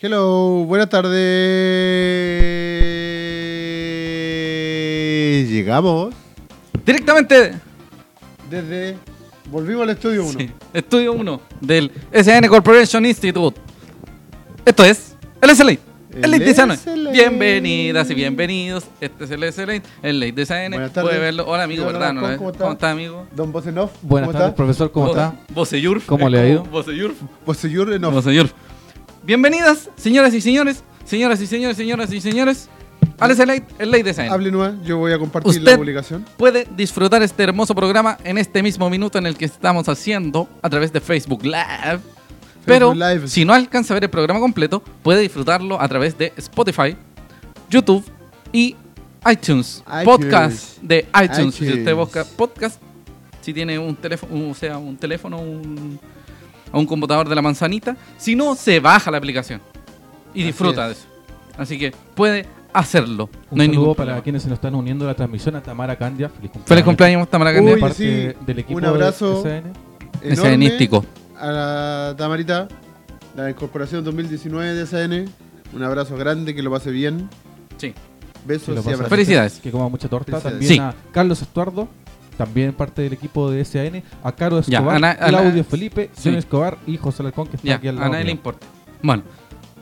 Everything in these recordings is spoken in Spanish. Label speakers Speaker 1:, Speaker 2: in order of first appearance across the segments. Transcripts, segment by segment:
Speaker 1: Hello, buenas tardes. Llegamos
Speaker 2: Directamente
Speaker 1: desde. Volvimos al estudio 1.
Speaker 2: Sí, Estudio 1 del SN Corporation Institute. Esto es el SLA. El Late
Speaker 1: SLA.
Speaker 2: Design. Bienvenidas y bienvenidos. Este es el SLA, el Late Design.
Speaker 1: Buenas tardes.
Speaker 2: Puede verlo. Hola, amigo,
Speaker 1: Hola,
Speaker 2: ¿verdad?
Speaker 1: Marcón,
Speaker 2: No, ¿eh?
Speaker 1: ¿cómo está?
Speaker 2: ¿Cómo está, amigo?
Speaker 1: Don Bosenov.
Speaker 3: Buenas tardes, profesor, ¿cómo está?
Speaker 2: Boceyurf.
Speaker 3: ¿Cómo le ha ido?
Speaker 2: Boceyurf.
Speaker 1: Boseyur Enov.
Speaker 2: Boceyurf. Bienvenidas, señoras y señores, señoras y señores, señoras y señores, al SLA, el Late Design.
Speaker 1: Hable nueva, yo voy a compartir la
Speaker 2: Usted-
Speaker 1: publicación.
Speaker 2: puede disfrutar este hermoso programa en este mismo minuto en el que estamos haciendo a través de Facebook Live. Pero
Speaker 1: Live.
Speaker 2: si no alcanza a ver el programa completo, puede disfrutarlo a través de Spotify, YouTube y iTunes.
Speaker 1: iTunes.
Speaker 2: Podcast de iTunes. Si
Speaker 1: iTunes.
Speaker 2: usted busca podcast, si tiene un teléfono, o sea, un teléfono, un, o un computador de la manzanita, si no, se baja la aplicación y
Speaker 1: Así
Speaker 2: disfruta
Speaker 1: es.
Speaker 2: de eso. Así que puede hacerlo.
Speaker 3: Un
Speaker 2: no hay
Speaker 3: saludo
Speaker 2: ningún
Speaker 3: para
Speaker 2: problema.
Speaker 3: quienes se nos están uniendo a la transmisión, a Tamara Candia. Feliz cumpleaños.
Speaker 2: Feliz cumpleaños, Tamara
Speaker 1: Uy,
Speaker 2: Candia.
Speaker 3: De parte
Speaker 1: sí,
Speaker 3: del equipo
Speaker 1: un abrazo.
Speaker 3: de SN.
Speaker 1: Enorme
Speaker 2: Escenístico.
Speaker 1: A la Tamarita, la incorporación 2019 de SN. Un abrazo grande, que lo pase bien.
Speaker 2: Sí.
Speaker 3: Que lo
Speaker 1: Besos y
Speaker 3: pase
Speaker 1: abrazos.
Speaker 2: Feliz- Felicidades.
Speaker 3: Que coma mucha torta.
Speaker 1: Felicidades.
Speaker 3: También
Speaker 2: Sí.
Speaker 3: a Carlos Estuardo, también parte del equipo de SN. A Caro
Speaker 2: Ya,
Speaker 3: Escobar,
Speaker 2: Ana- Ana-
Speaker 3: Claudio Felipe,
Speaker 2: sí.
Speaker 3: John Escobar y José Alarcón, que está
Speaker 2: Ya,
Speaker 3: aquí al
Speaker 2: a
Speaker 3: lado.
Speaker 2: nadie le
Speaker 3: mío.
Speaker 2: importa. Bueno,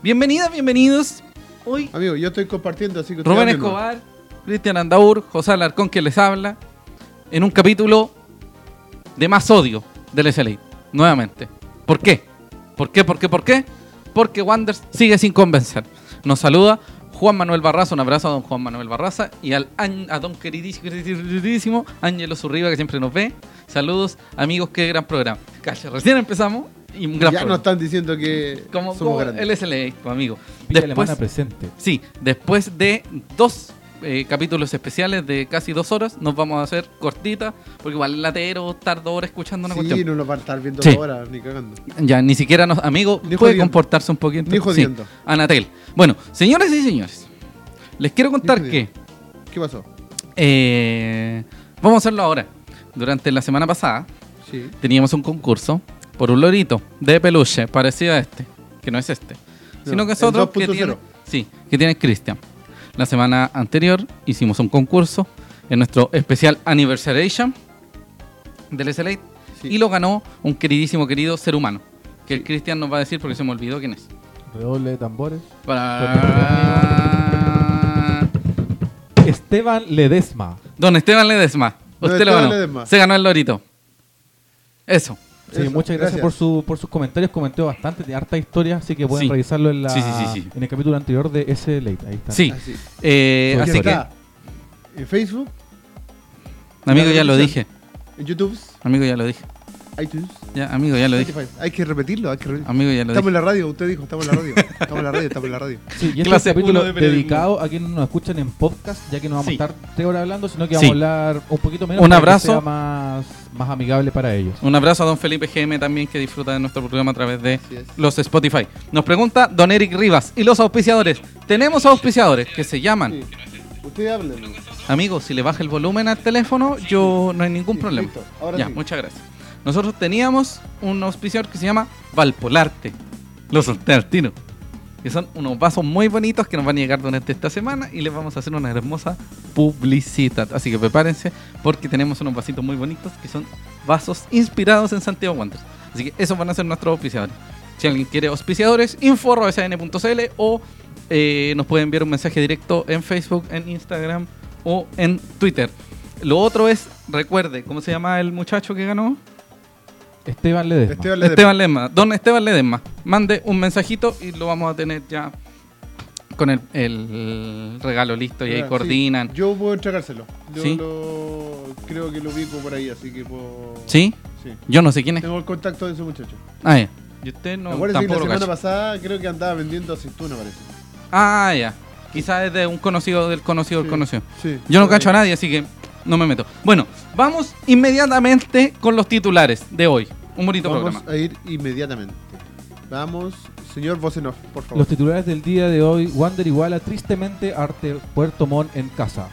Speaker 2: bienvenidas, bienvenidos. Hoy
Speaker 1: Amigo, yo estoy compartiendo, así que usted
Speaker 2: Rubén
Speaker 1: hable nomás.
Speaker 2: Escobar, Cristian Andaur, José Alarcón que les habla en un capítulo de más odio del SLA, nuevamente. ¿Por qué? ¿Por qué? ¿Por qué? ¿Por qué? Porque Wanders sigue sin convencer. Nos saluda Juan Manuel Barraza, un abrazo a don Juan Manuel Barraza y al, an- a don queridísimo, queridísimo Ángelo Zurriba que siempre nos ve. Saludos, amigos, qué gran programa. Cacha, recién empezamos y un gran
Speaker 1: Ya
Speaker 2: programa.
Speaker 1: nos están diciendo que
Speaker 2: Como,
Speaker 1: somos
Speaker 2: como
Speaker 1: grandes.
Speaker 2: el SLA, pues, amigo.
Speaker 3: Villa
Speaker 2: Después,
Speaker 3: Alemana presente.
Speaker 2: sí, después de dos eh, capítulos especiales de casi dos horas, nos vamos a hacer cortita, porque igual el latero tardó hora escuchando una
Speaker 1: sí,
Speaker 2: cuestión.
Speaker 1: no nos van a estar viendo
Speaker 2: Sí.
Speaker 1: ahora, ni cagando.
Speaker 2: Ya, ni siquiera nos. Amigo,
Speaker 1: Ni
Speaker 2: puede
Speaker 1: jodiendo.
Speaker 2: comportarse un poquito.
Speaker 1: Ni jodiendo.
Speaker 2: Sí, Anatel. Bueno, señoras y señores, les quiero contar
Speaker 1: Ni
Speaker 2: que.
Speaker 1: jodiendo. ¿Qué pasó?
Speaker 2: eh, vamos a hacerlo ahora. Durante la semana pasada
Speaker 1: Sí.
Speaker 2: teníamos un concurso por un lorito de peluche parecido a este, que no es este, sino que es
Speaker 1: el
Speaker 2: otro que
Speaker 1: 2.0.
Speaker 2: tiene, sí, que tiene Cristian. La semana anterior hicimos un concurso en nuestro especial Anniversation del SLA
Speaker 1: Sí.
Speaker 2: y lo ganó un queridísimo querido ser humano, que el Cristian nos va a decir porque se me olvidó quién es.
Speaker 3: Redoble de tambores.
Speaker 2: Para...
Speaker 3: Esteban Ledesma.
Speaker 2: Don Esteban Ledesma,
Speaker 1: Don
Speaker 2: usted lo
Speaker 1: Esteban
Speaker 2: ganó.
Speaker 1: Ledesma.
Speaker 2: Se ganó el lorito. Eso.
Speaker 3: Sí,
Speaker 1: Eso,
Speaker 3: muchas gracias,
Speaker 1: gracias.
Speaker 3: Por, su, por sus comentarios. Comentó bastante de harta historia, así que pueden
Speaker 2: Sí.
Speaker 3: revisarlo en, la,
Speaker 2: Sí, sí, sí, sí.
Speaker 3: en el capítulo anterior de SLA. Ahí está.
Speaker 2: Sí.
Speaker 1: Así.
Speaker 2: Eh,
Speaker 3: Porque
Speaker 2: así que,
Speaker 1: Pues Está En Facebook,
Speaker 2: amigo, ya lo
Speaker 1: televisión.
Speaker 2: dije.
Speaker 1: en YouTube,
Speaker 2: Amigo, ya lo dije.
Speaker 1: iTunes,
Speaker 2: Ya, amigo, ya lo dije.
Speaker 1: Spotify. Hay que repetirlo, hay que repetirlo.
Speaker 2: Amigo, ya lo
Speaker 1: Estamos en
Speaker 2: dije.
Speaker 1: la radio, usted dijo, estamos en la radio. Estamos en la radio, estamos en la radio.
Speaker 3: Sí, y este es
Speaker 2: Clase
Speaker 3: un capítulo
Speaker 2: uno de periodismo.
Speaker 3: dedicado a quienes nos escuchan en podcast, ya que no vamos
Speaker 2: Sí.
Speaker 3: a estar tres horas hablando, sino
Speaker 2: Sí.
Speaker 3: que vamos a hablar un poquito menos
Speaker 2: Un
Speaker 3: para que
Speaker 2: abrazo.
Speaker 3: sea más, más amigable para ellos.
Speaker 2: Un abrazo a don Felipe GM también que disfruta de nuestro programa a través de
Speaker 1: Así es.
Speaker 2: los Spotify. Nos pregunta don Eric Rivas y los auspiciadores. Tenemos auspiciadores que se llaman.
Speaker 1: Sí. Usted hable. ¿no?
Speaker 2: Amigos, si le baja el volumen al teléfono, yo no hay ningún
Speaker 1: Sí,
Speaker 2: problema.
Speaker 1: listo. Ahora
Speaker 2: Ya,
Speaker 1: sí.
Speaker 2: muchas gracias. Nosotros teníamos un auspiciador que se llama Valpolarte. Los Altino. Que son unos vasos muy bonitos que nos van a llegar durante esta semana y les vamos a hacer una hermosa publicidad. Así que prepárense porque tenemos unos vasitos muy bonitos que son vasos inspirados en Santiago Wanderers. Así que esos van a ser nuestros auspiciadores. Si alguien quiere auspiciadores, info.sn.cl o eh, nos puede enviar un mensaje directo en Facebook, en Instagram o en Twitter. Lo otro es, recuerde, ¿cómo se llama el muchacho que ganó?
Speaker 3: Esteban Ledesma.
Speaker 1: Esteban Ledesma.
Speaker 2: Esteban Ledesma. Don Esteban Ledesma. Mande un mensajito y lo vamos a tener ya con el, el regalo listo y ahí
Speaker 1: Ya,
Speaker 2: coordinan.
Speaker 1: Ah, sí. Yo puedo entregárselo. Yo
Speaker 2: Sí.
Speaker 1: lo, creo que lo ubico por ahí, así que puedo.
Speaker 2: ¿Sí?
Speaker 1: Sí.
Speaker 2: Yo no sé quién es.
Speaker 1: Tengo el contacto de ese muchacho.
Speaker 2: Ah, ya. Y usted no
Speaker 1: Acuérdese que la
Speaker 2: tampoco lo
Speaker 1: semana
Speaker 2: cacha.
Speaker 1: pasada creo que andaba vendiendo aceituna, parece.
Speaker 2: Ah, ya. Quizás es de un conocido del conocido
Speaker 1: Sí.
Speaker 2: del conocido.
Speaker 1: Sí.
Speaker 2: Yo no cacho a nadie, así que no me meto. Bueno, vamos inmediatamente con los titulares de hoy. Un bonito
Speaker 1: Vamos
Speaker 2: programa.
Speaker 1: a ir inmediatamente. Vamos, señor Vosenov, por favor.
Speaker 3: Los titulares del día de hoy, Wander iguala tristemente a Arte Puerto Montt en casa.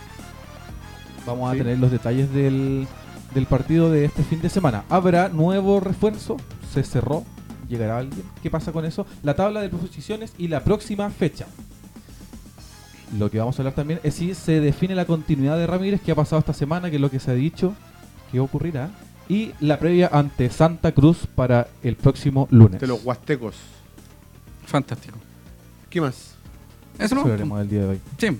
Speaker 3: Vamos
Speaker 1: Sí.
Speaker 3: a tener los detalles del, del partido de este fin de semana. ¿Habrá nuevo refuerzo? ¿Se cerró? ¿Llegará alguien? ¿Qué pasa con eso? La tabla de posiciones y la próxima fecha. Lo que vamos a hablar también es si se define la continuidad de Ramírez, qué ha pasado esta semana, qué es lo que se ha dicho, qué ocurrirá. Y la previa ante Santa Cruz para el próximo lunes.
Speaker 1: De los huastecos.
Speaker 2: Fantástico.
Speaker 1: ¿Qué más?
Speaker 2: Eso
Speaker 3: Eso lo
Speaker 2: no.
Speaker 3: veremos el día de hoy.
Speaker 2: Sí.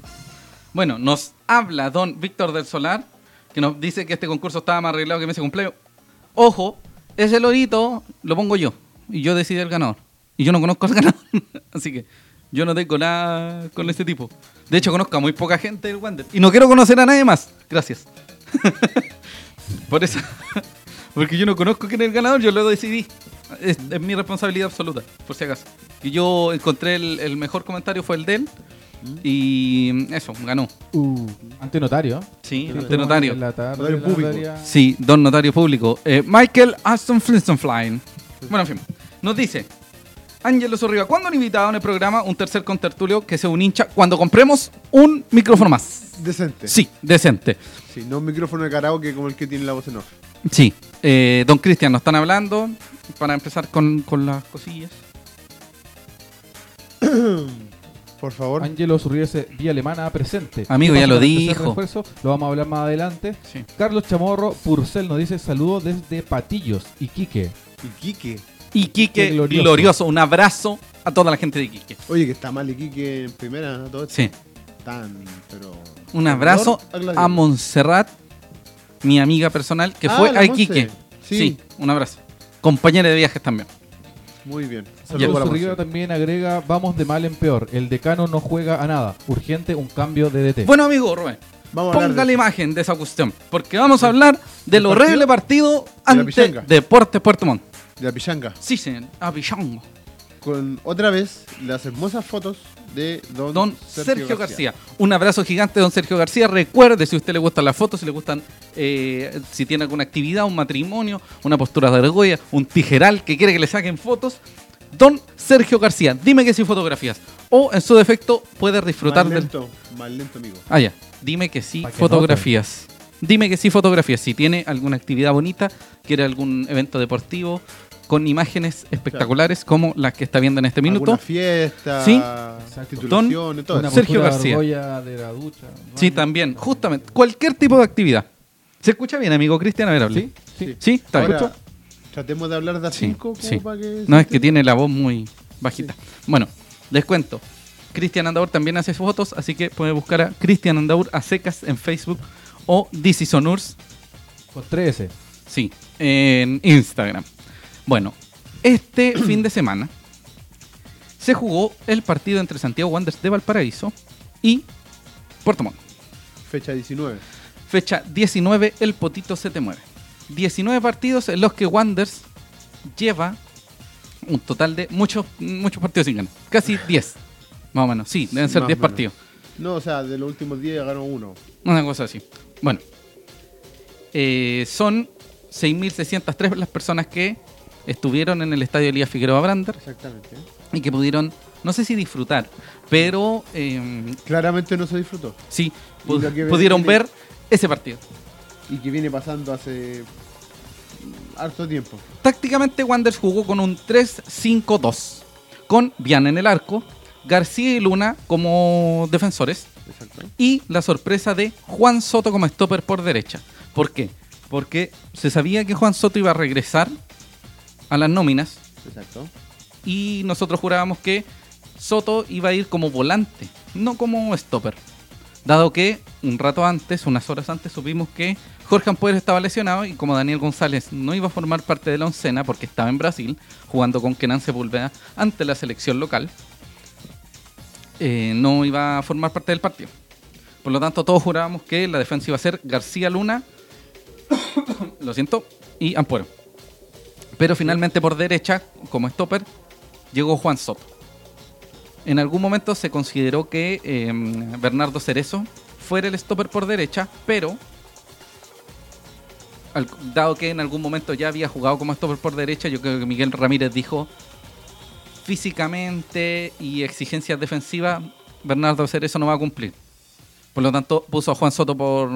Speaker 2: Bueno, nos habla don Víctor del Solar, que nos dice que este concurso estaba más arreglado que mes de cumpleaños. Ojo, ese lorito lo pongo yo. Y yo decido el ganador. Y yo no conozco al ganador. Así que yo no tengo nada con este tipo. De hecho, conozco a muy poca gente del Wander. Y no quiero conocer a nadie más. Gracias. Por eso. Porque yo no conozco quién es el ganador, yo lo decidí. Es, es mi responsabilidad absoluta, por si acaso. Y yo encontré el, el mejor comentario fue el de él. Y eso, ganó.
Speaker 3: Uh. ante notario.
Speaker 2: Sí,
Speaker 1: Pero
Speaker 2: ante notario.
Speaker 3: En la tarde,
Speaker 1: Notario
Speaker 3: la
Speaker 1: público.
Speaker 3: notaria-
Speaker 2: Sí, don notario público. Eh, Michael Aston Flintsonflying. Bueno, en fin. Nos dice, Ángelo Sorriba, ¿cuándo han invitado en el programa un tercer contertulio que sea un hincha? Cuando compremos un micrófono más.
Speaker 1: Decente.
Speaker 2: Sí, decente.
Speaker 1: Sí, no un micrófono de karaoke como el que tiene la voz en off.
Speaker 2: Sí. Eh, don Cristian, nos están hablando para empezar con, con las cosillas.
Speaker 1: Por favor.
Speaker 3: Ángelo Zurriese, vía alemana presente.
Speaker 2: Amigo,
Speaker 3: ¿Qué
Speaker 2: ya
Speaker 3: pasa
Speaker 2: lo
Speaker 3: con el tercer
Speaker 2: dijo.
Speaker 3: refuerzo? Lo vamos a hablar más adelante.
Speaker 2: Sí.
Speaker 3: Carlos Chamorro Purcell nos dice saludos desde Patillos, Iquique.
Speaker 1: Iquique.
Speaker 2: Y Quique
Speaker 3: Qué glorioso.
Speaker 2: glorioso. un abrazo a toda la gente de Quique.
Speaker 1: Oye, que está mal Iquique en primera, ¿no? Todo
Speaker 2: Sí.
Speaker 1: tan, pero...
Speaker 2: Un abrazo
Speaker 1: Gladiador.
Speaker 2: a Montserrat, mi amiga personal, que
Speaker 1: Ah,
Speaker 2: fue
Speaker 1: la
Speaker 2: a
Speaker 1: Monse.
Speaker 2: Iquique.
Speaker 1: Sí.
Speaker 2: Sí. un abrazo. Compañera de viajes también.
Speaker 1: Muy bien.
Speaker 3: Saludos
Speaker 1: a la
Speaker 3: Zurriba
Speaker 1: Monse.
Speaker 3: también agrega, vamos de mal en peor. El decano no juega a nada. Urgente un cambio de DT.
Speaker 2: Bueno, amigo Rubén,
Speaker 1: Vamos a hablar
Speaker 2: ponga la
Speaker 1: de-
Speaker 2: imagen de esa cuestión, porque vamos a hablar del
Speaker 1: ¿Del
Speaker 2: horrible partido
Speaker 1: De la
Speaker 2: ante
Speaker 1: Pichanga.
Speaker 2: Deportes Puerto Montt.
Speaker 1: de la pichanga.
Speaker 2: Sí, señor, a Pichango.
Speaker 1: Con otra vez las hermosas fotos de don,
Speaker 2: Don Sergio García. Un abrazo gigante, don Sergio García. Recuerde, si a usted le gustan las fotos, si le gustan, eh, si tiene alguna actividad, un matrimonio, una postura de argolla, un tijeral que quiere que le saquen fotos. Don Sergio García, dime que sí fotografías. O en su defecto, puede disfrutar
Speaker 1: más
Speaker 2: del.
Speaker 1: lento, más lento, amigo.
Speaker 2: Ah, ya. Dime que sí
Speaker 3: Pa' que
Speaker 2: fotografías. Dime que sí fotografías. Si tiene alguna actividad bonita, quiere algún evento deportivo con imágenes espectaculares como las que está viendo en este minuto.
Speaker 1: Alguna fiesta,
Speaker 2: Sí.
Speaker 1: titulaciones, todo
Speaker 3: Una
Speaker 1: eso.
Speaker 2: Sergio
Speaker 3: postura
Speaker 2: García.
Speaker 3: argolla de la ducha. ¿no?
Speaker 2: Sí, también, justamente. Cualquier tipo de actividad. ¿Se escucha bien, amigo Cristian? A ver, hable.
Speaker 3: Sí, sí.
Speaker 2: ¿Sí? ¿Está bien?
Speaker 1: Ahora, tratemos de hablar de a
Speaker 2: Sí,
Speaker 1: 5
Speaker 2: sí.
Speaker 1: para que...
Speaker 2: No, es que tiene la voz muy bajita. Bueno, les cuento. Cristian Andaur también hace fotos, así que puede buscar a Cristian Andaur a secas en Facebook o Disisonurs,
Speaker 3: Con 13.
Speaker 2: sí, en Instagram. Bueno, este fin de semana se jugó el partido entre Santiago Wanderers de Valparaíso y Puerto Montt.
Speaker 1: Fecha 19.
Speaker 2: Fecha 19, el potito se te mueve. 19 partidos en los que Wanders lleva un total de muchos muchos partidos sin ganar. Casi 10. Más o menos, sí, deben ser
Speaker 1: Más o
Speaker 2: 10
Speaker 1: menos.
Speaker 2: partidos.
Speaker 1: No, o sea, de los últimos 10 ganó uno.
Speaker 2: Una cosa así. Bueno, eh, son 6.603 las personas que estuvieron en el estadio Elías Figueroa Brander
Speaker 1: Exactamente.
Speaker 2: y que pudieron, no sé si disfrutar, pero eh,
Speaker 1: Claramente no se disfrutó.
Speaker 2: sí,
Speaker 1: Y
Speaker 2: pu-
Speaker 1: lo que
Speaker 2: pudieron
Speaker 1: viene-
Speaker 2: ver ese partido.
Speaker 1: Y que viene pasando hace mm, harto tiempo.
Speaker 2: Tácticamente Wanderers jugó con un 3-5-2, con Viana en el arco, García y Luna como defensores
Speaker 1: Exacto.
Speaker 2: y la sorpresa de Juan Soto como stopper por derecha. ¿Por qué? Porque se sabía que Juan Soto iba a regresar a las nóminas
Speaker 1: Exacto.
Speaker 2: y nosotros jurábamos que Soto iba a ir como volante, no como stopper. Dado que un rato antes, unas horas antes, supimos que Jorge Ampuero estaba lesionado y como Daniel González no iba a formar parte de la oncena porque estaba en Brasil jugando con Kenan Sepúlveda ante la selección local, eh, no iba a formar parte del partido. Por lo tanto, todos jurábamos que la defensa iba a ser García Luna, lo siento, y Ampuero. Pero finalmente por derecha, como stopper, llegó Juan Soto. En algún momento se consideró que eh, Bernardo Cerezo fuera el stopper por derecha, pero al- dado que en algún momento ya había jugado como stopper por derecha, yo creo que Miguel Ramírez dijo físicamente y exigencias defensivas, Bernardo Cerezo no va a cumplir. Por lo tanto, puso a Juan Soto por,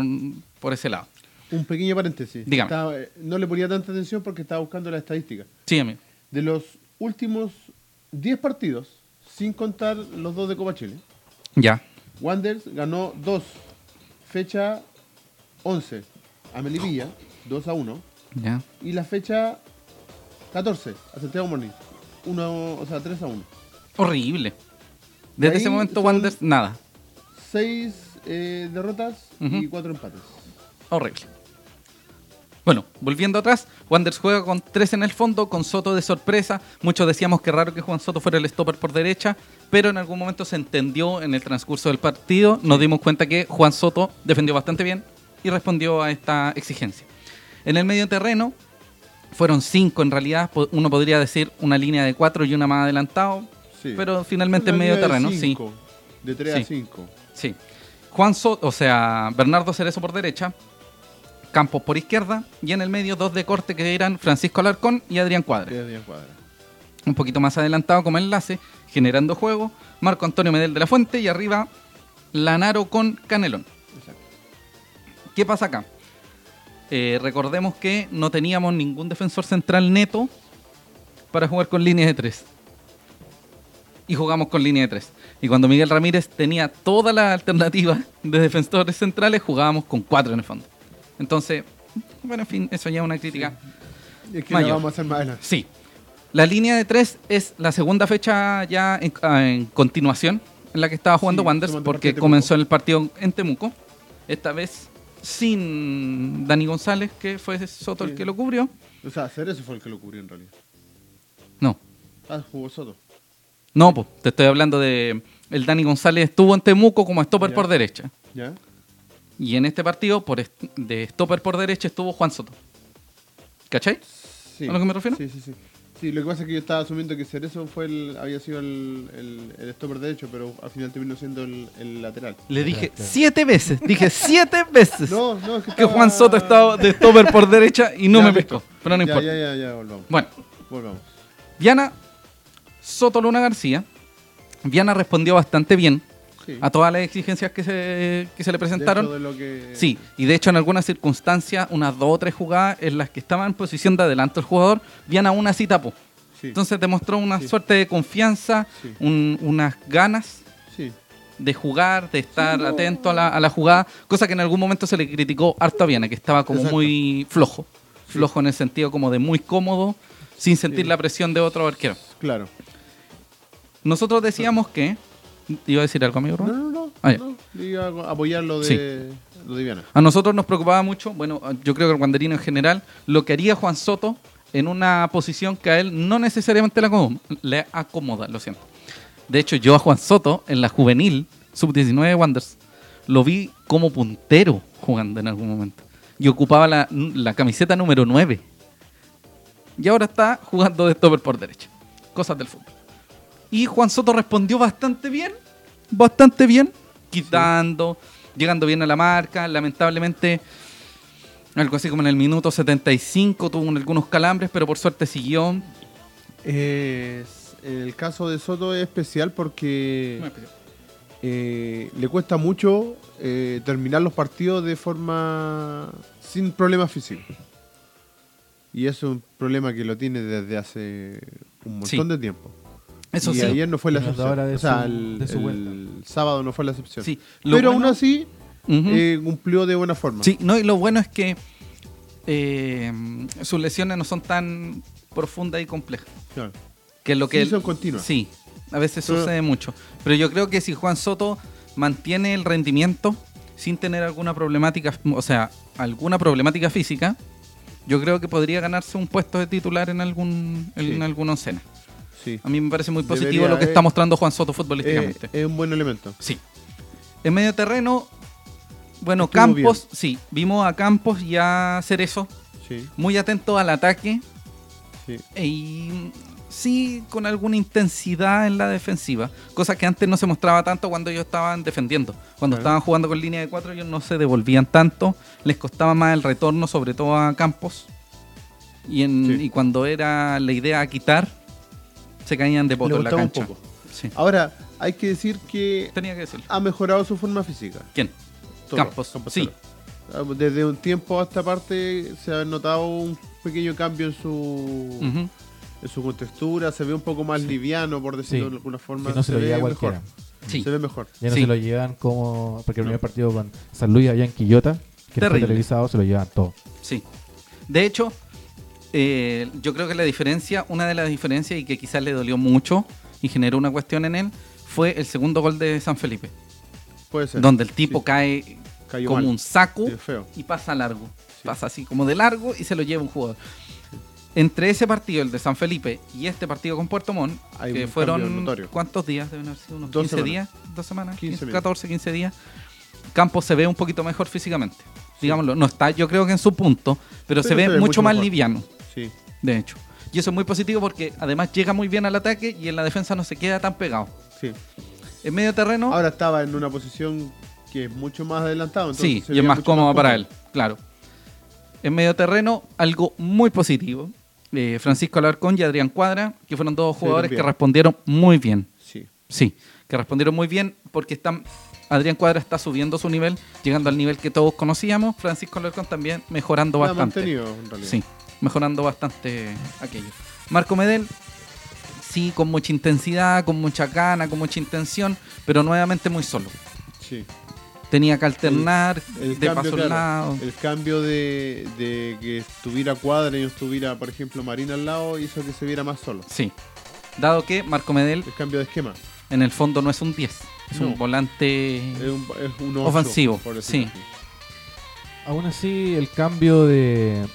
Speaker 2: por ese lado.
Speaker 1: Un pequeño paréntesis.
Speaker 2: Dígame.
Speaker 1: Estaba- eh, no le ponía tanta atención porque estaba buscando la estadística.
Speaker 2: Sí, amigo.
Speaker 1: De los últimos 10 partidos, sin contar los dos de Copa Chile.
Speaker 2: Ya.
Speaker 1: Wanders ganó 2, fecha 11, a Melipilla, 2 a 1.
Speaker 2: Ya.
Speaker 1: Y la fecha 14, a Santiago Morning, 1, o sea, 3 a 1.
Speaker 2: Horrible. Desde
Speaker 1: Ahí
Speaker 2: ese momento
Speaker 1: son-
Speaker 2: Wanderers, nada.
Speaker 1: 6 eh, derrotas y 4 empates.
Speaker 2: Horrible. Bueno, volviendo atrás, Wanderers juega con tres en el fondo, con Soto de sorpresa. Muchos decíamos que raro que Juan Soto fuera el stopper por derecha, pero en algún momento se entendió en el transcurso del partido. Nos dimos cuenta que Juan Soto defendió bastante bien y respondió a esta exigencia. En el medio terreno, fueron cinco en realidad. po- Uno podría decir una línea de cuatro y una más adelantado,
Speaker 1: Sí.
Speaker 2: pero finalmente en
Speaker 1: Una
Speaker 2: medio
Speaker 1: línea de
Speaker 2: terreno, sí.
Speaker 1: cinco, De 3
Speaker 2: Sí.
Speaker 1: a 5.
Speaker 2: Sí. Juan Soto, o sea, Bernardo Cerezo por derecha, Campos por izquierda y en el medio dos de corte que eran Francisco Alarcón y Adrián Cuadra. Un poquito más adelantado como enlace, generando juego, Marco Antonio Medel de la Fuente y arriba Lanaro con Canelón.
Speaker 1: Exacto.
Speaker 2: ¿Qué pasa acá? Eh, recordemos que no teníamos ningún defensor central neto para jugar con línea de tres. Y jugamos con línea de tres. Y cuando Miguel Ramírez tenía todas las alternativas de defensores centrales, jugábamos con cuatro en el fondo. Entonces, bueno, en fin, eso ya es una crítica.
Speaker 1: Es que
Speaker 2: Mayor.
Speaker 1: la vamos a hacer más adelante.
Speaker 2: Sí. La línea de tres es la segunda fecha ya en, ah, en continuación en la que estaba jugando
Speaker 1: Sí,
Speaker 2: Wanderers
Speaker 1: tomando
Speaker 2: porque
Speaker 1: partido de
Speaker 2: comenzó el partido en Temuco. Esta vez sin Dani González, que fue Soto el
Speaker 1: Sí.
Speaker 2: que lo cubrió.
Speaker 1: O sea, Cerezo fue el que lo cubrió en realidad.
Speaker 2: No,
Speaker 1: Ah, jugó Soto.
Speaker 2: no, po, te estoy hablando de... El Dani González estuvo en Temuco como stopper
Speaker 1: Ya.
Speaker 2: por derecha.
Speaker 1: ¿Ya?
Speaker 2: Y en este partido, por est- de stopper por derecha, estuvo Juan Soto. ¿Cachai?
Speaker 1: Sí.
Speaker 2: ¿A lo que me refiero?
Speaker 1: Sí, sí, sí. Sí, lo que pasa es que yo estaba asumiendo que Cerezo fue el, había sido el, el, el stopper derecho, pero al final terminó siendo el, el lateral.
Speaker 2: Le dije
Speaker 3: Claro, claro.
Speaker 2: siete veces, dije siete veces.
Speaker 1: No, no, es que,
Speaker 2: que
Speaker 1: estaba-
Speaker 2: Juan Soto estaba de stopper por derecha y no
Speaker 1: Ya,
Speaker 2: me
Speaker 1: listo.
Speaker 2: pescó. Pero no
Speaker 1: ya,
Speaker 2: importa.
Speaker 1: Ya, ya, ya, volvamos.
Speaker 2: Bueno,
Speaker 1: Volvamos.
Speaker 2: Viana Soto Luna García. Viana respondió bastante bien
Speaker 1: Sí.
Speaker 2: a todas las exigencias que se, que se le
Speaker 1: Dentro
Speaker 2: presentaron.
Speaker 1: de lo que-
Speaker 2: Sí, y de hecho en algunas circunstancias, unas dos o tres jugadas en las que estaba en posición de adelanto el jugador, Viana una sí tapó.
Speaker 1: Sí.
Speaker 2: Entonces demostró una
Speaker 1: Sí.
Speaker 2: suerte de confianza,
Speaker 1: Sí.
Speaker 2: un- unas ganas
Speaker 1: sí.
Speaker 2: de jugar, de estar atento a la, a la jugada, cosa que en algún momento se le criticó harto a Viana, que estaba como
Speaker 1: Exacto.
Speaker 2: muy flojo, flojo en el sentido como de muy cómodo, sin sentir
Speaker 1: Sí.
Speaker 2: la presión de otro arquero.
Speaker 1: Claro.
Speaker 2: Nosotros decíamos que, iba a decir algo, amigo
Speaker 1: No,
Speaker 2: Rubén?
Speaker 1: no, no.
Speaker 2: Ah, ya.
Speaker 1: no. Diga, apoyar lo de, lo de Viana.
Speaker 2: A nosotros nos preocupaba mucho, bueno, yo creo que el Wanderino en general, lo que haría Juan Soto en una posición que a él no necesariamente le acomoda, le acomoda, lo siento. De hecho, yo a Juan Soto en la juvenil sub-19 de Wanderers lo vi como puntero jugando en algún momento. Y ocupaba la, la camiseta número 9. Y ahora está jugando de stopper por derecha. Cosas del fútbol. Y Juan Soto respondió bastante bien. Bastante bien. Quitando, llegando bien a la marca. Lamentablemente, algo así como en el minuto 75 tuvo un- algunos calambres, pero por suerte siguió.
Speaker 1: Es- el caso de Soto es especial porque... eh, le cuesta mucho eh, terminar los partidos de forma sin problemas físicos. Y es un problema que lo tiene desde hace un montón
Speaker 2: Sí.
Speaker 1: de tiempo.
Speaker 2: Eso
Speaker 1: y
Speaker 2: sí.
Speaker 1: ayer no fue la
Speaker 3: Menos de
Speaker 1: excepción.
Speaker 3: ahora de
Speaker 1: o sea,
Speaker 3: su-
Speaker 1: el,
Speaker 3: de su
Speaker 1: el
Speaker 3: vuelta.
Speaker 1: sábado no fue la excepción.
Speaker 2: Sí. Lo
Speaker 1: Pero
Speaker 2: bueno-
Speaker 1: aún así
Speaker 2: Ujú.
Speaker 1: eh, cumplió de buena forma.
Speaker 2: Sí, no, y lo bueno es que eh, sus lesiones no son tan profundas y complejas.
Speaker 1: Claro.
Speaker 2: Que es lo que
Speaker 1: Sí, son continuas.
Speaker 2: Sí, a veces
Speaker 1: Pero-
Speaker 2: sucede mucho. Pero yo creo que si Juan Soto mantiene el rendimiento sin tener alguna problemática, o sea, alguna problemática física, yo creo que podría ganarse un puesto de titular en algún en
Speaker 1: Sí.
Speaker 2: alguna oncena.
Speaker 1: Sí.
Speaker 2: A mí me parece muy positivo
Speaker 1: Debería,
Speaker 2: lo que
Speaker 1: eh,
Speaker 2: está mostrando Juan Soto
Speaker 1: Eh,
Speaker 2: futbolísticamente.
Speaker 1: es un buen elemento.
Speaker 2: Sí. En medio terreno, bueno,
Speaker 1: Estuvo
Speaker 2: Campos, sí, vimos a Campos y a Cerezo
Speaker 1: Sí,
Speaker 2: muy atento al ataque
Speaker 1: sí.
Speaker 2: y sí con alguna intensidad en la defensiva, cosa que antes no se mostraba tanto cuando ellos estaban defendiendo. Cuando
Speaker 1: Claro.
Speaker 2: estaban jugando con línea de cuatro ellos no se devolvían tanto, les costaba más el retorno, sobre todo a Campos. Y, en-
Speaker 1: Sí.
Speaker 2: y cuando era la idea quitar, se caían de
Speaker 1: Le
Speaker 2: poto en la
Speaker 1: gustaba un
Speaker 2: cancha.
Speaker 1: poco.
Speaker 2: Sí.
Speaker 1: Ahora, hay que decir que
Speaker 2: Tenía que decirlo.
Speaker 1: ha mejorado su forma física.
Speaker 2: ¿Quién?
Speaker 1: Toro,
Speaker 2: Campos,
Speaker 1: Toro.
Speaker 2: sí.
Speaker 1: Ah, Desde un tiempo a esta parte se ha notado un pequeño cambio en su
Speaker 2: Ujú.
Speaker 1: en su contextura, se ve un poco más liviano, por decirlo
Speaker 3: Sí.
Speaker 1: de alguna forma.
Speaker 3: Que no se, lo
Speaker 1: ve
Speaker 3: lleva
Speaker 1: mejor.
Speaker 3: cualquiera.
Speaker 2: Sí.
Speaker 1: Se ve mejor.
Speaker 3: Ya no
Speaker 2: Sí.
Speaker 3: se lo llevan como. Porque el
Speaker 2: No.
Speaker 3: primer partido con San Luis allá en Quillota, que fue
Speaker 2: Terrible.
Speaker 3: televisado, se lo llevan todo.
Speaker 2: Sí. De hecho, eh, yo creo que la diferencia, una de las diferencias y que quizás le dolió mucho y generó una cuestión en él, fue el segundo gol de San Felipe,
Speaker 1: Puede ser.
Speaker 2: donde el tipo cae
Speaker 1: Cayó
Speaker 2: como
Speaker 1: mal.
Speaker 2: un saco
Speaker 1: Sí, feo.
Speaker 2: y pasa largo. Pasa así como de largo y se lo lleva un jugador. Entre ese partido, el de San Felipe, y este partido con Puerto Montt,
Speaker 1: Hay
Speaker 2: que
Speaker 1: un cambio
Speaker 2: fueron
Speaker 1: notorio.
Speaker 2: ¿cuántos días? Deben haber sido unos
Speaker 1: Dos
Speaker 2: 15
Speaker 1: semanas.
Speaker 2: días, dos semanas,
Speaker 1: 15
Speaker 2: 15,
Speaker 1: minutos.
Speaker 2: 14, 15 días. Campos se ve un poquito mejor físicamente. Digámoslo, no está yo creo que en su punto, pero, se ve mucho más
Speaker 1: mejor.
Speaker 2: liviano,
Speaker 1: Sí.
Speaker 2: de hecho. Y eso es muy positivo porque además llega muy bien al ataque y en la defensa no se queda tan pegado.
Speaker 1: Sí.
Speaker 2: En medio terreno,
Speaker 1: Ahora estaba en una posición que es mucho más adelantado. entonces
Speaker 2: sí,
Speaker 1: se
Speaker 2: y es
Speaker 1: veía
Speaker 2: más
Speaker 1: mucho
Speaker 2: cómodo para
Speaker 1: cómodo.
Speaker 2: él, claro. En medio terreno, algo muy positivo. eh, Francisco Alarcón y Adrián Cuadra, que fueron dos
Speaker 1: Sí,
Speaker 2: jugadores que
Speaker 1: también.
Speaker 2: respondieron muy bien.
Speaker 1: Sí.
Speaker 2: Sí, que respondieron muy bien porque están. Adrián Cuadra está subiendo su nivel, llegando al nivel que todos conocíamos. Francisco Alarcón también mejorando
Speaker 1: Lo ha
Speaker 2: bastante.
Speaker 1: mantenido, en realidad.
Speaker 2: Sí, mejorando bastante aquello. Marco Medel, sí, con mucha intensidad, con mucha gana, con mucha intención, pero nuevamente muy solo.
Speaker 1: Sí.
Speaker 2: Tenía que alternar
Speaker 1: El
Speaker 2: de
Speaker 1: cambio,
Speaker 2: paso
Speaker 1: claro,
Speaker 2: al lado.
Speaker 1: el cambio de, de que estuviera Cuadra y no estuviera, por ejemplo, Marina al lado hizo que se viera más solo.
Speaker 2: Sí. Dado que Marco Medel
Speaker 1: El cambio de esquema.
Speaker 2: en el fondo no es un 10, es
Speaker 1: No. Eh,
Speaker 2: un volante.
Speaker 1: Es un, es un ocho,
Speaker 2: Ofensivo,
Speaker 1: por decirlo
Speaker 2: sí.
Speaker 1: así.
Speaker 3: Aún así, el cambio de,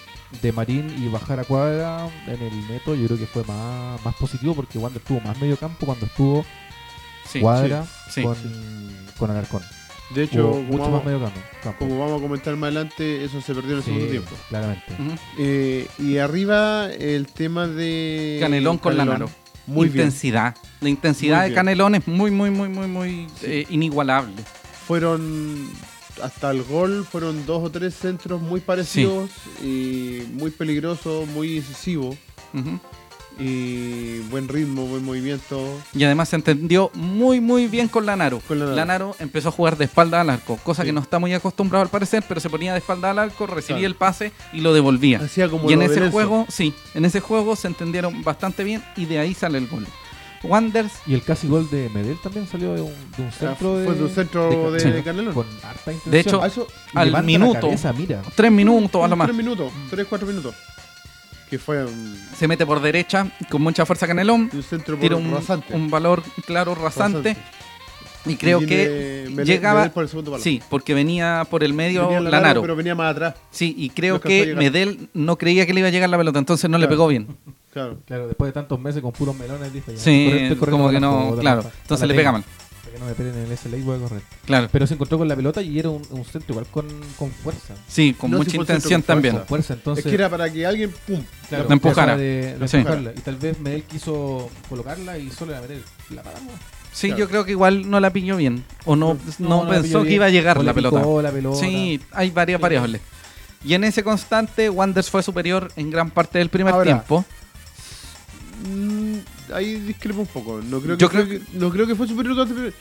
Speaker 3: de Marín y bajar a cuadra en el neto, yo creo que fue más, más positivo porque Wander estuvo más medio campo cuando estuvo
Speaker 2: Sí,
Speaker 3: cuadra
Speaker 2: sí,
Speaker 3: con, con Alarcón.
Speaker 1: De hecho,
Speaker 3: Hubo
Speaker 1: como
Speaker 3: mucho más
Speaker 1: vamos,
Speaker 3: medio campo. campo.
Speaker 1: como vamos a comentar más adelante, eso se perdió en el segundo
Speaker 3: Sí,
Speaker 1: tiempo.
Speaker 3: claramente.
Speaker 2: Ujú.
Speaker 1: Eh, y arriba el tema de.
Speaker 2: Canelón con Lanaro.
Speaker 1: Muy bien.
Speaker 2: intensidad. La intensidad
Speaker 1: Muy
Speaker 2: de
Speaker 1: bien.
Speaker 2: Canelón es muy, muy, muy, muy, muy eh, inigualable.
Speaker 1: Fueron. Hasta el gol fueron dos o tres centros muy parecidos y muy peligrosos, muy incisivos.
Speaker 2: Ujú.
Speaker 1: Y buen ritmo, buen movimiento.
Speaker 2: Y además se entendió muy, muy bien con Lanaro.
Speaker 1: Con Lanaro.
Speaker 2: empezó a jugar de espalda al arco, cosa
Speaker 1: Sí.
Speaker 2: que no está muy acostumbrado al parecer, pero se ponía de espalda al arco, recibía el pase y lo devolvía.
Speaker 1: Hacía como
Speaker 2: y en
Speaker 1: lo de
Speaker 2: ese
Speaker 1: Nelson.
Speaker 2: juego, sí, en ese juego se entendieron bastante bien y de ahí sale el gol. Wanders
Speaker 3: Y el casi gol de Medel también salió de un, de un centro de.
Speaker 1: Ah, fue de un centro
Speaker 3: ca-
Speaker 1: de,
Speaker 2: Sí.
Speaker 1: de Canelón.
Speaker 3: Con harta intención.
Speaker 2: De hecho,
Speaker 1: Ah, eso,
Speaker 3: Y
Speaker 2: al
Speaker 3: levanta la
Speaker 2: minuto-
Speaker 3: cabeza, mira.
Speaker 2: tres minutos a lo más.
Speaker 1: Tres minutos, tres, cuatro minutos. Que fue un,
Speaker 2: Se mete por derecha con mucha fuerza Canelón,
Speaker 1: un centro por
Speaker 2: tira un,
Speaker 1: rasante.
Speaker 2: un valor claro rasante, y creo
Speaker 1: Y
Speaker 2: que
Speaker 1: viene Medel-
Speaker 2: llegaba-
Speaker 1: Medel por el segundo palo.
Speaker 2: sí, porque venía por el medio
Speaker 1: Venía
Speaker 2: Lanaro.
Speaker 1: Pero venía más atrás,
Speaker 2: Sí, y creo
Speaker 1: No alcanzó a
Speaker 2: que
Speaker 1: llegar.
Speaker 2: Medel no creía que le iba a llegar la pelota, entonces no le
Speaker 1: Claro.
Speaker 2: pegó bien.
Speaker 1: claro.
Speaker 3: Claro, después de tantos meses con puros melones, dije. ya,
Speaker 2: Sí,
Speaker 3: corre- estoy corriendo
Speaker 2: como
Speaker 3: a
Speaker 2: que
Speaker 3: la
Speaker 2: no,
Speaker 3: foto,
Speaker 2: claro.
Speaker 3: a la- a
Speaker 2: Entonces
Speaker 3: la
Speaker 2: le pegaban,
Speaker 3: Para que no me peguen en el SLA y voy a correr.
Speaker 2: claro.
Speaker 3: Pero se encontró con la pelota y era un, un centro igual con, con fuerza.
Speaker 2: Sí, con
Speaker 1: No,
Speaker 2: mucha
Speaker 1: si fue el
Speaker 2: intención
Speaker 1: centro con
Speaker 2: también.
Speaker 3: Con fuerza, entonces.
Speaker 1: es que era para que alguien, pum,
Speaker 3: claro,
Speaker 2: la empujara.
Speaker 3: cosa De, de
Speaker 2: Sí.
Speaker 3: empujarla. Y tal vez Medel quiso colocarla y solo era Medel. La paramos.
Speaker 2: Sí,
Speaker 1: Claro.
Speaker 2: yo creo que igual no la pilló bien. O no, no,
Speaker 3: la pilló
Speaker 2: pensó que
Speaker 3: bien,
Speaker 2: iba a llegar
Speaker 3: o
Speaker 2: la
Speaker 3: picó
Speaker 2: pelota.
Speaker 3: la pelota.
Speaker 2: Sí, hay varias
Speaker 3: Sí.
Speaker 2: variables. Y en ese constante, Wanders fue superior en gran parte del primer
Speaker 1: Ahora,
Speaker 2: tiempo.
Speaker 1: Mm, ahí discrepo un poco. No creo que,
Speaker 2: Yo
Speaker 1: fue,
Speaker 2: creo
Speaker 1: no creo que fue superior durante el primer-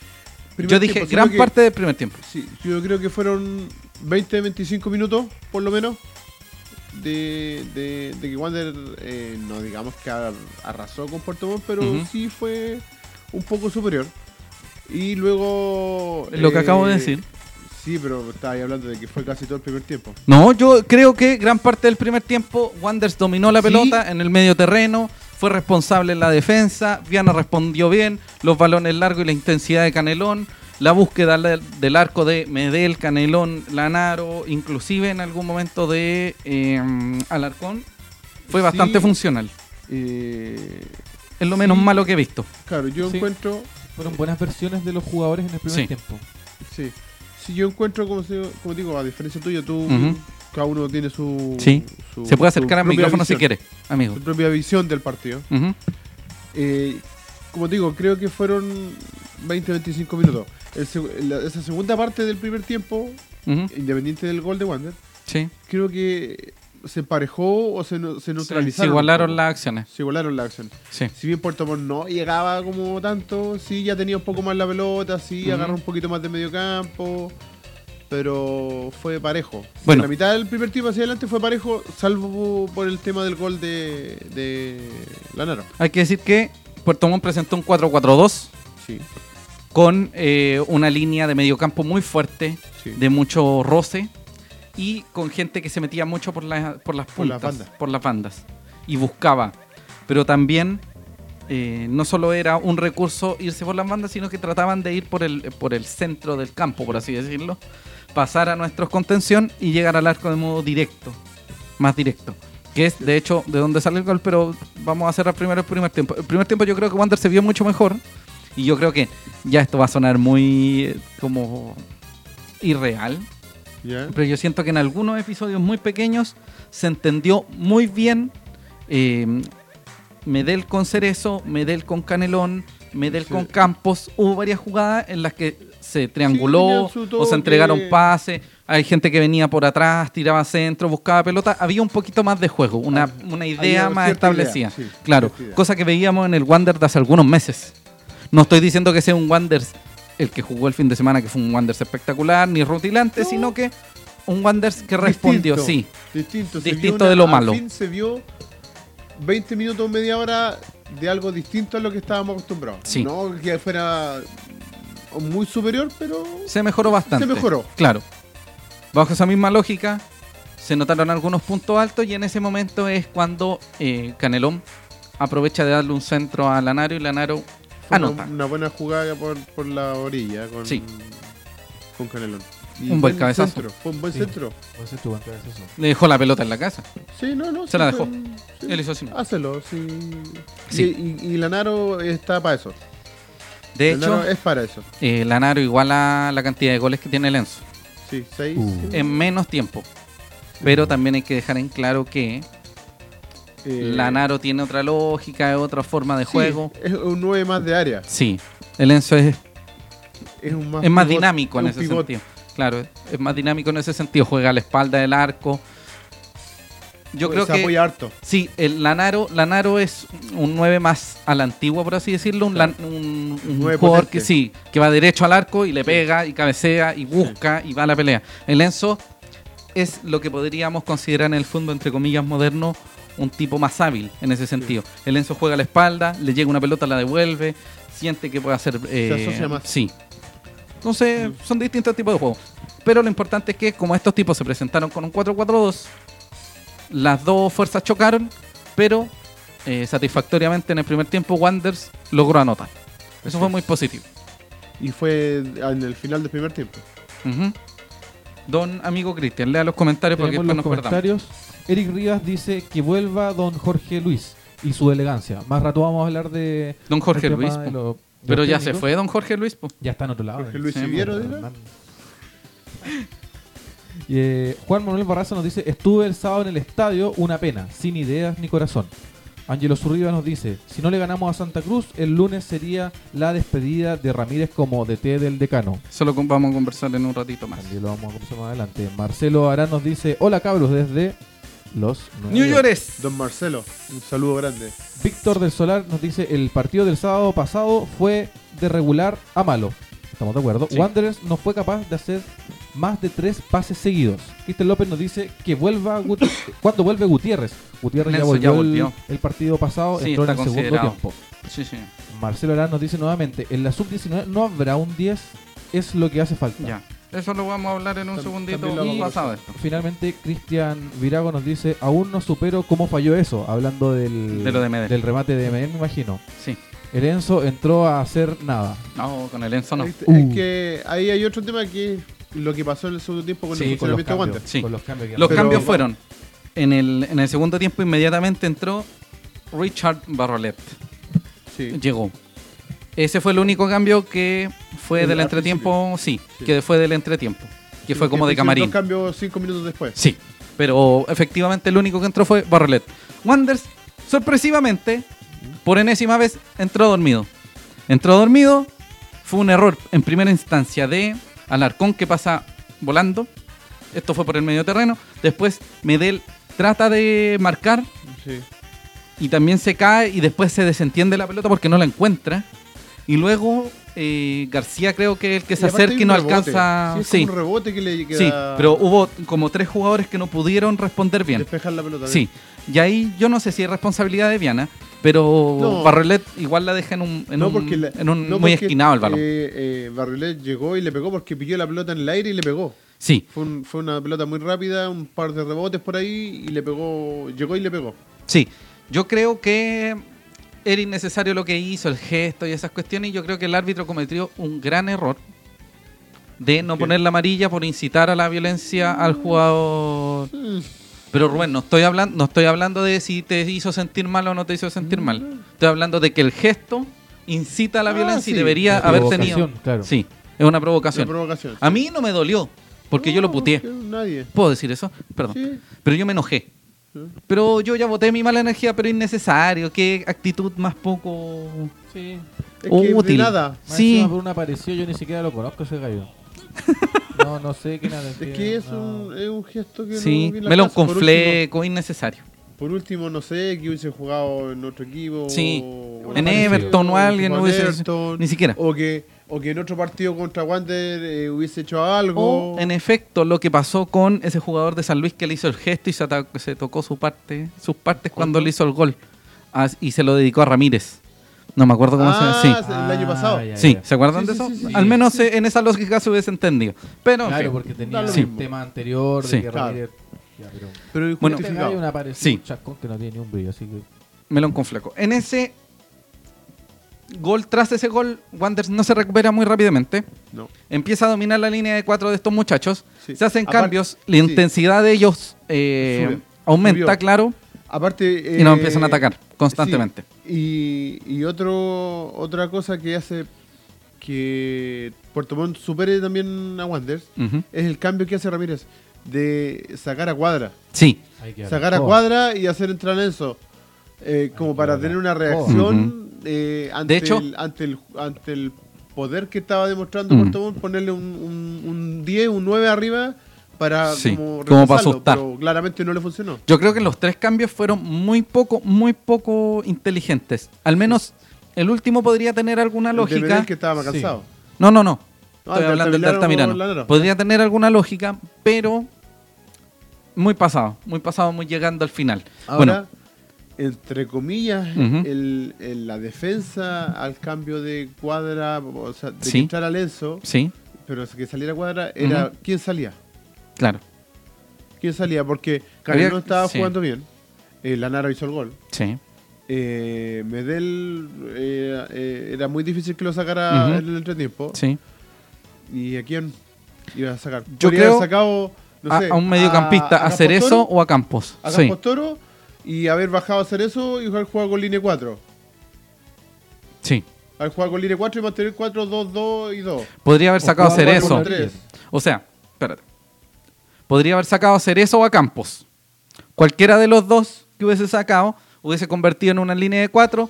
Speaker 1: primer
Speaker 2: Yo dije
Speaker 1: tiempo, sino
Speaker 2: gran
Speaker 1: que-
Speaker 2: parte del primer tiempo.
Speaker 1: Sí, yo creo que fueron 20, 25 minutos, por lo menos, de, de- de que Wander, eh, no digamos que ar- arrasó con Puerto Montt, pero
Speaker 2: Ujú.
Speaker 1: sí fue un poco superior. Y luego...
Speaker 2: Lo que
Speaker 1: eh,
Speaker 2: acabo de decir.
Speaker 1: Sí, pero estaba ahí hablando de que fue casi todo el primer tiempo.
Speaker 2: No, yo creo que gran parte del primer tiempo Wanders dominó la
Speaker 1: Sí.
Speaker 2: pelota en el medio terreno, fue responsable en la defensa, Viana respondió bien, los balones largos y la intensidad de Canelón, la búsqueda la- del arco de Medel, Canelón, Lanaro, inclusive en algún momento de eh, Alarcón, fue
Speaker 1: Sí.
Speaker 2: bastante funcional.
Speaker 1: Eh,
Speaker 2: Es lo menos
Speaker 1: Sí.
Speaker 2: malo que he visto.
Speaker 1: claro, yo
Speaker 3: Sí.
Speaker 1: encuentro...
Speaker 3: Fueron buenas versiones de los jugadores en el primer
Speaker 2: Sí.
Speaker 3: tiempo.
Speaker 1: Sí. Si yo encuentro, como, se- como digo, a diferencia tuya, tú,
Speaker 2: Ujú.
Speaker 1: cada uno tiene su.
Speaker 2: Sí.
Speaker 1: su-
Speaker 2: Se puede
Speaker 1: su
Speaker 2: acercar al
Speaker 1: propia
Speaker 2: micrófono si
Speaker 1: visión,
Speaker 2: quiere, amigo.
Speaker 1: Su propia visión del partido.
Speaker 2: Ujú.
Speaker 1: Eh, como digo, creo que fueron 20-25 minutos. El seg- la- esa segunda parte del primer tiempo,
Speaker 2: Ujú.
Speaker 1: independiente del gol de Wander,
Speaker 2: Sí.
Speaker 1: creo que se emparejó o se, nu- se
Speaker 2: Se
Speaker 1: neutralizaron. un
Speaker 2: igualaron
Speaker 1: poco.
Speaker 2: las acciones.
Speaker 1: Se igualaron la acción.
Speaker 2: Sí.
Speaker 1: Si bien Puerto Montt no llegaba como tanto, sí ya tenía un poco más la pelota, sí
Speaker 2: Ujú.
Speaker 1: agarró un poquito más de medio campo. pero fue parejo. En
Speaker 2: Bueno.
Speaker 1: la mitad del primer tiempo hacia adelante fue parejo, salvo por el tema del gol de, de Lanaro.
Speaker 2: Hay que decir que Puerto Montt presentó un 4-4-2
Speaker 1: Sí,
Speaker 2: con eh, una línea de mediocampo muy fuerte,
Speaker 1: sí.
Speaker 2: de mucho roce y con gente que se metía mucho por, la- por las puntas,
Speaker 1: Por las bandas.
Speaker 2: por las bandas, y buscaba. Pero también eh, no solo era un recurso irse por las bandas, sino que trataban de ir por el, por el centro del campo, por así decirlo, pasar a nuestros contención y llegar al arco de modo directo, más directo. Que es, de hecho, de donde sale el gol, pero vamos a cerrar primero el primer tiempo. El primer tiempo yo creo que Wander se vio mucho mejor. Y yo creo que ya esto va a sonar muy eh, como irreal,
Speaker 1: ¿Ya?
Speaker 2: pero yo siento que en algunos episodios muy pequeños se entendió muy bien eh, Medel con Cerezo, Medel con Canelón, Medel
Speaker 1: Sí.
Speaker 2: con Campos. Hubo varias jugadas en las que se
Speaker 1: tenían
Speaker 2: trianguló
Speaker 1: su
Speaker 2: o
Speaker 1: toque.
Speaker 2: se entregaron pases. Hay gente que venía por atrás, tiraba centro, buscaba pelota. Había un poquito más de juego, una, una idea
Speaker 1: Ah, había
Speaker 2: más
Speaker 1: cierta
Speaker 2: establecida.
Speaker 1: idea, sí,
Speaker 2: claro,
Speaker 1: cierta idea.
Speaker 2: cosa que veíamos en el Wander de hace algunos meses. No estoy diciendo que sea un Wander el que jugó el fin de semana, que fue un Wander espectacular ni rutilante, sino que un Wander que respondió,
Speaker 1: Distinto,
Speaker 2: sí.
Speaker 1: Distinto, se
Speaker 2: Distinto
Speaker 1: vio
Speaker 2: de lo
Speaker 1: al
Speaker 2: malo.
Speaker 1: fin se vio 20 minutos, media hora de algo distinto a lo que estábamos acostumbrados.
Speaker 2: Sí.
Speaker 1: No que fuera muy superior, pero
Speaker 2: se mejoró bastante.
Speaker 1: Se mejoró.
Speaker 2: Claro. Bajo esa misma lógica, se notaron algunos puntos altos y en ese momento es cuando eh, Canelón aprovecha de darle un centro a Lanaro y Lanaro
Speaker 1: fue una,
Speaker 2: anota.
Speaker 1: una buena jugada por, por la orilla con,
Speaker 2: Sí.
Speaker 1: con Canelón. Y
Speaker 2: Un buen cabezazo.
Speaker 1: centro, fue un buen
Speaker 3: Sí.
Speaker 1: centro.
Speaker 3: Entonces tú, entonces eso.
Speaker 2: Le dejó la pelota en la casa.
Speaker 1: Sí, no, no.
Speaker 2: Se
Speaker 1: sí,
Speaker 2: la dejó.
Speaker 1: fue un- sí.
Speaker 2: Él hizo así. ¿no?
Speaker 1: Hácelo, sí.
Speaker 2: Sí.
Speaker 1: Y, y- y Lanaro está para eso.
Speaker 2: De
Speaker 1: Lanaro
Speaker 2: hecho,
Speaker 1: es para eso.
Speaker 2: eh, Lanaro iguala la cantidad de goles que tiene Lenzo.
Speaker 1: Sí, seis.
Speaker 3: Uh.
Speaker 1: sí.
Speaker 2: En menos tiempo. Pero también hay que dejar en claro que
Speaker 1: Eh,
Speaker 2: Lanaro tiene otra lógica, otra forma de
Speaker 1: sí,
Speaker 2: juego.
Speaker 1: es un 9 más de área.
Speaker 2: Sí. El Lenzo es
Speaker 1: Es, un más,
Speaker 2: es más
Speaker 1: Ah, pivot,
Speaker 2: dinámico en
Speaker 1: un
Speaker 2: ese
Speaker 1: pivot.
Speaker 2: sentido. Claro, es más dinámico en ese sentido. Juega a la espalda del arco. Yo
Speaker 1: Pues
Speaker 2: creo
Speaker 1: se
Speaker 2: que.
Speaker 1: apoya harto.
Speaker 2: Sí, el Lanaro, Lanaro es un 9 más a la antigua, por así decirlo. Un, lan- un- un
Speaker 1: Nueve
Speaker 2: jugador
Speaker 1: potente.
Speaker 2: que sí, que va derecho al arco y le pega y cabecea y busca y va a la pelea. El Enzo es lo que podríamos considerar en el fondo, entre comillas, moderno, un tipo más hábil en ese sentido. El Enzo juega a la espalda, le llega una pelota, la devuelve, siente que puede hacer. eh,
Speaker 1: asocia más.
Speaker 2: Sí. Entonces, son distintos tipos de juegos. Pero lo importante es que, como estos tipos se presentaron con un 4-4-2, las dos fuerzas chocaron, pero eh, satisfactoriamente en el primer tiempo Wanders logró anotar. Eso fue muy positivo.
Speaker 1: Y fue en el final del primer tiempo.
Speaker 2: Ujú. Don amigo Cristian, lea los comentarios porque
Speaker 3: Tenemos
Speaker 2: después
Speaker 3: los
Speaker 2: nos perdamos.
Speaker 3: comentarios. Eric Rivas dice que vuelva don Jorge Luis y su elegancia. Más rato vamos a hablar de.
Speaker 2: Don Jorge
Speaker 3: del tema
Speaker 2: Luis.
Speaker 3: de
Speaker 2: po.
Speaker 3: lo- de los
Speaker 2: Pero ya se
Speaker 3: técnicos.
Speaker 2: fue Don Jorge Luis. po.
Speaker 3: Ya está en otro lado.
Speaker 2: Ah,
Speaker 1: Jorge Luis
Speaker 2: sí,
Speaker 1: Siviero,
Speaker 3: Don
Speaker 1: dirá.
Speaker 3: Hernán. Y, eh, Juan Manuel Barraza nos dice, estuve el sábado en el estadio, una pena, sin ideas ni corazón. Ángelo Zurriba nos dice, si no le ganamos a Santa Cruz, el lunes sería la despedida de Ramírez como DT del decano.
Speaker 2: Solo con- vamos a conversar en un ratito más.
Speaker 3: También lo vamos a conversar más adelante. Marcelo Arán nos dice, hola cabros, desde los... Nueva
Speaker 2: New
Speaker 3: York".
Speaker 2: Yorkers.
Speaker 1: Don Marcelo, un saludo grande.
Speaker 3: Víctor del Solar nos dice, el partido del sábado pasado fue de regular a malo. Estamos de acuerdo.
Speaker 2: Sí.
Speaker 3: Wanderers no fue capaz de hacer más de tres pases seguidos. Cristian López nos dice que vuelva Gut- cuando vuelve Gutiérrez. Gutiérrez ya
Speaker 2: Nelson
Speaker 3: volvió,
Speaker 2: ya
Speaker 3: el-
Speaker 2: volvió.
Speaker 3: El, partido pasado,
Speaker 2: Sí,
Speaker 3: entró en el
Speaker 2: está
Speaker 3: segundo
Speaker 2: considerado.
Speaker 3: tiempo.
Speaker 2: Sí, sí.
Speaker 3: Marcelo Arán nos dice nuevamente, en la sub-19 no habrá un 10, es lo que hace falta.
Speaker 2: Ya. Eso lo vamos a hablar en un
Speaker 1: Tam-
Speaker 2: segundito
Speaker 1: también lo
Speaker 3: vamos a
Speaker 2: pasado esto.
Speaker 3: Finalmente, Cristian Virago nos dice, aún no supero cómo falló eso, hablando del,
Speaker 2: De lo de Medel.
Speaker 3: del remate de Medel, me imagino.
Speaker 2: Sí.
Speaker 3: El Enzo entró a hacer nada.
Speaker 2: No, con el Enzo no.
Speaker 1: Es, es
Speaker 3: Uh.
Speaker 1: que ahí hay otro tema que es lo que pasó en el segundo tiempo con
Speaker 2: Sí,
Speaker 1: el
Speaker 3: con los
Speaker 1: funcionamiento de
Speaker 3: cambios,
Speaker 1: Wander.
Speaker 2: Sí.
Speaker 3: con los cambios que
Speaker 2: Los
Speaker 3: han
Speaker 1: Pero-
Speaker 2: cambios
Speaker 3: hecho.
Speaker 2: fueron. En el, en el segundo tiempo inmediatamente entró Richard Barrolet.
Speaker 1: Sí.
Speaker 2: Llegó. Ese fue el único cambio que fue
Speaker 1: El-
Speaker 2: del
Speaker 1: al
Speaker 2: entretiempo, sí,
Speaker 1: Sí.
Speaker 2: que fue del entretiempo, que fue como de
Speaker 1: Hicieron
Speaker 2: camarín.
Speaker 1: Dos cambios cinco minutos después.
Speaker 2: Sí, pero efectivamente el único que entró fue Barrolet. Wanders, sorpresivamente, por enésima vez, entró dormido. Entró dormido, fue un error en primera instancia de Alarcón que pasa volando. Esto fue por el medio terreno. Después Medel trata de marcar
Speaker 1: Sí.
Speaker 2: y también se cae y después se desentiende la pelota porque no la encuentra. Y luego eh, García creo que es el que se
Speaker 1: Y aparte
Speaker 2: acerca
Speaker 1: hay
Speaker 2: y
Speaker 1: un
Speaker 2: no
Speaker 1: rebote.
Speaker 2: alcanza.
Speaker 1: Sí, es
Speaker 2: Sí,
Speaker 1: como un rebote que le queda.
Speaker 2: sí, pero hubo como tres jugadores que no pudieron responder bien.
Speaker 1: Despejar la pelota.
Speaker 2: Sí, y ahí yo no sé si es responsabilidad de Viana, pero
Speaker 1: No.
Speaker 2: Barrelet igual la deja en un, en
Speaker 1: No,
Speaker 2: un-
Speaker 1: porque la-
Speaker 2: en un
Speaker 1: no,
Speaker 2: muy
Speaker 1: porque,
Speaker 2: esquinado el balón.
Speaker 1: eh, eh, Barrilet llegó y le pegó porque pilló la pelota en el aire y le pegó.
Speaker 2: sí,
Speaker 1: Fue, un- fue una pelota muy rápida, un par de rebotes por ahí y le pegó. Llegó y le pegó.
Speaker 2: sí. Yo creo que era innecesario lo que hizo, el gesto y esas cuestiones, y yo creo que el árbitro cometió un gran error de no
Speaker 1: ¿Qué?
Speaker 2: poner la amarilla por incitar a la violencia al jugador. Pero Rubén, no estoy hablando, no estoy hablando de si te hizo sentir mal o no te hizo sentir mal. Estoy hablando de que el gesto incita a la
Speaker 1: Ah,
Speaker 2: violencia y
Speaker 1: sí.
Speaker 2: debería
Speaker 3: La
Speaker 2: haber tenido.
Speaker 3: provocación, claro.
Speaker 2: Sí, es una
Speaker 1: La
Speaker 2: provocación.
Speaker 1: provocación.
Speaker 2: A mí no me dolió, porque yo lo
Speaker 1: No,
Speaker 2: puteé.
Speaker 1: porque Nadie.
Speaker 2: ¿Puedo decir eso? Perdón.
Speaker 1: Sí.
Speaker 2: Pero yo me enojé.
Speaker 1: ¿Mm?
Speaker 2: Pero yo ya boté mi mala energía, pero innecesario. Qué actitud más poco
Speaker 3: Sí.
Speaker 1: Es que
Speaker 2: útil.
Speaker 1: de nada.
Speaker 2: Sí.
Speaker 3: Sí. Por una apareció, yo ni siquiera lo conozco ese gallo. No, no sé qué nada.
Speaker 1: Es que es, un, es un gesto que.
Speaker 2: Sí,
Speaker 1: no viene al
Speaker 2: melón
Speaker 1: caso.
Speaker 2: con
Speaker 1: Por último-
Speaker 2: fleco, innecesario.
Speaker 1: Por último, no sé, que hubiese jugado en otro equipo.
Speaker 2: Sí.
Speaker 1: o-
Speaker 2: En
Speaker 1: o-
Speaker 2: Everton o alguien
Speaker 1: en
Speaker 2: hubiese-
Speaker 1: Everton,
Speaker 2: ni siquiera.
Speaker 1: O que, o que en otro partido contra Wander eh, hubiese hecho algo.
Speaker 2: O, en efecto, lo que pasó con ese jugador de San Luis que le hizo el gesto y se, ata- se tocó su parte, sus partes cuando le hizo el gol. Ah, y se lo dedicó a Ramírez. No me acuerdo cómo
Speaker 1: ah,
Speaker 2: se... Sí.
Speaker 1: el año pasado.
Speaker 3: ya,
Speaker 2: Sí,
Speaker 3: ya.
Speaker 2: ¿se acuerdan
Speaker 1: Sí,
Speaker 2: de
Speaker 1: sí,
Speaker 2: eso?
Speaker 1: sí, sí.
Speaker 2: Al menos eh, en esa lógica se hubiese entendido. Pero, en
Speaker 3: Claro,
Speaker 2: fin.
Speaker 3: porque tenía
Speaker 1: Da lo
Speaker 3: un
Speaker 1: mismo.
Speaker 3: tema anterior de
Speaker 2: Sí.
Speaker 3: que
Speaker 1: Claro.
Speaker 3: Ramírez- Ya, pero
Speaker 1: Pero
Speaker 2: Bueno.
Speaker 3: este
Speaker 1: injustificado.
Speaker 3: gallo una apareció
Speaker 2: Sí.
Speaker 3: un chascón que no tiene ni un brillo, así que
Speaker 2: melón con fleco. En ese gol, tras ese gol, Wanderers no se recupera muy rápidamente.
Speaker 1: No.
Speaker 2: Empieza a dominar la línea de cuatro de estos muchachos.
Speaker 1: Sí.
Speaker 2: Se hacen
Speaker 1: Aparte-
Speaker 2: cambios. La
Speaker 1: sí.
Speaker 2: intensidad de ellos eh,
Speaker 1: Sube.
Speaker 2: aumenta,
Speaker 1: Subió.
Speaker 2: claro.
Speaker 1: Aparte.
Speaker 2: Y nos
Speaker 1: eh,
Speaker 2: empiezan a atacar constantemente.
Speaker 1: sí. Y, y otro, otra cosa que hace que Puerto Montt supere también a Wander
Speaker 2: Ujú.
Speaker 1: es el cambio que hace Ramírez de sacar a cuadra.
Speaker 2: Sí.
Speaker 3: hay que
Speaker 1: sacar a
Speaker 3: Oh,
Speaker 1: cuadra y hacer entrar a Enzo. eh, como para tener una reacción eh, ante,
Speaker 2: De hecho-
Speaker 1: el, ante, el, ante el poder que estaba demostrando
Speaker 2: Mm.
Speaker 1: Puerto Montt, ponerle un, un, un 10, un 9 arriba para
Speaker 2: Sí,
Speaker 1: como,
Speaker 2: como para
Speaker 1: reemplazarlo,
Speaker 2: asustar.
Speaker 1: Pero claramente no le funcionó.
Speaker 2: Yo creo que los tres cambios fueron muy poco, muy poco inteligentes. Al menos el último podría tener alguna
Speaker 1: El de
Speaker 2: lógica.
Speaker 1: Medel que estaba más
Speaker 3: Sí.
Speaker 1: cansado.
Speaker 2: No, no, no.
Speaker 1: Ah,
Speaker 2: Estoy
Speaker 1: el de
Speaker 2: hablando del de
Speaker 1: Altamirano o
Speaker 2: Altamirano.
Speaker 1: Lanaro.
Speaker 2: Podría tener alguna lógica, pero muy pasado, muy pasado, muy llegando al final.
Speaker 1: Ahora, entre comillas,
Speaker 2: Ujú.
Speaker 1: el, el- la defensa al cambio de cuadra, o sea, de
Speaker 2: Sí.
Speaker 1: que entrara Lenzo,
Speaker 2: bueno, sí,
Speaker 1: pero que saliera cuadra, era
Speaker 2: Ujú.
Speaker 1: quién salía.
Speaker 2: claro,
Speaker 1: ¿Quién salía? Porque Carrillo
Speaker 2: Había-
Speaker 1: estaba
Speaker 2: sí.
Speaker 1: jugando bien. Eh, Lanaro hizo el gol.
Speaker 2: sí.
Speaker 1: Eh, Medel eh, eh, era muy difícil que lo sacara
Speaker 2: Ujú.
Speaker 1: en el entretiempo.
Speaker 2: Sí.
Speaker 1: ¿Y a quién iba a sacar?
Speaker 2: Yo
Speaker 1: Podría haber
Speaker 2: creo
Speaker 1: sacado, no
Speaker 2: a,
Speaker 1: sé,
Speaker 2: a un mediocampista, a,
Speaker 1: Campos
Speaker 2: Cerezo
Speaker 1: Toro,
Speaker 2: o a Campos.
Speaker 1: Ah, a
Speaker 2: sí.
Speaker 1: Campos Toro y haber bajado a Cerezo y haber jugado con línea 4.
Speaker 2: sí.
Speaker 1: Haber jugado con línea 4 y mantener 4, 2, 2 y 2.
Speaker 2: Podría haber
Speaker 3: O
Speaker 2: sacado a
Speaker 3: jugaba con
Speaker 2: Cerezo.
Speaker 3: los tres.
Speaker 2: O sea, espérate. Podría haber sacado a Cerezo o a Campos. Cualquiera de los dos que hubiese sacado hubiese convertido en una línea de cuatro.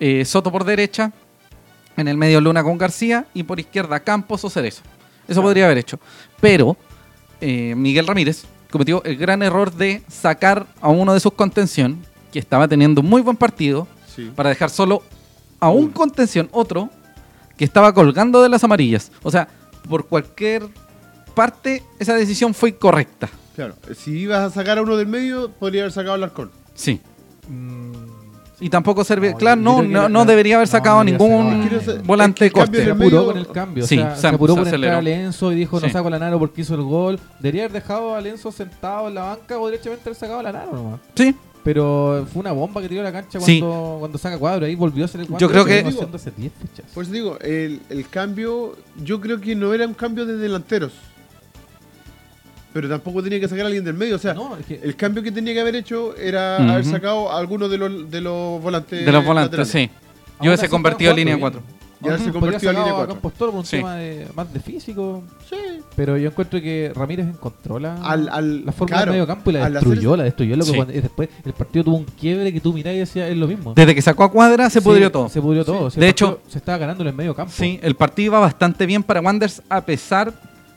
Speaker 2: eh, Soto por derecha, en el medio Luna con García y por izquierda Campos o Cerezo. Eso podría haber hecho. Pero eh, Miguel Ramírez cometió el gran error de sacar a uno de sus contención, que estaba teniendo un muy buen partido,
Speaker 1: Sí.
Speaker 2: para dejar solo a un contención, otro, que estaba colgando de las amarillas. O sea, por cualquier parte, esa decisión fue correcta.
Speaker 1: Claro. Si ibas a sacar a uno del medio, podría haber sacado al Alarcón.
Speaker 2: Sí.
Speaker 3: mm,
Speaker 2: Y tampoco servía.
Speaker 3: No,
Speaker 2: claro,
Speaker 3: yo
Speaker 2: no,
Speaker 3: creo que
Speaker 2: no,
Speaker 3: la-
Speaker 2: no
Speaker 3: la-
Speaker 2: debería haber
Speaker 3: no,
Speaker 2: sacado
Speaker 3: debería
Speaker 2: ningún
Speaker 1: sacar- Es que no se-
Speaker 2: volante
Speaker 1: es que el
Speaker 2: corte.
Speaker 1: cambio
Speaker 3: se
Speaker 1: del
Speaker 3: apuró
Speaker 1: medio-
Speaker 3: con el cambio.
Speaker 2: Sí,
Speaker 3: o sea,
Speaker 2: se-
Speaker 3: se, apuró
Speaker 2: se
Speaker 3: por entrar
Speaker 2: aceleró.
Speaker 3: a Lenzo y dijo:
Speaker 2: Sí.
Speaker 3: No saco a Lanaro porque hizo el gol. Debería haber dejado a Lenzo sentado en la banca o derechamente haber sacado a Lanaro nomás.
Speaker 2: Sí,
Speaker 3: Pero fue una bomba que tiró a la cancha
Speaker 2: Sí.
Speaker 3: cuando, cuando saca cuadro. Ahí volvió a ser el
Speaker 2: Yo
Speaker 3: cuadro.
Speaker 2: creo que-
Speaker 3: haciendo hace 10 fechas.
Speaker 1: Por eso digo, el, el cambio, yo creo que no era un cambio de delanteros. Pero tampoco tenía que sacar a alguien del medio. O sea, eh,
Speaker 3: No, es que-
Speaker 1: el cambio que tenía que haber hecho era
Speaker 2: Ujú.
Speaker 1: haber sacado a alguno de los, de los volantes.
Speaker 2: de los volantes,
Speaker 1: laterales.
Speaker 2: sí.
Speaker 3: Ahora
Speaker 2: Yo hubiese
Speaker 3: sí
Speaker 2: convertido en
Speaker 3: estaba
Speaker 2: línea
Speaker 3: jugando
Speaker 2: 4.
Speaker 3: bien.
Speaker 1: Y ahora se
Speaker 3: Podría
Speaker 1: convirtió en
Speaker 3: sacar
Speaker 1: línea
Speaker 3: a
Speaker 1: 4.
Speaker 3: Campos Toro por un
Speaker 2: Sí.
Speaker 3: tema de, más de físico.
Speaker 1: Sí.
Speaker 3: Pero yo encuentro que Ramírez encontró la,
Speaker 1: Al- al-
Speaker 3: la forma
Speaker 1: claro,
Speaker 3: del medio campo y la
Speaker 1: al
Speaker 3: destruyó,
Speaker 1: hacer-
Speaker 3: la destruyó. loco,
Speaker 2: Sí.
Speaker 3: cuando- y después el partido tuvo un quiebre que tú mirás y decías, es lo mismo.
Speaker 2: Desde que sacó a cuadra se
Speaker 3: Sí,
Speaker 2: pudrió todo.
Speaker 3: Se pudrió todo. Si
Speaker 2: De
Speaker 3: el partido
Speaker 2: hecho-
Speaker 3: se estaba ganando en el medio campo.
Speaker 2: Sí, el partido iba bastante bien para Wanderers a pesar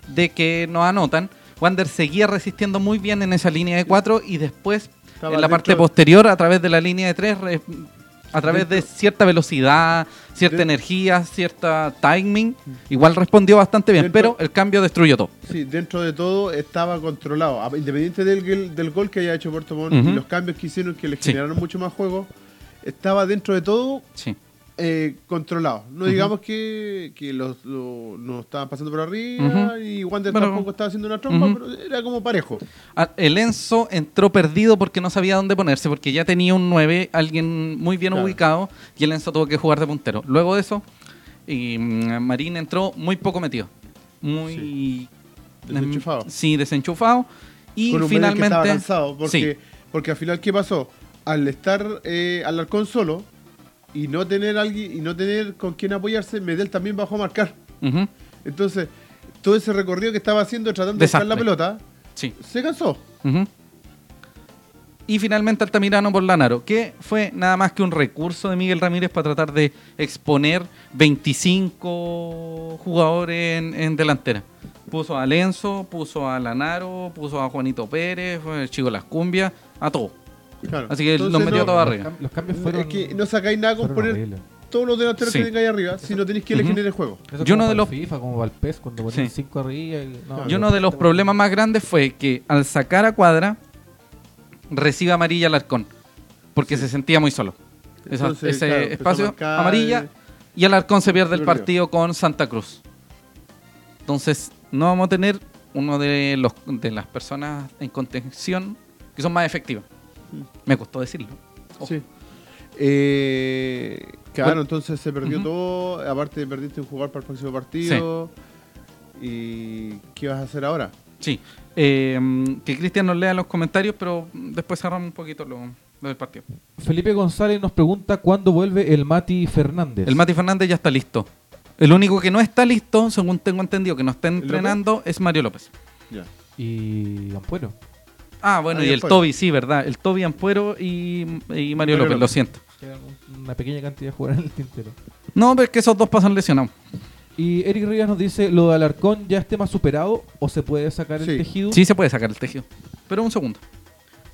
Speaker 2: de que no anotan. Wanderers seguía resistiendo muy bien en esa línea de 4 y después
Speaker 1: Estaba
Speaker 2: en la parte
Speaker 1: dentro-
Speaker 2: posterior a través de la línea de 3 a través de cierta velocidad, cierta
Speaker 1: Dentro-
Speaker 2: energía, cierta timing. Igual respondió bastante bien,
Speaker 1: Dentro-
Speaker 2: pero el cambio destruyó todo.
Speaker 1: Sí, dentro de todo estaba controlado. A- Independiente del, gol- del gol que haya hecho Puerto Montt
Speaker 2: Ujú.
Speaker 1: y los cambios que hicieron que le
Speaker 2: Sí.
Speaker 1: generaron mucho más juego, estaba dentro de todo
Speaker 2: Sí.
Speaker 1: eh, controlado. No digamos que, que los, lo- nos estaban pasando por arriba
Speaker 2: Ujú.
Speaker 1: y Wander
Speaker 2: Bueno.
Speaker 1: tampoco estaba haciendo una trompa,
Speaker 2: Ujú.
Speaker 1: pero era como parejo.
Speaker 2: Ah, El Enzo entró perdido porque no sabía dónde ponerse, porque ya tenía un 9, alguien muy bien
Speaker 1: Claro.
Speaker 2: ubicado, y el Enzo tuvo que jugar de puntero. Luego de eso, y, mm, Marín entró muy poco metido. Muy.
Speaker 1: Desenchufado.
Speaker 2: Sí, desenchufado. Y
Speaker 1: con un Breyer que
Speaker 2: finalmente.
Speaker 1: estaba cansado,
Speaker 2: sí.
Speaker 1: porque, porque al final, ¿qué pasó? Al estar eh, Alarcón solo y no tener alguien y no tener con quién apoyarse, Medel también bajó a marcar.
Speaker 2: Ujú,
Speaker 1: Entonces, todo ese recorrido que estaba haciendo tratando
Speaker 2: Desastre.
Speaker 1: de buscar la pelota,
Speaker 2: sí.
Speaker 1: se cansó.
Speaker 2: Ujú. Y finalmente Altamirano por Lanaro, que fue nada más que un recurso de Miguel Ramírez para tratar de exponer 25 jugadores en, en delantera. Puso a Lenzo, puso a Lanaro, puso a Juanito Pérez, fue el chico Las Cumbias, a todo.
Speaker 1: Claro.
Speaker 2: Así que
Speaker 1: Entonces,
Speaker 2: los metió
Speaker 1: no-
Speaker 2: todo
Speaker 3: Los,
Speaker 2: arriba.
Speaker 3: cam- los cambios
Speaker 1: no-
Speaker 3: fueron.
Speaker 1: Es que no sacáis nada con
Speaker 3: fueron
Speaker 1: poner
Speaker 3: horribles.
Speaker 1: todos los delanteros
Speaker 2: Sí.
Speaker 1: que tengáis arriba, si no tenéis que le
Speaker 2: Ujú.
Speaker 1: genere juego.
Speaker 3: Eso
Speaker 2: Yo
Speaker 3: como
Speaker 2: no de
Speaker 3: para
Speaker 2: los-
Speaker 3: FIFA, como para el PES, cuando ponían
Speaker 2: Sí.
Speaker 3: 5 arriba. y- no,
Speaker 2: Y uno de los problemas más grandes fue que al sacar a Cuadra, recibe amarilla al arcón, porque se sentía muy solo. Esa-
Speaker 1: Entonces,
Speaker 2: ese
Speaker 1: claro, empezó a
Speaker 2: espacio
Speaker 1: marcar,
Speaker 2: amarilla
Speaker 1: eh,
Speaker 2: y Alarcón se pierde el
Speaker 1: Perdió.
Speaker 2: partido con Santa Cruz. Entonces, no vamos a tener uno de los de las personas en contención que son más efectivas.
Speaker 1: Mm.
Speaker 2: Me costó decirlo. Oh.
Speaker 1: Sí. Eh, claro,
Speaker 2: Bueno.
Speaker 1: entonces se perdió
Speaker 2: Ujú.
Speaker 1: todo. Aparte, perdiste un jugador para el próximo partido. ¿Y qué vas a hacer ahora?
Speaker 2: Sí. Eh, mm, que Cristian nos lea los comentarios, pero mm, después cerramos un poquito lo, lo del partido.
Speaker 3: Felipe González nos pregunta cuándo vuelve el Mati Fernández.
Speaker 2: El Mati Fernández ya está listo. El único que no está listo, según tengo entendido, que no está entrenando, es Mario López.
Speaker 1: Ya.
Speaker 3: Y Ampuero.
Speaker 2: Ah, bueno,
Speaker 1: Ah,
Speaker 2: y
Speaker 1: ya
Speaker 2: el
Speaker 1: fue.
Speaker 2: Toby, sí, ¿verdad? El Toby Ampuero y, y Mario, López, lo
Speaker 1: López.
Speaker 2: siento.
Speaker 3: Queda un- Una pequeña cantidad de jugadores en el tintero.
Speaker 2: No, pero es que esos dos pasan lesionados.
Speaker 3: Y Eric Rivas nos dice, ¿lo de Alarcón ya es tema superado o se puede sacar
Speaker 1: Sí.
Speaker 3: el tejido?
Speaker 2: Sí se puede sacar el tejido. Pero un segundo.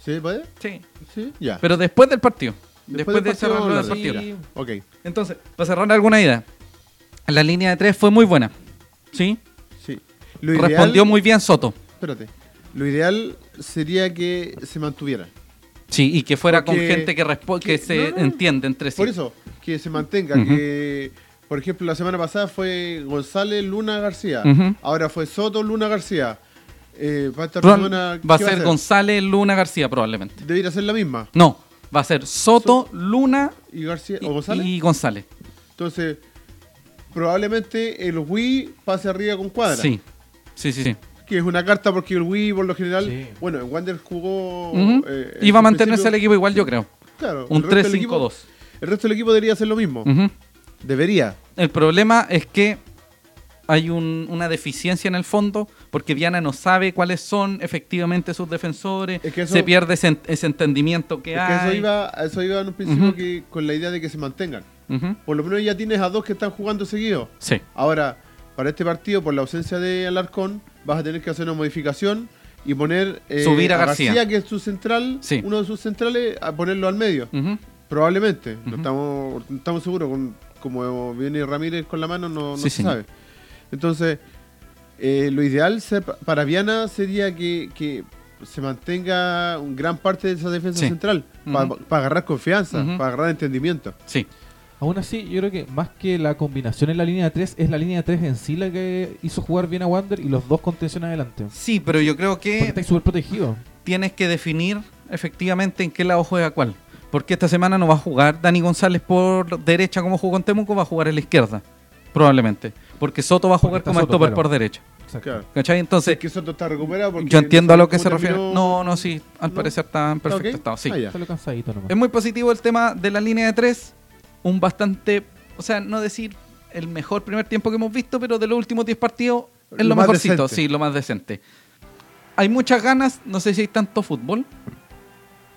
Speaker 1: ¿Sí, puede?
Speaker 2: Sí.
Speaker 1: Sí, ya.
Speaker 2: Pero después del partido. Después,
Speaker 1: Después del
Speaker 2: de
Speaker 1: partido
Speaker 2: cerrarlo del
Speaker 1: vamos a
Speaker 2: partido.
Speaker 1: hablar. Ok.
Speaker 2: Entonces, para cerrar alguna idea. La línea de tres fue muy buena. ¿Sí?
Speaker 1: Sí. Lo ideal,
Speaker 2: Respondió muy bien Soto.
Speaker 1: Espérate. Lo ideal sería que se mantuviera.
Speaker 2: Sí, y que fuera con
Speaker 1: Porque-
Speaker 2: gente que, respo-
Speaker 1: que-
Speaker 2: que se
Speaker 1: no, no.
Speaker 2: entiende entre Eh, sí.
Speaker 1: Por eso, que se mantenga.
Speaker 2: Ujú.
Speaker 1: que, por ejemplo, la semana pasada fue González Luna García.
Speaker 2: Ujú.
Speaker 1: Ahora fue Soto Luna García. Eh, va a estar
Speaker 2: Ron-
Speaker 1: Luna-
Speaker 2: va a
Speaker 1: ¿qué
Speaker 2: ser González Luna García probablemente.
Speaker 1: Debería ser la misma.
Speaker 2: No, va a ser Soto, Luna
Speaker 1: ¿Y García?
Speaker 2: y
Speaker 1: ¿Eh, ¿O González?
Speaker 2: y González.
Speaker 1: Entonces, probablemente el Wii pase arriba con cuadra.
Speaker 2: Sí. Sí, sí, sí.
Speaker 1: Que es una carta porque el Wii, por lo general,
Speaker 3: Sí.
Speaker 1: bueno, en Wander jugó.
Speaker 2: Ujú.
Speaker 1: eh,
Speaker 2: y va a
Speaker 1: en
Speaker 2: mantenerse
Speaker 1: principio-
Speaker 2: el equipo igual, yo creo.
Speaker 1: Claro,
Speaker 2: Un
Speaker 1: el resto del
Speaker 2: 3-5-2.
Speaker 1: equipo- El resto del equipo debería hacer lo mismo.
Speaker 2: Ujú.
Speaker 1: Debería.
Speaker 2: El problema es que hay un- una deficiencia en el fondo porque Viana no sabe cuáles son efectivamente sus defensores,
Speaker 1: Es que eso-
Speaker 2: se pierde ese, en- ese entendimiento que
Speaker 1: Es que
Speaker 2: hay.
Speaker 1: eso iba, a eso iba en un principio
Speaker 2: Ujú.
Speaker 1: que, con la idea de que se mantengan.
Speaker 2: Ujú.
Speaker 1: Por lo menos ya tienes a dos que están jugando seguido.
Speaker 2: Sí,
Speaker 1: Ahora, para este partido, por la ausencia de Alarcón, vas a tener que hacer una modificación y poner eh,
Speaker 2: Subir a García.
Speaker 1: que es su central,
Speaker 2: Sí.
Speaker 1: uno de sus centrales, a ponerlo al medio.
Speaker 2: Ujú.
Speaker 1: Probablemente,
Speaker 2: Ujú.
Speaker 1: no, estamos, no estamos seguros. con- como viene Ramírez con la mano, no, no
Speaker 2: Sí,
Speaker 1: se
Speaker 2: señor.
Speaker 1: sabe. Entonces, eh, lo ideal se- para Viana sería que, que se mantenga un gran parte de esa defensa
Speaker 2: Sí.
Speaker 1: central para
Speaker 2: Ujú.
Speaker 1: agarrar confianza,
Speaker 2: Ujú.
Speaker 1: para agarrar entendimiento.
Speaker 2: sí.
Speaker 3: Aún así, yo creo que más que la combinación en la línea de 3, es la línea de 3 en sí la que hizo jugar bien a Wander y los dos con tensión adelante.
Speaker 2: Sí, pero yo creo
Speaker 3: Porque
Speaker 2: que
Speaker 3: está súper protegido.
Speaker 2: tienes que definir efectivamente en qué lado juega cuál. Porque esta semana no va a jugar Dani González por derecha como jugó en Temuco, va a jugar en la izquierda, probablemente. Porque Soto va a jugar
Speaker 3: está
Speaker 2: como
Speaker 3: Soto,
Speaker 2: stopper
Speaker 3: claro.
Speaker 2: por derecha.
Speaker 1: Claro.
Speaker 2: ¿Cachai? Entonces,
Speaker 1: Es que Soto está recuperado porque
Speaker 2: yo entiendo a
Speaker 1: no
Speaker 2: lo que
Speaker 1: sabemos
Speaker 2: se
Speaker 1: cómo
Speaker 2: refiere.
Speaker 1: terminó.
Speaker 2: No, no, sí, al
Speaker 1: ¿No?
Speaker 2: parecer está en perfecto
Speaker 1: ok?
Speaker 2: estado. Sí.
Speaker 1: Ah, ya.
Speaker 3: Está lo cansadito nomás.
Speaker 2: Es muy positivo el tema de la línea de tres. Un bastante, o sea, no decir el mejor primer tiempo que hemos visto, pero de los últimos 10 partidos es lo,
Speaker 1: Lo más
Speaker 2: mejorcito,
Speaker 1: decente.
Speaker 2: sí, lo más decente. Hay muchas ganas, no sé si hay tanto fútbol.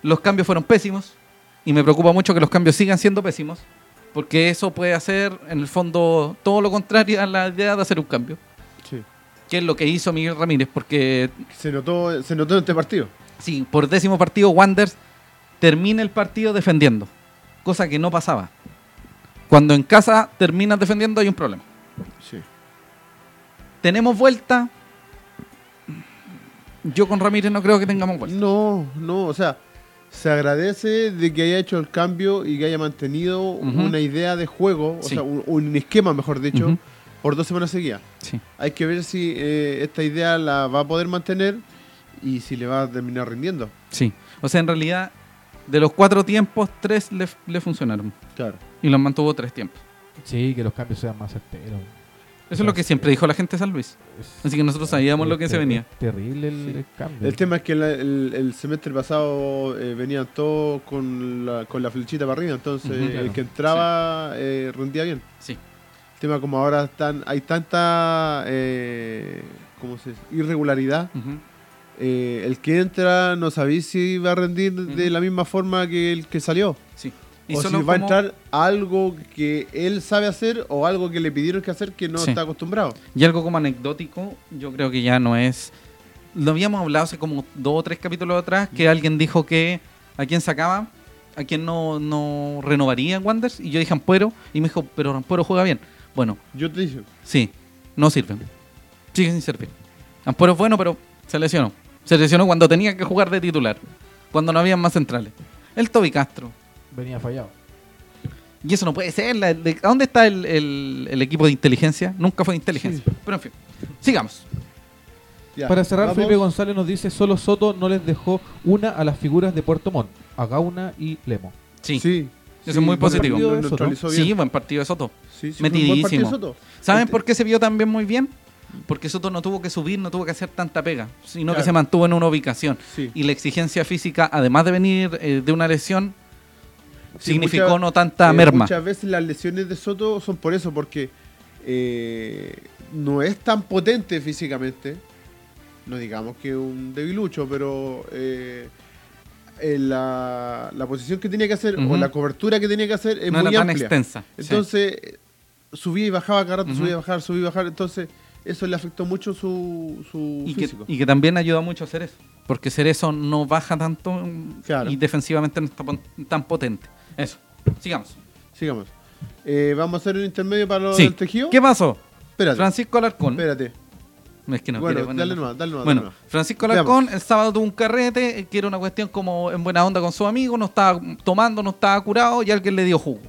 Speaker 2: Los cambios fueron pésimos y me preocupa mucho que los cambios sigan siendo pésimos, porque eso puede hacer, en el fondo, todo lo contrario a la idea de hacer un cambio,
Speaker 1: Sí.
Speaker 2: que es lo que hizo Miguel Ramírez, porque
Speaker 1: Se notó, se notó en este partido.
Speaker 2: Sí, por décimo partido, Wanders termina el partido defendiendo. cosa que no pasaba. Cuando en casa terminas defendiendo hay un problema.
Speaker 1: Sí.
Speaker 2: ¿Tenemos vuelta? Yo con Ramírez no creo que tengamos vuelta.
Speaker 1: No, no, o sea, se agradece de que haya hecho el cambio y que haya mantenido
Speaker 2: Ujú.
Speaker 1: una idea de juego, o
Speaker 2: Sí.
Speaker 1: sea, un, un esquema, mejor dicho,
Speaker 2: Ujú.
Speaker 1: por dos semanas seguidas.
Speaker 2: Sí.
Speaker 1: Hay que ver si eh, esta idea la va a poder mantener y si le va a terminar rindiendo.
Speaker 2: Sí. O sea, en realidad, de los cuatro tiempos, tres le, le funcionaron.
Speaker 1: Claro.
Speaker 2: Y los mantuvo tres tiempos.
Speaker 3: Sí, que los cambios sean más certeros.
Speaker 2: Eso es lo que siempre dijo la gente de San Luis.
Speaker 3: Es-
Speaker 2: Así que nosotros sabíamos
Speaker 3: es
Speaker 2: lo que se
Speaker 3: ter-
Speaker 2: venía.
Speaker 3: es Terrible el
Speaker 1: Sí.
Speaker 3: cambio.
Speaker 1: El tema es que la- el, el semestre pasado eh, venían todos con la, con la flechita para arriba, entonces
Speaker 2: Ujú, claro.
Speaker 1: el que entraba eh, rendía bien.
Speaker 2: Sí.
Speaker 1: El tema como ahora están, hay tanta eh, ¿cómo se dice? irregularidad,
Speaker 2: Ujú.
Speaker 1: eh, el que entra no sabéis si va a rendir de
Speaker 2: Ujú.
Speaker 1: la misma forma que el que salió.
Speaker 2: Sí.
Speaker 1: o si
Speaker 2: solo
Speaker 1: va a
Speaker 2: como-
Speaker 1: entrar algo que él sabe hacer o algo que le pidieron que hacer que no
Speaker 2: Sí.
Speaker 1: está acostumbrado.
Speaker 2: Y algo como anecdótico, yo creo que ya no es. Lo habíamos hablado hace como dos o tres capítulos atrás, que alguien dijo que a quién sacaba, a quién no, no renovaría en Wanderers. Y yo dije Ampuero, y me dijo, pero Ampuero juega bien. Bueno,
Speaker 1: Yo te dije,
Speaker 2: sí, no sirven. Siguen sin servir. Ampuero es bueno, pero se lesionó. Se lesionó cuando tenía que jugar de titular, cuando no había más centrales. El Toby Castro.
Speaker 3: Venía fallado.
Speaker 2: Y eso no puede ser. la- de- ¿A dónde está el, el- el equipo de inteligencia? Nunca fue de inteligencia. Pero en fin, sigamos.
Speaker 1: ya,
Speaker 3: Para cerrar,
Speaker 1: vamos.
Speaker 3: Felipe González nos dice, solo Soto no les dejó una a las figuras de Puerto Montt, a Gauna y Lemo.
Speaker 2: Sí.
Speaker 1: sí,
Speaker 2: es muy
Speaker 1: buen
Speaker 2: positivo.
Speaker 1: partido,
Speaker 3: Eso, ¿no?
Speaker 1: neutralizó bien.
Speaker 2: Sí, buen partido de Soto.
Speaker 1: Sí, sí, fue un buen partido
Speaker 2: Metidísimo.
Speaker 1: Soto.
Speaker 2: ¿Saben
Speaker 1: Este-
Speaker 2: por qué se vio también muy bien? Porque Soto no tuvo que subir, no tuvo que hacer tanta pega, sino
Speaker 1: Claro.
Speaker 2: que se mantuvo en una ubicación.
Speaker 1: Sí.
Speaker 2: Y la exigencia física, además de venir eh, de una lesión,
Speaker 1: Sí,
Speaker 2: significó
Speaker 1: mucha-
Speaker 2: no tanta
Speaker 1: eh,
Speaker 2: merma.
Speaker 1: Muchas veces las lesiones de Soto son por eso, porque eh, no es tan potente físicamente. No digamos que un debilucho, pero eh, eh, la, la posición que tenía que hacer
Speaker 2: Ujú.
Speaker 1: o la cobertura que tenía que hacer es
Speaker 2: no
Speaker 1: muy
Speaker 2: era tan
Speaker 1: amplia.
Speaker 2: extensa. sí.
Speaker 1: Entonces, eh, subía y bajaba cada rato,
Speaker 2: Ujú.
Speaker 1: subía y bajaba, subía y bajaba. Entonces, eso le afectó mucho su, su
Speaker 2: y, que,
Speaker 1: físico.
Speaker 2: y que también ayuda mucho a Cerezo, porque Cerezo no baja tanto mm,
Speaker 1: Claro.
Speaker 2: y defensivamente no está pon- tan potente. Eso, sigamos.
Speaker 1: Sigamos. Eh, Vamos a hacer un intermedio para lo
Speaker 2: Sí.
Speaker 1: del tejido.
Speaker 2: ¿Qué pasó?
Speaker 1: Espérate,
Speaker 2: Francisco Alarcón.
Speaker 1: espérate.
Speaker 2: Es que no
Speaker 1: bueno,
Speaker 2: quiere ponerlo.
Speaker 1: dale nomás, dale nomás.
Speaker 2: Bueno,
Speaker 1: dale nomás.
Speaker 2: Francisco
Speaker 1: Veamos.
Speaker 2: Alarcón el sábado tuvo un carrete, eh, que era una cuestión como en buena onda con sus amigos, no estaba tomando, no estaba curado y alguien le dio jugo.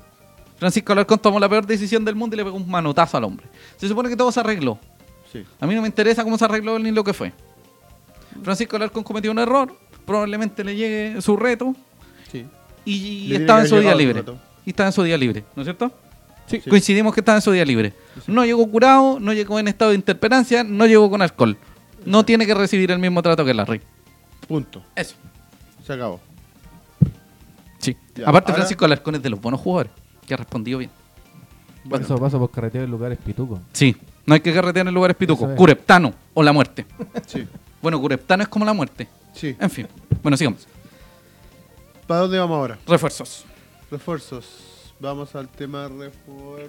Speaker 2: Francisco Alarcón tomó la peor decisión del mundo y le pegó un manotazo al hombre. Se supone que todo se arregló.
Speaker 1: Sí.
Speaker 2: A mí no me interesa cómo se arregló ni lo que fue. Francisco Alarcón cometió un error, probablemente le llegue su reto
Speaker 1: Sí.
Speaker 2: y,
Speaker 1: Le tiene que
Speaker 2: estaba en su
Speaker 1: haber
Speaker 2: día
Speaker 1: llegado
Speaker 2: libre.
Speaker 1: el reto.
Speaker 2: Y estaba en su día libre, ¿no es cierto?
Speaker 3: Sí.
Speaker 1: Sí.
Speaker 2: Coincidimos que estaba en su día libre. No llegó curado, no llegó en estado de interperancia, no llegó con alcohol. No tiene que recibir el mismo trato que Larry.
Speaker 1: Punto.
Speaker 2: Eso.
Speaker 1: Se acabó.
Speaker 2: Sí.
Speaker 1: Ya,
Speaker 2: Aparte,
Speaker 1: ahora-
Speaker 2: Francisco Alarcón es de los buenos jugadores, que ha respondido bien.
Speaker 1: Bueno.
Speaker 3: Eso pasa por carretera en lugares pitucos.
Speaker 2: Sí. No hay que carretear en lugares pitucos.
Speaker 3: Eso es.
Speaker 2: Cureptano o la muerte.
Speaker 1: Sí.
Speaker 2: Bueno, Cureptano es como la muerte.
Speaker 1: Sí.
Speaker 2: En fin. Bueno, sigamos.
Speaker 1: ¿Para dónde vamos ahora?
Speaker 2: Refuerzos.
Speaker 1: Refuerzos. Vamos al tema refuerzos.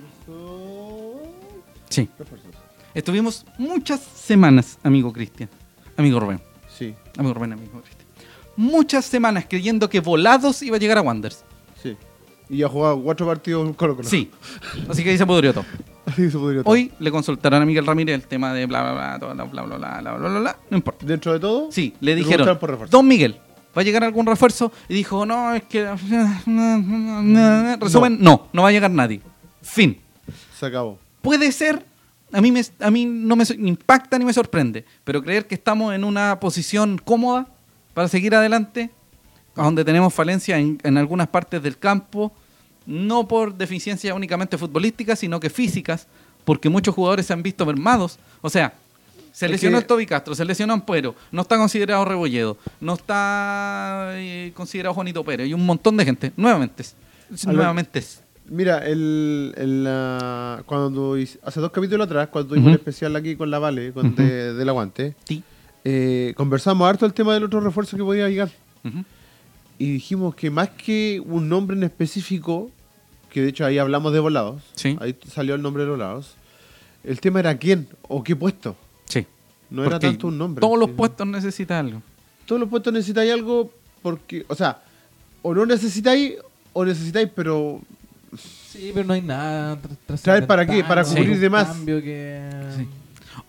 Speaker 2: Sí.
Speaker 1: Refuerzos.
Speaker 2: Estuvimos muchas semanas, amigo Cristian. Amigo Rubén.
Speaker 1: Sí,
Speaker 2: Amigo Rubén, amigo Cristian. Muchas semanas creyendo que volados iba a llegar a Wanderers.
Speaker 1: sí. Y ha jugado cuatro partidos en Colo Colo.
Speaker 2: Sí. Así que ahí se pudrió todo.
Speaker 1: Así se podría todo.
Speaker 2: Hoy le consultaron a Miguel Ramírez el tema de bla bla bla, todo, bla bla bla bla bla bla bla, bla. No importa.
Speaker 1: Dentro de todo.
Speaker 2: Sí, le
Speaker 1: preguntaron
Speaker 2: dijeron,
Speaker 1: Por refuerzos.
Speaker 2: Don Miguel, ¿va a llegar algún refuerzo? Y dijo, no, es que... Resumen, no, no, va a llegar nadie. Fin.
Speaker 1: Se acabó.
Speaker 2: Puede ser, a mí, me, a mí no me so- ni impacta ni me sorprende, pero creer que estamos en una posición cómoda para seguir adelante, a donde tenemos falencia en, en algunas partes del campo, no por deficiencias únicamente futbolísticas, sino que físicas, porque muchos jugadores se han visto mermados. O sea, se
Speaker 1: Es
Speaker 2: lesionó
Speaker 1: que-
Speaker 2: el Toby Castro, se lesionó Ampuero, no está considerado Rebolledo, no está eh, considerado Juanito Pérez y un montón de gente. Nuevamente.
Speaker 1: lo-
Speaker 2: Nuevamente.
Speaker 1: Mira, el, el, la- cuando hice- hace dos capítulos atrás, cuando tuvimos
Speaker 2: Ujú.
Speaker 1: el especial aquí con la Vale, con de- del Aguante,
Speaker 2: Sí.
Speaker 1: eh, conversamos harto el tema del otro refuerzo que podía llegar.
Speaker 2: Ujú.
Speaker 1: y dijimos que más que un nombre en específico, que de hecho ahí hablamos de volados,
Speaker 2: Sí.
Speaker 1: ahí salió el nombre de volados, el tema era quién o qué puesto.
Speaker 2: Sí.
Speaker 1: No era
Speaker 2: Porque
Speaker 1: tanto un nombre.
Speaker 2: Todos los
Speaker 1: sí.
Speaker 2: puestos necesitan algo.
Speaker 1: Todos los puestos necesitáis algo porque, o sea, o no necesitáis o necesitáis, pero
Speaker 3: Sí, pero no hay nada. tra-
Speaker 1: ¿Traer para qué? Para
Speaker 3: trascendental,
Speaker 2: cubrir
Speaker 3: un
Speaker 1: de más.
Speaker 3: cambio que-
Speaker 2: Sí.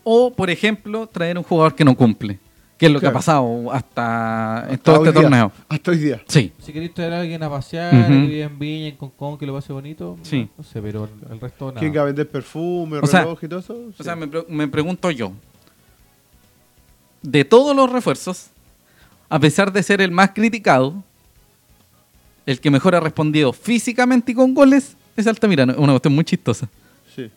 Speaker 2: O, por ejemplo, traer un jugador que no cumple, que es lo
Speaker 1: Claro.
Speaker 2: que ha pasado hasta, en
Speaker 1: hasta
Speaker 2: todo
Speaker 1: hoy
Speaker 2: este
Speaker 1: día-
Speaker 2: torneo.
Speaker 1: Hasta hoy día.
Speaker 2: Sí.
Speaker 3: Si queréis traer a alguien a pasear,
Speaker 2: Ujú.
Speaker 3: que vive en Viña, en Concón, que lo pase bonito,
Speaker 2: Sí.
Speaker 3: no sé, pero el, el resto nada.
Speaker 1: ¿Quién va a vender perfume,
Speaker 2: O sea,
Speaker 1: reloj y todo eso?
Speaker 2: O
Speaker 1: Sí.
Speaker 2: sea, me, pre- me pregunto yo, de todos los refuerzos, a pesar de ser el más criticado, el que mejor ha respondido físicamente y con goles es Altamirano. Es una cuestión muy chistosa.
Speaker 1: Sí.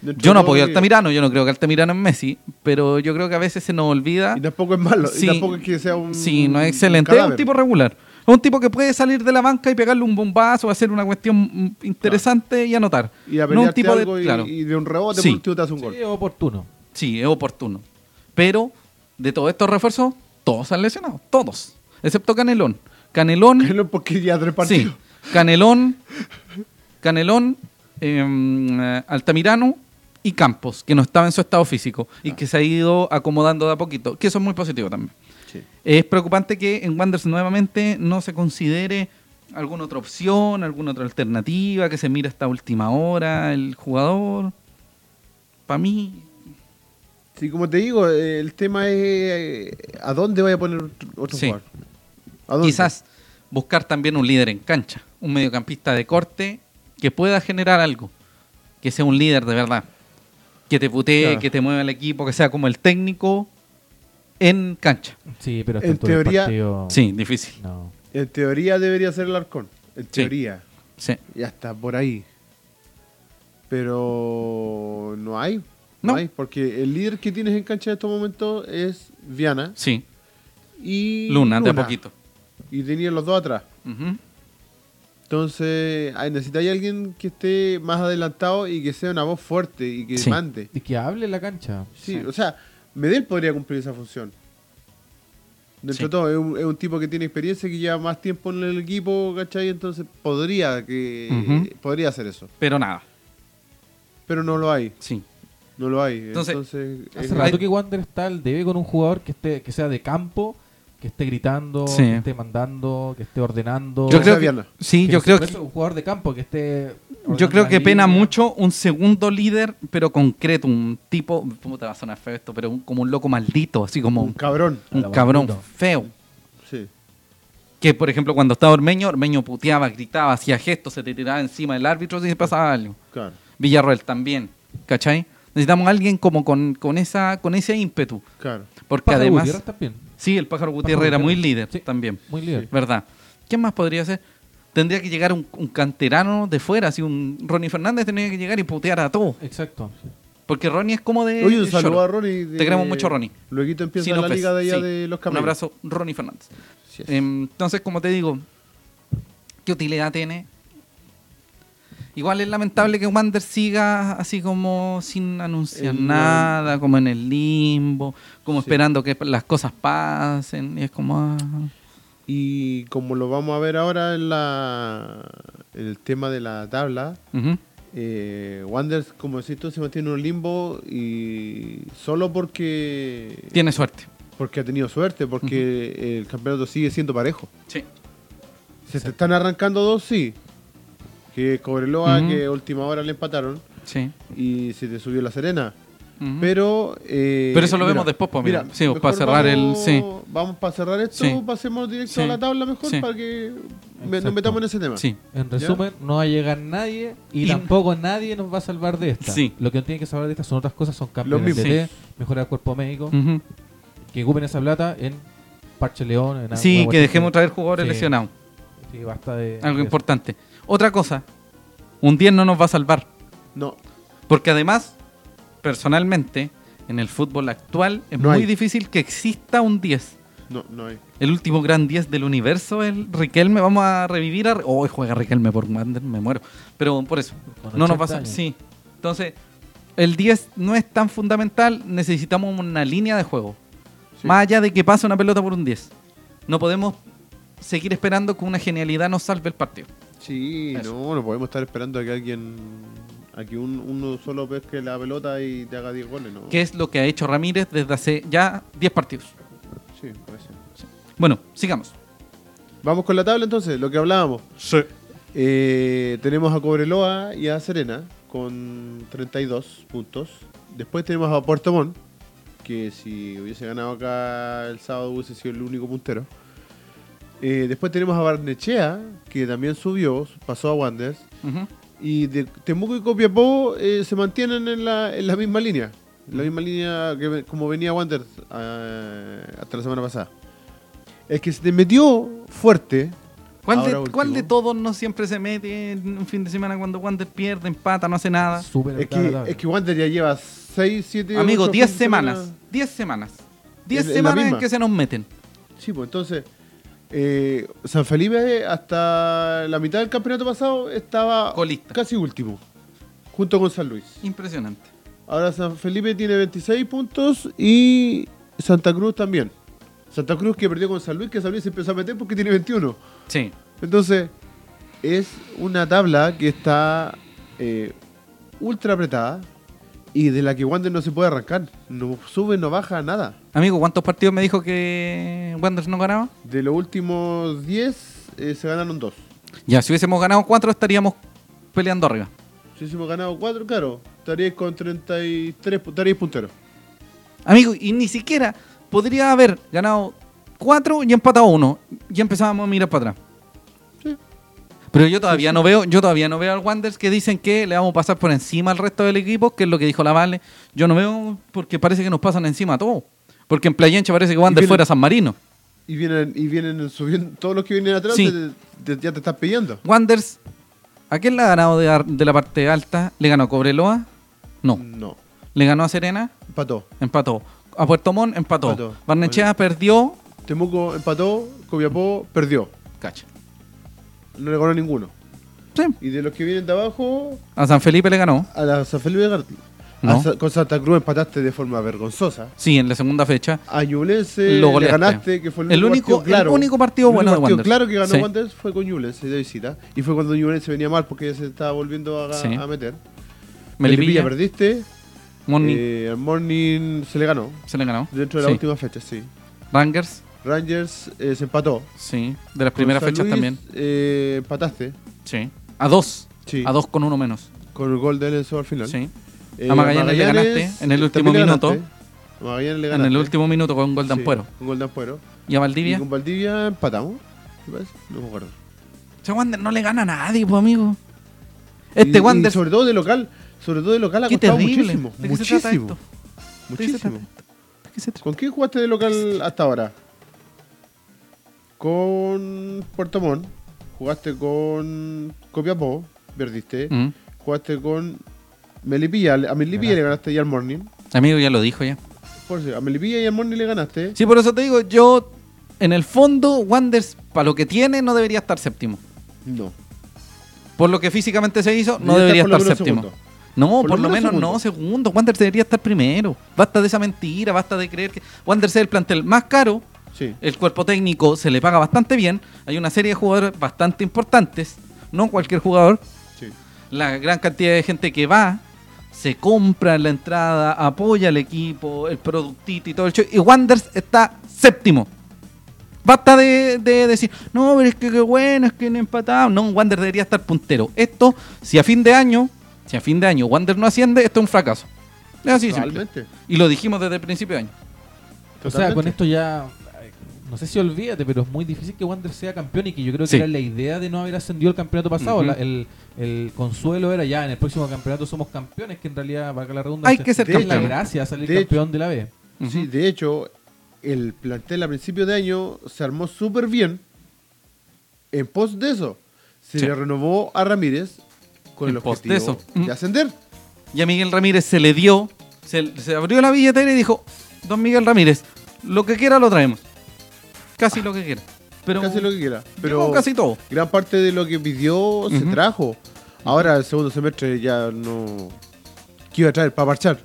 Speaker 1: Dentro
Speaker 2: Yo no
Speaker 1: de todo
Speaker 2: apoyo a
Speaker 1: que-
Speaker 2: Altamirano, yo no creo que Altamirano es Messi, pero yo creo que a veces se nos olvida.
Speaker 1: Y tampoco es malo,
Speaker 2: Sí.
Speaker 1: y tampoco es que sea un.
Speaker 2: Sí, no
Speaker 1: un
Speaker 2: es excelente. Es un
Speaker 1: cadáver.
Speaker 2: tipo regular. Es un tipo que puede salir de la banca y pegarle un bombazo, hacer una cuestión mm, interesante y anotar.
Speaker 1: Y a
Speaker 2: no un tipo
Speaker 1: algo
Speaker 2: de.
Speaker 1: y,
Speaker 2: Claro,
Speaker 1: y de un rebote
Speaker 2: Sí.
Speaker 1: por último te hace un gol.
Speaker 3: Sí, oportuno.
Speaker 2: sí, es oportuno. Pero de todos estos refuerzos, todos se han lesionado. Todos. Excepto Canelón. Canelón.
Speaker 1: Que no, Porque ya tres partidos.
Speaker 2: Sí. Canelón, Canelón, eh, Altamirano y Campos, que no estaba en su estado físico
Speaker 1: Ah.
Speaker 2: y que se ha ido acomodando de a poquito, que eso es muy positivo también.
Speaker 1: Sí.
Speaker 2: Es preocupante que en Wanderers nuevamente no se considere alguna otra opción, alguna otra alternativa, que se mire hasta última hora el jugador. Para mí,
Speaker 1: Sí, como te digo, eh, el tema es eh, a dónde voy a poner otro otro
Speaker 2: Sí.
Speaker 1: jugador. ¿A dónde?
Speaker 2: quizás buscar también un líder en cancha, un mediocampista de corte que pueda generar algo, que sea un líder de verdad, que te putee,
Speaker 1: Claro.
Speaker 2: que te mueva el equipo, que sea como el técnico en cancha.
Speaker 3: Sí, pero
Speaker 1: En teoría-
Speaker 2: Sí, difícil.
Speaker 3: No.
Speaker 1: En teoría debería ser el arcón. En teoría.
Speaker 2: Sí.
Speaker 1: Ya está por ahí. Pero no hay. No,
Speaker 2: No.
Speaker 1: hay. Porque el líder que tienes en cancha en estos momentos es Viana
Speaker 2: Sí,
Speaker 1: y
Speaker 2: Luna, de a poquito.
Speaker 1: Y tenían los dos atrás.
Speaker 2: Ujú.
Speaker 1: Entonces, ay, necesitáis alguien que esté más adelantado y que sea una voz fuerte y que
Speaker 2: Sí.
Speaker 1: mande.
Speaker 3: Y que hable en la cancha.
Speaker 1: Sí, o sea, Medel podría cumplir esa función. Dentro
Speaker 2: Sí.
Speaker 1: de todo, es un, es un tipo que tiene experiencia, que lleva más tiempo en el equipo, ¿cachai? Entonces podría que
Speaker 2: Ujú.
Speaker 1: podría hacer eso.
Speaker 2: Pero nada,
Speaker 1: Pero no lo hay,
Speaker 2: sí.
Speaker 1: no lo hay.
Speaker 2: Entonces,
Speaker 1: Entonces,
Speaker 3: Hace
Speaker 1: eh,
Speaker 3: rato que Wander está al debe con un jugador que esté que sea de campo, que esté gritando,
Speaker 2: Sí.
Speaker 3: que esté mandando, que esté ordenando.
Speaker 1: Yo creo-
Speaker 2: que-
Speaker 1: Viana.
Speaker 2: sí,
Speaker 3: Que
Speaker 2: yo
Speaker 3: no
Speaker 2: creo
Speaker 3: sea
Speaker 2: que
Speaker 3: eso, un jugador de campo que esté
Speaker 2: Yo creo que pena
Speaker 3: mucho
Speaker 2: mucho un segundo líder, pero concreto, un tipo, ¿cómo te va a sonar feo esto? Pero un- como un loco maldito, así como
Speaker 1: un
Speaker 2: un,
Speaker 1: cabrón.
Speaker 2: un
Speaker 3: A la
Speaker 2: cabrón
Speaker 3: maldito.
Speaker 2: feo.
Speaker 1: Sí.
Speaker 2: Que, por ejemplo, cuando estaba Ormeño, Ormeño puteaba, gritaba, hacía gestos, se te tiraba encima del árbitro si le pasaba algo.
Speaker 1: Claro.
Speaker 2: Villarroel también, ¿cachai? Necesitamos a alguien como con, con, esa, con ese ímpetu.
Speaker 1: Claro.
Speaker 2: Porque
Speaker 3: Pájaro
Speaker 2: además...
Speaker 3: Gutiérrez también,
Speaker 2: Sí, el Pájaro Gutiérrez era muy
Speaker 3: Gutiérrez.
Speaker 2: líder
Speaker 3: Sí.
Speaker 2: también,
Speaker 3: muy líder.
Speaker 2: ¿verdad? ¿Quién más podría ser? Tendría que llegar un, un canterano de fuera, así un Ronnie Fernández tenía que llegar y putear a todos.
Speaker 3: Exacto.
Speaker 2: Porque Ronnie es como de...
Speaker 1: Oye, un
Speaker 2: de
Speaker 1: saludo
Speaker 2: Choro.
Speaker 1: a Ronnie. de-
Speaker 2: Eh, Te queremos mucho, Ronnie.
Speaker 1: Luego empieza
Speaker 2: Sí, nos
Speaker 1: la
Speaker 2: ves.
Speaker 1: liga de allá
Speaker 2: Sí.
Speaker 1: de los
Speaker 2: Un
Speaker 1: caminos.
Speaker 2: abrazo, Ronnie Fernández. Em, Entonces, como te digo, ¿qué utilidad tiene? Igual es lamentable que Wander siga así como sin anunciar
Speaker 1: El-
Speaker 2: nada, como en el limbo, como
Speaker 1: Sí.
Speaker 2: esperando que las cosas pasen. Y es como. ah.
Speaker 1: Y como lo vamos a ver ahora en, la, en el tema de la tabla,
Speaker 2: Ujú.
Speaker 1: Eh, Wanderers, como decís tú, se mantiene en un limbo y solo porque,
Speaker 2: Tiene suerte.
Speaker 1: porque ha tenido suerte, porque el campeonato sigue siendo parejo.
Speaker 2: Sí.
Speaker 1: Se te están arrancando dos, sí. Que Cobreloa,
Speaker 2: Ujú.
Speaker 1: que última hora le empataron
Speaker 2: Sí.
Speaker 1: y se te subió la Serena.
Speaker 2: Ujú.
Speaker 1: Pero. eh,
Speaker 2: Pero eso lo vemos después, pues, mira. Sí,
Speaker 1: mejor
Speaker 2: para cerrar el-
Speaker 1: vamos-
Speaker 2: sí.
Speaker 1: Vamos para cerrar esto,
Speaker 2: Sí.
Speaker 1: pasemos directo
Speaker 2: Sí.
Speaker 1: a la tabla mejor
Speaker 2: Sí.
Speaker 1: para que me-
Speaker 3: Exacto.
Speaker 1: nos metamos en ese tema.
Speaker 2: Sí.
Speaker 3: En resumen, no va a llegar nadie y,
Speaker 2: Y-
Speaker 3: tampoco nadie nos va a salvar de esta.
Speaker 2: Sí.
Speaker 3: Lo que nos tiene que salvar de esta son otras cosas, son cambios
Speaker 1: Lo
Speaker 3: de
Speaker 1: mismo.
Speaker 3: DT, mejorar el cuerpo médico,
Speaker 2: Ujú.
Speaker 3: que ocupen esa plata en Parche León, en
Speaker 2: Sí,
Speaker 3: alguna
Speaker 2: que dejemos
Speaker 3: cuestión
Speaker 2: traer jugadores
Speaker 3: Sí.
Speaker 2: lesionados.
Speaker 3: que- Sí, basta de
Speaker 2: Algo
Speaker 3: de-
Speaker 2: importante. Otra cosa, un 10 no nos va a salvar.
Speaker 1: No,
Speaker 2: Porque además, personalmente, en el fútbol actual es
Speaker 1: No
Speaker 2: muy
Speaker 1: hay.
Speaker 2: difícil que exista un 10.
Speaker 1: no, no hay.
Speaker 2: El último gran 10 del universo es el Riquelme. Vamos a revivir a... Oh, juega Riquelme por Wander, me muero. Pero por eso,
Speaker 3: Con
Speaker 2: no nos
Speaker 3: 80
Speaker 2: va a...
Speaker 3: años.
Speaker 2: Sí. Entonces, el 10 no es tan fundamental. Necesitamos una línea de juego.
Speaker 1: Sí.
Speaker 2: Más allá de que pase una pelota por un 10. No podemos seguir esperando que una genialidad nos salve el partido.
Speaker 1: Sí,
Speaker 2: Eso.
Speaker 1: no, no podemos estar esperando a que alguien, a que un- uno solo pesque la pelota y te haga 10 goles, ¿no?
Speaker 2: Que es lo que ha hecho Ramírez desde hace ya 10 partidos.
Speaker 1: Sí, parece.
Speaker 2: Bueno, sigamos.
Speaker 1: Vamos con la tabla entonces, lo que hablábamos.
Speaker 2: Sí.
Speaker 1: Eh, tenemos a Cobreloa y a Serena con 32 puntos. Después tenemos a Puerto Montt, que si hubiese ganado acá el sábado hubiese sido el único puntero. Eh, después tenemos a Barnechea, que también subió, pasó a Wanderers.
Speaker 2: Ujú.
Speaker 1: Y de Temuco y Copiapó eh, se mantienen en la, en la misma línea. En la misma línea que ve- como venía Wander eh, hasta la semana pasada. El que se te metió fuerte.
Speaker 2: ¿Cuál,
Speaker 1: Ahora
Speaker 2: de,
Speaker 1: último.
Speaker 2: cuál de todos no siempre se mete en un fin de semana cuando Wander pierde, empata, no hace nada?
Speaker 3: Sube la
Speaker 1: Es
Speaker 3: mitad de la
Speaker 1: que,
Speaker 3: tabla.
Speaker 1: es que Wander ya lleva 6, 7,
Speaker 2: Amigo, 10 semanas. 10 semanas. 10
Speaker 1: En- en la
Speaker 2: semanas en
Speaker 1: misma.
Speaker 2: que se nos meten.
Speaker 1: Sí, pues entonces. eh, San Felipe hasta la mitad del campeonato pasado estaba
Speaker 2: Colista.
Speaker 1: casi último. Junto con San Luis.
Speaker 2: Impresionante.
Speaker 1: Ahora San Felipe tiene 26 puntos y Santa Cruz también. Santa Cruz que perdió con San Luis, que San Luis se empezó a meter porque tiene 21.
Speaker 2: Sí.
Speaker 1: Entonces, es una tabla que está eh, ultra apretada y de la que Wander no se puede arrancar. No sube, no baja, nada.
Speaker 2: Amigo, ¿cuántos partidos me dijo que Wander no ganaba?
Speaker 1: De los últimos 10 eh, se ganaron 2.
Speaker 2: Ya, si hubiésemos ganado 4 estaríamos peleando arriba.
Speaker 1: Si hubiésemos ganado 4, claro, estaríais con 33 pu- estaríais punteros.
Speaker 2: Amigo, y ni siquiera podría haber ganado 4 y empatado 1. Ya empezábamos a mirar para atrás.
Speaker 1: Sí.
Speaker 2: Pero yo todavía no veo, yo todavía no veo al Wanderers que dicen que le vamos a pasar por encima al resto del equipo, que es lo que dijo la Vale. Yo no veo porque parece que nos pasan encima a todos. Porque en Playenche parece que Wander
Speaker 1: viene-
Speaker 2: fuera San Marino.
Speaker 1: Y vienen, y vienen subiendo, todos los que vienen atrás
Speaker 2: Sí.
Speaker 1: te- te- ya te estás pidiendo.
Speaker 2: Wanders, ¿a quién le ha ganado de, ar- de la parte alta? ¿Le ganó a Cobreloa? No.
Speaker 1: No.
Speaker 2: ¿Le ganó a Serena?
Speaker 1: Empató.
Speaker 2: Empató. ¿A Puerto Montt? Empató.
Speaker 1: Empató.
Speaker 2: Barnechea perdió.
Speaker 1: Temuco empató, Copiapó perdió.
Speaker 2: Cacha.
Speaker 1: No le ganó ninguno.
Speaker 2: Sí.
Speaker 1: Y de los que vienen de abajo,
Speaker 2: A San Felipe le ganó.
Speaker 1: a la San Felipe de Gart-
Speaker 2: No.
Speaker 1: a Sa- Con Santa Cruz empataste de forma vergonzosa.
Speaker 2: Sí, en la segunda fecha.
Speaker 1: A Ñublense
Speaker 2: Lo
Speaker 1: le
Speaker 2: goleaste.
Speaker 1: ganaste, que fue el,
Speaker 2: El único-
Speaker 1: partido claro.
Speaker 2: el único partido
Speaker 1: El
Speaker 2: bueno de
Speaker 1: partido
Speaker 2: Wander.
Speaker 1: claro que ganó
Speaker 2: Sí.
Speaker 1: Wander fue con Ñublense de visita. Y fue cuando Ñublense venía mal porque ya se estaba volviendo a,
Speaker 2: Sí.
Speaker 1: a meter.
Speaker 2: Melipilla,
Speaker 1: perdiste.
Speaker 2: Monni
Speaker 1: Eh, al Morning se le ganó.
Speaker 2: se le ganó.
Speaker 1: Dentro de la
Speaker 2: Sí.
Speaker 1: última fecha, sí.
Speaker 2: Rangers,
Speaker 1: Rangers eh, se empató.
Speaker 2: sí. De las primeras
Speaker 1: Con San
Speaker 2: fechas
Speaker 1: Luis,
Speaker 2: también.
Speaker 1: eh, empataste
Speaker 2: Sí. A dos.
Speaker 1: Sí.
Speaker 2: A dos con uno menos.
Speaker 1: con el gol de Enzo al final.
Speaker 2: Sí.
Speaker 1: Eh,
Speaker 2: A Magallanes le ganaste en el último
Speaker 1: también le
Speaker 2: minuto.
Speaker 1: ganaste. A Magallanes le
Speaker 2: En
Speaker 1: ganaste.
Speaker 2: el último minuto con un gol de
Speaker 1: Sí,
Speaker 2: Ampuero.
Speaker 1: un gol de Ampuero.
Speaker 2: Y a
Speaker 1: Y
Speaker 2: Valdivia.
Speaker 1: con Valdivia empatamos. me parece, No me acuerdo.
Speaker 2: Este Wander no le gana a nadie, pues, amigo.
Speaker 1: Y-
Speaker 2: Este
Speaker 1: y
Speaker 2: Wander.
Speaker 1: sobre todo de local. Sobre todo de local ha
Speaker 2: Qué
Speaker 1: costado
Speaker 2: terrible.
Speaker 1: muchísimo.
Speaker 2: ¿De qué se trata
Speaker 1: muchísimo.
Speaker 2: esto? ¿De qué se trata Este.
Speaker 1: Muchísimo.
Speaker 2: ¿De qué se trata?
Speaker 1: ¿Con quién jugaste de local hasta ahora? Con Puerto Montt. Jugaste con Copiapó. Perdiste.
Speaker 2: Mm.
Speaker 1: Jugaste con Melipilla. A Melipilla le ganaste ya al Morning.
Speaker 2: Amigo, ya lo dijo ya.
Speaker 1: Por eso, a Melipilla y al Morning le ganaste.
Speaker 2: Sí, por eso te digo, yo, en el fondo, Wanders, para lo que tiene, no debería estar séptimo.
Speaker 1: No.
Speaker 2: Por lo que físicamente se hizo, no
Speaker 1: Debería
Speaker 2: debería
Speaker 1: estar
Speaker 2: estar
Speaker 1: por lo
Speaker 2: séptimo.
Speaker 1: menos
Speaker 2: No, por, lo menos, no, segundo. Wander debería estar primero. Basta de esa mentira, basta de creer que. Wander es el plantel más caro,
Speaker 1: Sí.
Speaker 2: el cuerpo técnico se le paga bastante bien, hay una serie de jugadores bastante importantes, no cualquier jugador,
Speaker 1: Sí.
Speaker 2: la gran cantidad de gente que va, se compra la entrada, apoya al equipo, el productito y todo el show. Y Wanders está séptimo. Basta de, de decir, no, pero es que qué bueno, es que no empatamos. No, Wander debería estar puntero. Esto, si a fin de año, si a fin de año Wander no asciende, esto es un fracaso. Es así de simple.
Speaker 1: Totalmente.
Speaker 2: Y lo dijimos desde el principio de año.
Speaker 3: O sea, con
Speaker 1: Totalmente.
Speaker 3: esto ya. ay, No sé si olvídate, pero es muy difícil que Wander sea campeón y que yo creo que
Speaker 2: Sí.
Speaker 3: era la idea de no haber ascendido el campeonato pasado.
Speaker 2: Ujú.
Speaker 3: La- el, el consuelo era ya en el próximo campeonato somos campeones, que en realidad, valga la redundancia,
Speaker 2: Hay que ser
Speaker 3: es la
Speaker 1: campeón.
Speaker 3: gracia salir
Speaker 1: De hecho.
Speaker 3: campeón de la B.
Speaker 2: Ujú.
Speaker 1: Sí, de hecho, el plantel a principio de año se armó súper bien. En pos de eso, se
Speaker 2: Sí.
Speaker 1: le renovó a Ramírez con
Speaker 2: En
Speaker 1: el
Speaker 2: pos
Speaker 1: objetivo
Speaker 2: de
Speaker 1: de,
Speaker 2: eso. Mm.
Speaker 1: ascender.
Speaker 2: Y a Miguel Ramírez se le dio, se, se abrió la billetera y dijo, don Miguel Ramírez, lo que quiera lo traemos. Casi lo que quiera. Pero
Speaker 1: casi lo que quiera.
Speaker 2: llegó
Speaker 1: Pero
Speaker 2: casi todo.
Speaker 1: gran parte de lo que pidió se
Speaker 2: Ujú.
Speaker 1: trajo. Ahora el segundo semestre ya no. ¿Qué iba a traer para marchar?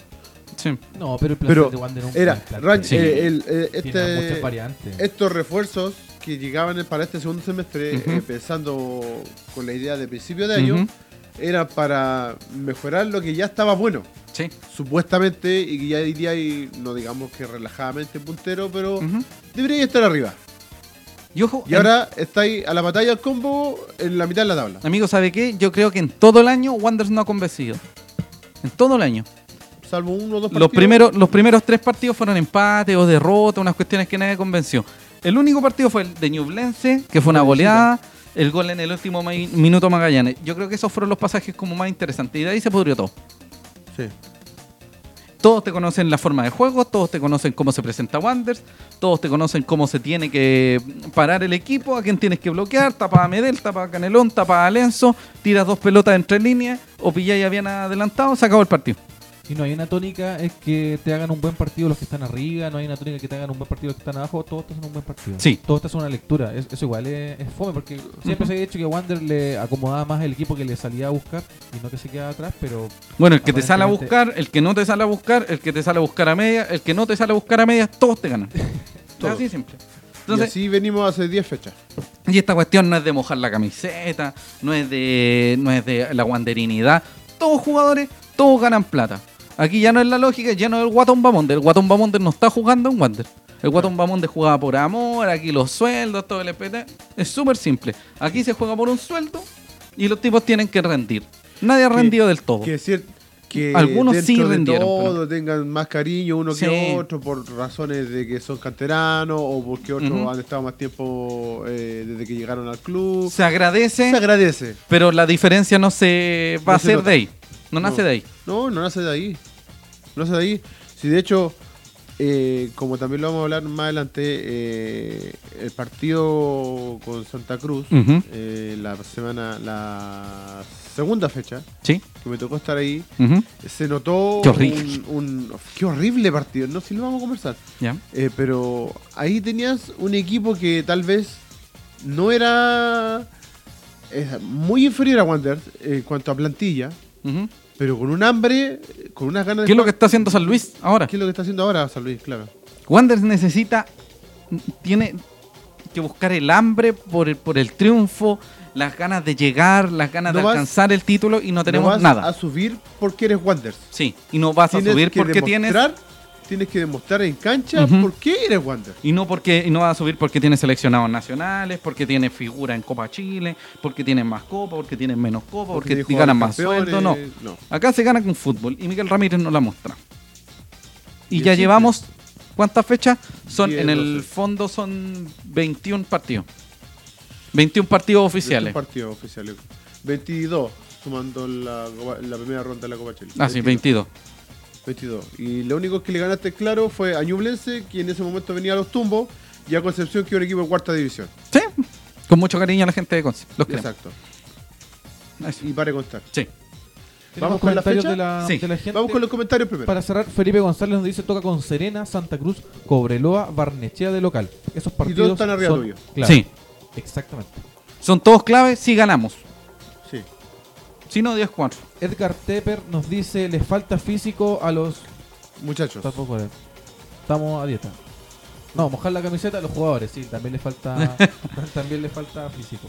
Speaker 2: Sí.
Speaker 3: No, pero el plantel
Speaker 1: Pero
Speaker 3: de Wander es un
Speaker 1: era
Speaker 3: plantel
Speaker 1: Ran-
Speaker 3: que
Speaker 1: eh, el- eh,
Speaker 3: tiene muchas
Speaker 1: este,
Speaker 3: variantes.
Speaker 1: estos refuerzos que llegaban para este segundo semestre,
Speaker 2: Ujú.
Speaker 1: eh, pensando con la idea de principio de año,
Speaker 2: Ujú.
Speaker 1: era para mejorar lo que ya estaba bueno,
Speaker 2: Sí.
Speaker 1: supuestamente, y que ya diría, y no digamos que relajadamente puntero, pero
Speaker 2: Ujú.
Speaker 1: debería estar arriba.
Speaker 2: Y ojo,
Speaker 1: Y ahora estáis a la batalla combo en la mitad de la tabla.
Speaker 2: en- amigo, ¿sabe qué? Yo creo que en todo el año Wanderers no ha convencido. En todo el año.
Speaker 1: Salvo uno o dos partidos.
Speaker 2: Los primeros, los primeros tres partidos fueron empate o derrota, unas cuestiones que nadie convenció. El único partido fue el de Ñublense, que fue una goleada, el gol en el último ma- minuto a Magallanes. Yo creo que esos fueron los pasajes como más interesantes. Y de ahí se pudrió todo.
Speaker 1: Sí.
Speaker 2: Todos te conocen la forma de juego, todos te conocen cómo se presenta Wanderers, todos te conocen cómo se tiene que parar el equipo, a quién tienes que bloquear, tapa a Medel, tapa a Canelón, tapa a Lenzo, tiras dos pelotas entre líneas, o pilláis a bien adelantado, se acabó el partido.
Speaker 3: Y no hay una tónica es que te hagan un buen partido los que están arriba, no hay una tónica que te hagan un buen partido los que están abajo, todos te hacen un buen partido.
Speaker 2: Sí.
Speaker 3: Todos te hacen una lectura. Es- eso igual es, es fome, porque siempre se ha dicho que Wander le acomodaba más el equipo que le salía a buscar y no que se quedaba atrás, pero
Speaker 2: Bueno, el que te sale a
Speaker 3: Aparentemente-
Speaker 2: buscar, el que no te sale a buscar, el que te sale a buscar a media, el que no te sale a buscar a media, todos te ganan. Es Así de simple.
Speaker 1: y
Speaker 2: Entonces,
Speaker 1: así venimos hace 10 fechas.
Speaker 2: y esta cuestión no es de mojar la camiseta, no es de, no es de la guanderinidad. Todos jugadores, todos ganan plata. Aquí ya no es la lógica, ya no es el Guatón Bamonde. El Guatón Bamonde no está jugando en Wander. El Guatón Bamonde jugaba por amor, aquí los sueldos, todo el EPT. Es súper simple. Aquí se juega por un sueldo y los tipos tienen que rendir. Nadie ha rendido del todo.
Speaker 1: Que decir que
Speaker 2: Algunos sí
Speaker 1: dentro de
Speaker 2: rindieron,
Speaker 1: todo
Speaker 2: pero-
Speaker 1: tengan más cariño uno
Speaker 2: Sí.
Speaker 1: que otro por razones de que son canteranos o porque otros
Speaker 2: Ujú.
Speaker 1: han estado más tiempo eh, desde que llegaron al club.
Speaker 2: Se agradece.
Speaker 1: Se agradece.
Speaker 2: Pero la diferencia no se va
Speaker 1: No
Speaker 2: a
Speaker 1: se
Speaker 2: hacer
Speaker 1: nota.
Speaker 2: de ahí. No, nace de ahí.
Speaker 1: No, no nace de ahí. No nace de ahí. Si de hecho, eh, como también lo vamos a hablar más adelante, eh, el partido con Santa Cruz,
Speaker 2: Ujú.
Speaker 1: eh, la semana, la segunda fecha,
Speaker 2: Sí.
Speaker 1: que me tocó estar ahí,
Speaker 2: Ujú.
Speaker 1: se notó
Speaker 2: Qué horrible.
Speaker 1: Un, un- qué horrible partido. No, si lo vamos a conversar.
Speaker 2: Ya.
Speaker 1: Eh, pero ahí tenías un equipo que tal vez no era eh, muy inferior a Wanderers eh, en cuanto a plantilla,
Speaker 2: Ujú.
Speaker 1: pero con un hambre, eh, con unas ganas de
Speaker 2: ¿Qué es lo que
Speaker 1: jugar.
Speaker 2: está haciendo San Luis ahora?
Speaker 1: ¿Qué es lo que está haciendo ahora San Luis? Claro.
Speaker 2: Wanderers necesita. Tiene que buscar el hambre por el, por el triunfo, las ganas de llegar, las ganas
Speaker 1: No
Speaker 2: de
Speaker 1: vas-
Speaker 2: alcanzar el título y no tenemos
Speaker 1: vas
Speaker 2: nada.
Speaker 1: a subir porque eres Wanderers.
Speaker 2: Sí. Y no vas a subir porque tienes.
Speaker 1: demostrar, tienes... que demostrar en cancha
Speaker 2: Ujú.
Speaker 1: por qué eres Wanderers.
Speaker 2: Y no porque y no va a subir porque tiene seleccionados nacionales, porque tiene figura en Copa Chile, porque tienen más copa, porque tienen menos copa, porque,
Speaker 1: tienes
Speaker 2: ganan
Speaker 1: jugadores
Speaker 2: más
Speaker 1: campeones,
Speaker 2: sueldo, no. Acá se gana con fútbol y Miguel Ramírez nos la muestra.
Speaker 1: Y
Speaker 2: Y ya
Speaker 1: es simple.
Speaker 2: llevamos, ¿cuántas fechas? Son,
Speaker 1: Diez,
Speaker 2: en el
Speaker 1: doce.
Speaker 2: fondo son 21 partidos. 21 partidos
Speaker 1: oficiales.
Speaker 2: oficiales.
Speaker 1: partidos oficiales. 22, sumando la, Copa- la primera ronda de la Copa Chile.
Speaker 2: Ah, sí, 22.
Speaker 1: 22. Y lo único que le ganaste claro fue a Ñublense, que en ese momento venía a los tumbos, y a Concepción, que era un equipo de cuarta división.
Speaker 2: Sí, con mucho cariño a la gente de Conce. Los queremos.
Speaker 1: Exacto.
Speaker 2: Eso.
Speaker 1: Y para contar.
Speaker 2: Sí.
Speaker 3: tenemos
Speaker 1: con la
Speaker 3: comentarios
Speaker 1: fecha?
Speaker 3: de la,
Speaker 2: Sí.
Speaker 3: de la gente.
Speaker 1: Vamos con los comentarios primero.
Speaker 3: Para cerrar, Felipe González nos dice toca con Serena, Santa Cruz, Cobreloa, Barnechea de local. Esos
Speaker 1: todos
Speaker 3: partidos
Speaker 1: están arriba
Speaker 3: son
Speaker 1: tuyo.
Speaker 3: clave.
Speaker 2: Sí.
Speaker 3: Exactamente.
Speaker 2: Son todos claves si ganamos.
Speaker 1: Sí.
Speaker 2: Si no, 10-4.
Speaker 3: Edgar Tepper nos dice les falta físico a los
Speaker 1: Muchachos.
Speaker 3: Tampoco era. Estamos a dieta. No, mojar la camiseta a los jugadores, sí, también les falta también les falta físico.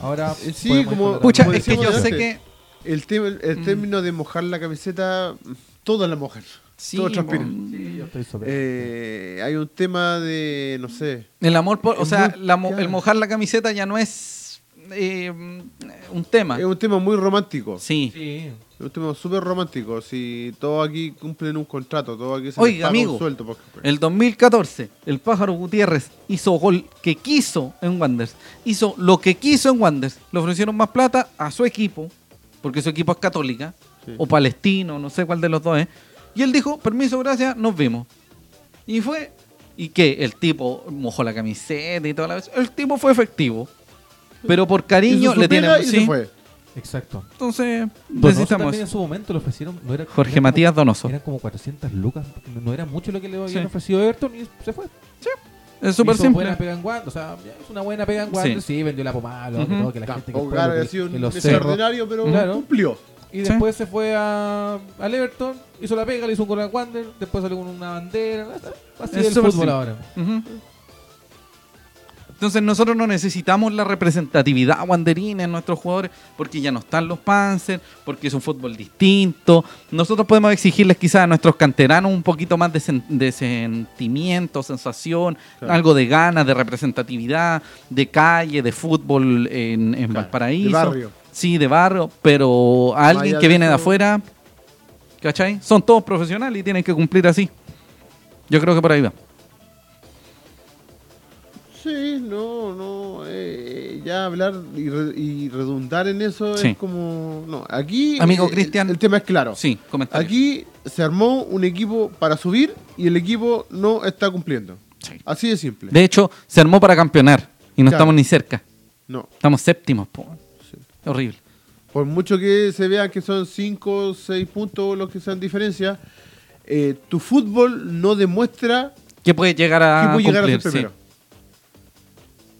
Speaker 3: Ahora
Speaker 1: Eh, sí,
Speaker 3: podemos ir
Speaker 1: como-
Speaker 3: con la
Speaker 1: Pucha,
Speaker 2: Pucha,
Speaker 1: Como
Speaker 3: tabla.
Speaker 2: es que yo
Speaker 1: decíamos
Speaker 2: sé
Speaker 1: antes.
Speaker 2: que.
Speaker 1: El, tema- el
Speaker 2: Mm.
Speaker 1: término de mojar la camiseta, todas la mojan.
Speaker 2: Sí,
Speaker 1: Todos transpiran.
Speaker 2: po.
Speaker 3: Sí, yo estoy sobre.
Speaker 1: Eh, hay un tema de, no sé,
Speaker 2: El amor por. O
Speaker 1: Es
Speaker 2: sea,
Speaker 1: muy-
Speaker 2: la mo- el
Speaker 1: claro.
Speaker 2: mojar la camiseta ya no es eh, un tema.
Speaker 1: es un tema muy romántico.
Speaker 2: Sí.
Speaker 3: Sí.
Speaker 1: Es un tema súper romántico. Si todos aquí cumplen un contrato, todos aquí se les
Speaker 2: Oiga,
Speaker 1: paga
Speaker 2: amigo.
Speaker 1: un sueldo. por ejemplo.
Speaker 2: El 2014, el pájaro Gutiérrez hizo gol que quiso en Wanderers. Hizo lo que quiso en Wanderers. Le ofrecieron más plata a su equipo, porque su equipo es católica,
Speaker 1: Sí.
Speaker 2: o palestino, no sé cuál de los dos es. Y él dijo, permiso, gracias, nos vemos. Y fue, y que el tipo mojó la camiseta y toda la vez. El tipo fue efectivo. Pero por
Speaker 1: Hizo
Speaker 2: cariño
Speaker 1: su
Speaker 2: le tiene...
Speaker 1: pega y se
Speaker 2: sí.
Speaker 1: fue.
Speaker 3: Exacto.
Speaker 2: Entonces,
Speaker 3: Donoso
Speaker 2: necesitamos...
Speaker 3: también en su momento le ofrecieron, no era,
Speaker 2: Jorge
Speaker 3: eran como-
Speaker 2: Matías Donoso.
Speaker 3: Eran como 400 lucas, no- no era mucho lo que le habían
Speaker 2: Sí.
Speaker 3: ofrecido a Everton y se fue.
Speaker 2: Es súper
Speaker 3: Hizo
Speaker 2: simple.
Speaker 3: buena pega en Wander, o sea, ya es una buena pega en Wander,
Speaker 2: Sí.
Speaker 3: sí, vendió la pomada, lo
Speaker 2: Ujú.
Speaker 3: que todo, que la gente que
Speaker 1: Tampoco
Speaker 3: fue,
Speaker 1: ha
Speaker 3: que-
Speaker 1: sido
Speaker 3: que
Speaker 1: un
Speaker 3: los cerros.
Speaker 1: extraordinario, pero
Speaker 3: Claro.
Speaker 1: cumplió.
Speaker 3: Y
Speaker 2: Sí.
Speaker 3: después se fue a, al Everton, hizo la pega, le hizo un gol al Wander, después salió con una bandera. Así
Speaker 2: Es
Speaker 3: es el
Speaker 2: súper
Speaker 3: fútbol
Speaker 2: simple.
Speaker 3: ahora.
Speaker 2: Ujú. Entonces nosotros no necesitamos la representatividad wanderina en nuestros jugadores porque ya no están los Panzer, porque es un fútbol distinto. Nosotros podemos exigirles quizás a nuestros canteranos un poquito más de, sen- de sentimiento, sensación,
Speaker 1: Claro.
Speaker 2: algo de ganas, de representatividad, de calle, de fútbol en, en
Speaker 1: Claro,
Speaker 2: Valparaíso.
Speaker 1: de barrio.
Speaker 2: Sí, de barrio, pero a alguien
Speaker 1: Vaya
Speaker 2: que viene de
Speaker 1: eso-
Speaker 2: afuera, ¿cachai? Son todos profesionales y tienen que cumplir así. Yo creo que por ahí va.
Speaker 1: Sí, no, no. eh, ya hablar y, re- y redundar en eso
Speaker 2: Sí.
Speaker 1: es como. No, aquí.
Speaker 2: Amigo
Speaker 1: eh,
Speaker 2: Cristian.
Speaker 1: El tema es claro.
Speaker 2: Sí, comentario.
Speaker 1: Aquí se armó un equipo para subir y el equipo no está cumpliendo.
Speaker 2: Sí.
Speaker 1: Así de simple.
Speaker 2: De hecho, se armó para campeonar y no
Speaker 1: Claro.
Speaker 2: estamos ni cerca.
Speaker 1: No.
Speaker 2: Estamos séptimos, po.
Speaker 1: Sí.
Speaker 2: Horrible.
Speaker 1: Por mucho que se vea que son 5 o 6 puntos los que sean diferencia, eh, tu fútbol no demuestra
Speaker 2: ¿Qué puede llegar
Speaker 1: que
Speaker 2: a
Speaker 1: puede llegar a ser
Speaker 2: Ah, cumplir?
Speaker 1: primero.
Speaker 2: Sí.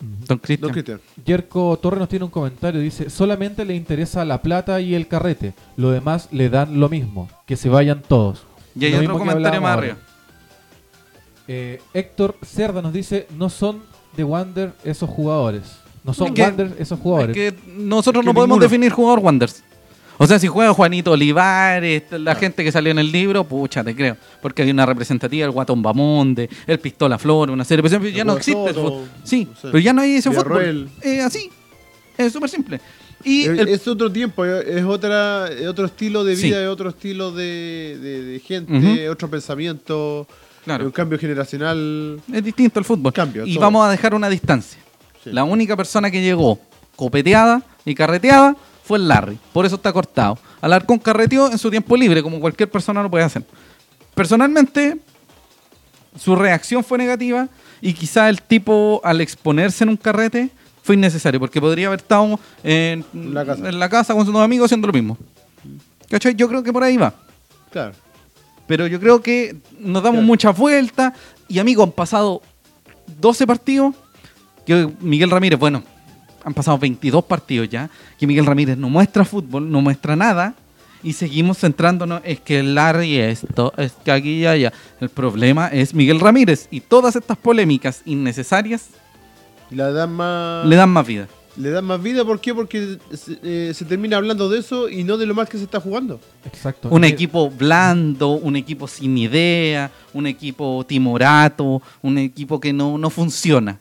Speaker 2: Don
Speaker 1: Don
Speaker 2: Cristian.
Speaker 1: Cristian.
Speaker 3: Yerko Torres nos tiene un comentario, dice, solamente le interesa la plata y el carrete, lo demás le dan lo mismo, que se vayan todos.
Speaker 2: Y hay
Speaker 3: Lo
Speaker 2: otro
Speaker 3: mismo que
Speaker 2: comentario
Speaker 3: hablábamos
Speaker 2: más
Speaker 3: ahora.
Speaker 2: arriba.
Speaker 3: Eh, Héctor Cerda nos dice, no son de Wander esos jugadores. No son
Speaker 2: Es que-
Speaker 3: Wander esos jugadores.
Speaker 2: Es que nosotros
Speaker 1: Es que
Speaker 2: no podemos
Speaker 1: ninguno.
Speaker 2: definir jugador Wanders. O sea, si juega Juanito Olivares, la
Speaker 1: Claro.
Speaker 2: gente que salió en el libro, pucha, te creo. Porque hay una representativa, el Guatón Bamonde, el Pistola Flor, una serie. Por ejemplo, ya
Speaker 1: El
Speaker 2: no existe el
Speaker 1: Guasoto,
Speaker 2: fútbol. Sí,
Speaker 1: no sé,
Speaker 2: pero ya no hay ese
Speaker 1: Villarroel.
Speaker 2: fútbol. Eh, así. Es súper simple. Y
Speaker 1: Es,
Speaker 2: el-
Speaker 1: es otro tiempo, es, otra, es otro estilo de
Speaker 2: Sí.
Speaker 1: vida, es otro estilo de, de- de gente,
Speaker 2: Ujú.
Speaker 1: otro pensamiento,
Speaker 2: Claro.
Speaker 1: un cambio generacional.
Speaker 2: es distinto el fútbol.
Speaker 1: Cambio,
Speaker 2: y
Speaker 1: todo.
Speaker 2: vamos a dejar una distancia.
Speaker 1: Sí.
Speaker 2: La única persona que llegó copeteada y carreteada fue el Larry. Por eso está cortado. Alarcón carreteó en su tiempo libre, como cualquier persona lo puede hacer. Personalmente, su reacción fue negativa y quizá el tipo al exponerse en un carrete fue innecesario, porque podría haber estado en
Speaker 1: La casa.
Speaker 2: en la casa con sus amigos haciendo lo mismo. ¿Cachai? Yo creo que por ahí va.
Speaker 1: Claro.
Speaker 2: Pero yo creo que nos damos
Speaker 1: Claro.
Speaker 2: muchas vueltas. Y amigos, han pasado 12 partidos. Que Miguel Ramírez, bueno, han pasado 22 partidos ya. Que Miguel Ramírez no muestra fútbol, no muestra nada. Y seguimos centrándonos. Es que el Larry esto, es que aquí y allá. El problema es Miguel Ramírez. Y todas estas polémicas innecesarias
Speaker 1: Y La dan más,
Speaker 2: le dan más vida.
Speaker 1: le dan más vida, ¿por qué? Porque se, eh, se termina hablando de eso y no de lo más que se está jugando.
Speaker 3: Exacto.
Speaker 2: Un
Speaker 3: Y-
Speaker 2: equipo blando, un equipo sin idea, un equipo timorato, un equipo que no, no funciona.